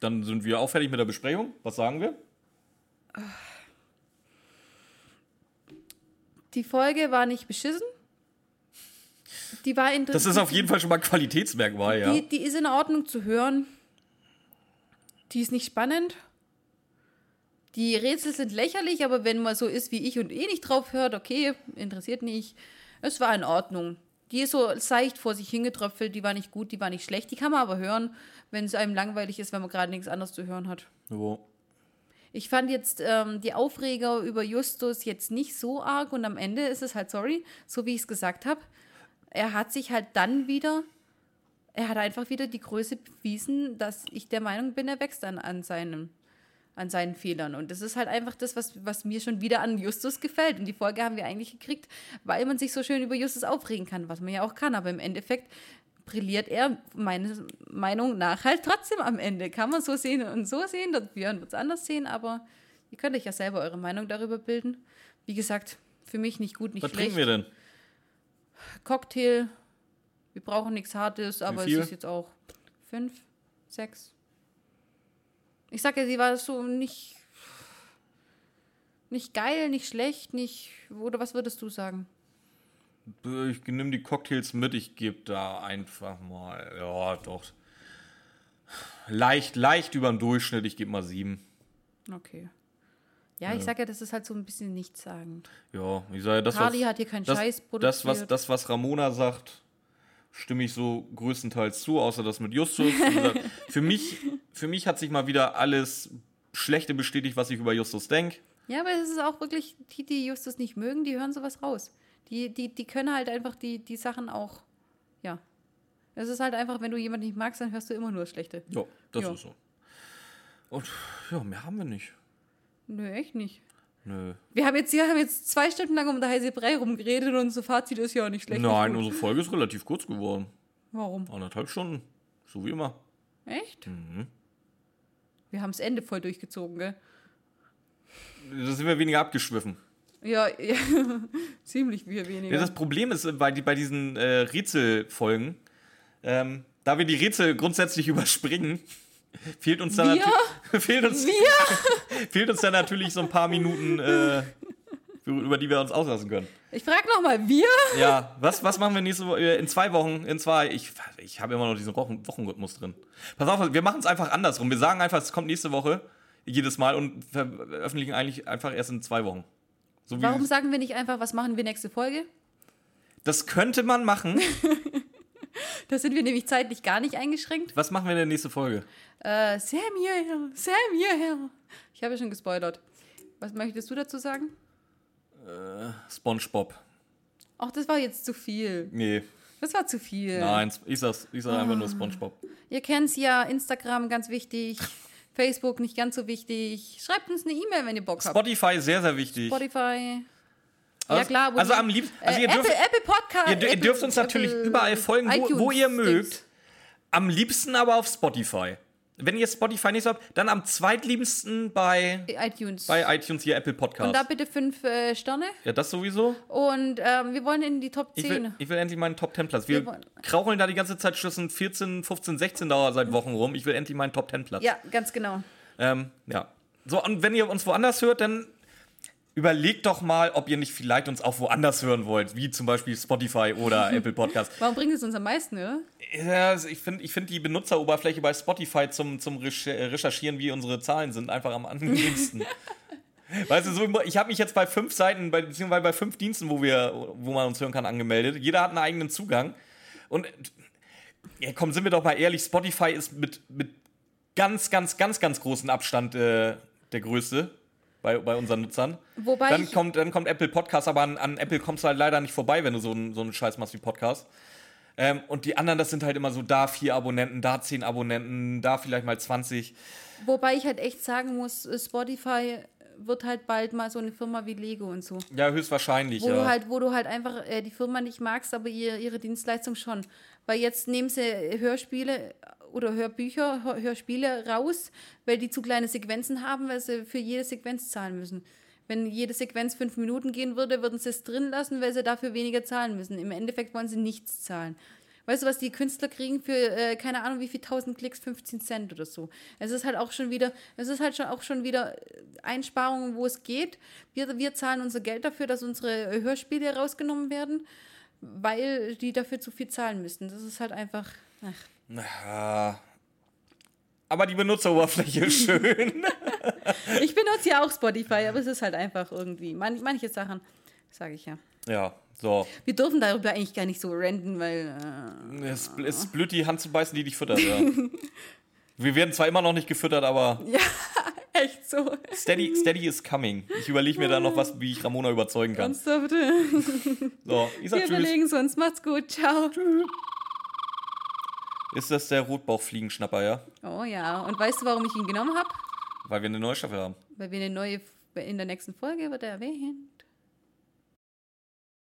Dann sind wir auch fertig mit der Besprechung. Was sagen wir?
Die Folge war nicht beschissen. Die war interessant.
Das ist auf jeden Fall schon mal ein Qualitätsmerkmal, ja.
Die, die ist in Ordnung zu hören. Die ist nicht spannend. Die Rätsel sind lächerlich, aber wenn man so ist wie ich und eh nicht drauf hört, okay, interessiert nicht. Es war in Ordnung. Die ist so seicht vor sich hingetröpfelt, die war nicht gut, die war nicht schlecht. Die kann man aber hören, wenn es einem langweilig ist, wenn man gerade nichts anderes zu hören hat.
Ja.
Ich fand jetzt ähm, die Aufreger über Justus jetzt nicht so arg und am Ende ist es halt, sorry, so wie ich es gesagt habe, er hat sich halt dann wieder, er hat einfach wieder die Größe bewiesen, dass ich der Meinung bin, er wächst an, an, seinen, an seinen Fehlern. Und das ist halt einfach das, was, was mir schon wieder an Justus gefällt. Und die Folge haben wir eigentlich gekriegt, weil man sich so schön über Justus aufregen kann, was man ja auch kann. Aber im Endeffekt brilliert er meiner Meinung nach halt trotzdem am Ende. Kann man so sehen und so sehen, der Björn wird es anders sehen, aber ihr könnt euch ja selber eure Meinung darüber bilden. Wie gesagt, für mich nicht gut, nicht
Was
schlecht.
trinken wir denn?
Cocktail, wir brauchen nichts Hartes, aber es
viel?
ist jetzt auch fünf, sechs. Ich sag ja, sie war so nicht, nicht geil, nicht schlecht, nicht, oder was würdest du sagen?
Ich nehme die Cocktails mit, ich gebe da einfach mal. Ja, doch. Leicht, leicht über den Durchschnitt, ich gebe mal sieben.
Okay. Ja, ich sag ja, das ist halt so ein bisschen nichtssagend.
Ja, ich sage, das,
Harley
was,
hat hier keinen
das,
Scheiß
das, was,
produziert.
das, was Ramona sagt, stimme ich so größtenteils zu, außer das mit Justus. Wie gesagt, für, mich, für mich hat sich mal wieder alles Schlechte bestätigt, was ich über Justus denke.
Ja, aber es ist auch wirklich, die, die Justus nicht mögen, die hören sowas raus. Die, die, die können halt einfach die, die Sachen auch, ja. Es ist halt einfach, wenn du jemanden nicht magst, dann hörst du immer nur Schlechte.
Ja, das
Ja.
ist so. Und ja, mehr haben wir nicht.
Nö, echt nicht.
Nö.
Wir haben jetzt, wir haben jetzt zwei Stunden lang um der heiße Brei rumgeredet und unser Fazit ist ja auch nicht schlecht. nicht
Nein,
gut.
unsere Folge ist relativ kurz geworden.
Warum?
Anderthalb Stunden. So wie immer.
Echt?
Mhm.
Wir haben das Ende voll durchgezogen, gell?
Da sind wir weniger abgeschwiffen.
Ja, ja ziemlich viel weniger.
Ja, das Problem ist äh, bei, die- bei diesen äh, Rätselfolgen, ähm, da wir die Rätsel grundsätzlich überspringen, fehlt uns dann
Wir?
natü- fehlt uns, fehlt uns dann natürlich so ein paar Minuten, äh, für- über die wir uns auslassen können.
ich frage nochmal, wir?
Ja, was, was machen wir nächste Woche? In zwei Wochen, in zwei. Ich, ich habe immer noch diesen Wochen, Wochenrhythmus drin. Pass auf, wir machen es einfach andersrum. Wir sagen einfach, es kommt nächste Woche jedes Mal und veröffentlichen eigentlich einfach erst in zwei Wochen. So wie
Warum sagen wir nicht einfach, was machen wir nächste Folge?
das könnte man machen.
Da sind wir nämlich zeitlich gar nicht eingeschränkt.
Was machen wir in der nächsten Folge?
Äh, Sam hierher, Sam hierher. Ich habe ja schon gespoilert. Was möchtest du dazu sagen?
SpongeBob.
Ach, das war jetzt zu viel.
Nee,
Das war zu viel.
nein, ich sag's, ich sag einfach
Ah.
nur SpongeBob.
Ihr kennt's ja, Instagram ganz wichtig, Facebook nicht ganz so wichtig. Schreibt uns eine E-Mail, wenn ihr Bock habt.
Spotify sehr, sehr wichtig.
Spotify.
Also-
ja klar,
also am liebsten- also
äh,
ihr dürft-
Apple, Apple Podcast.
Ihr, dür- ihr
Apple-
dürft uns natürlich
Apple
überall folgen, wo, wo
iTunes
ihr
Dings.
mögt. Am liebsten aber auf Spotify. Wenn ihr Spotify nicht so habt, dann am zweitliebsten bei,
iTunes.
bei iTunes hier Apple
Und da
Podcast.
bitte fünf äh, Sterne.
Ja, das sowieso.
Und ähm, wir wollen in die Top
Ich
10.
will, ich will endlich meinen Top 10 Platz.
Wir
Wir,
wollen-
kraucheln da die ganze Zeit Schlüssen 14, 15, 16 Dauer seit Wochen rum. Ich will endlich meinen Top 10 Platz.
ja, ganz genau.
Ähm, ja. So, und wenn ihr uns woanders hört, dann überlegt doch mal, ob ihr nicht vielleicht uns auch woanders hören wollt, wie zum Beispiel Spotify oder Apple Podcast.
Warum bringt es uns am meisten, oder?
Ja, also ich finde ich find die äh, Benutzeroberfläche bei Spotify zum, zum Recher- Recherchieren, wie unsere Zahlen sind, einfach am angenehmsten. Weißt du, so, immer- ich habe mich jetzt bei fünf Seiten, bei, beziehungsweise bei fünf Diensten, wo, wir, wo man uns hören kann, angemeldet. Jeder hat einen eigenen Zugang. Und äh, ja, komm, sind wir doch mal ehrlich, Spotify ist mit, mit ganz, ganz, ganz, ganz großen Abstand äh, der größte bei, bei unseren Nutzern.
Wobei
dann
ich-
kommt, dann kommt Apple Podcast, aber an, an Apple kommst du halt leider nicht vorbei, wenn du so einen so einen Scheiß machst wie Podcast. Ähm, und die anderen, das sind halt immer so da vier Abonnenten, da zehn Abonnenten, da vielleicht mal 20.
Wobei ich halt echt sagen muss, Spotify wird halt bald mal so eine Firma wie Lego und so.
Ja, höchstwahrscheinlich.
Wo,
ja.
du halt, wo du halt einfach äh, die Firma nicht magst, aber ihr, ihre Dienstleistung schon. Weil jetzt nehmen sie Hörspiele oder Hörbücher, Hör- Hörspiele raus, weil die zu kleine Sequenzen haben, weil sie für jede Sequenz zahlen müssen. Wenn jede Sequenz fünf Minuten gehen würde, würden sie es drin lassen, weil sie dafür weniger zahlen müssen. Im Endeffekt wollen sie nichts zahlen. Weißt du, was die Künstler kriegen für, äh, keine Ahnung, wie viel tausend Klicks, 15 Cent oder so. Es ist halt auch schon wieder, es ist halt schon auch schon wieder äh, Einsparungen, wo es geht. Wir, wir zahlen unser Geld dafür, dass unsere äh, Hörspiele rausgenommen werden, weil die dafür zu viel zahlen müssten. Das ist halt einfach. Ach.
Ja. Aber die Benutzeroberfläche ist schön.
Ich benutze ja auch Spotify, aber es ist halt einfach irgendwie. Man, manche Sachen, sage ich ja.
ja, so.
Wir dürfen darüber eigentlich gar nicht so renten, weil. Äh,
Es ist blöd, die Hand zu beißen, die dich füttert. Ja. Wir werden zwar immer noch nicht gefüttert, aber
echt so.
steady, steady is coming. Ich überlege mir da noch was, wie ich Ramona überzeugen kann.
Ernsthaft.
So, ich sag
Wir
tschüss.
überlegen sonst. Macht's gut. Ciao.
Ist das der Rotbauchfliegenschnapper, ja?
Oh ja. Und weißt du, warum ich ihn genommen habe?
Weil wir eine neue Staffel haben.
Weil wir eine neue, in der nächsten Folge wird er erwähnt.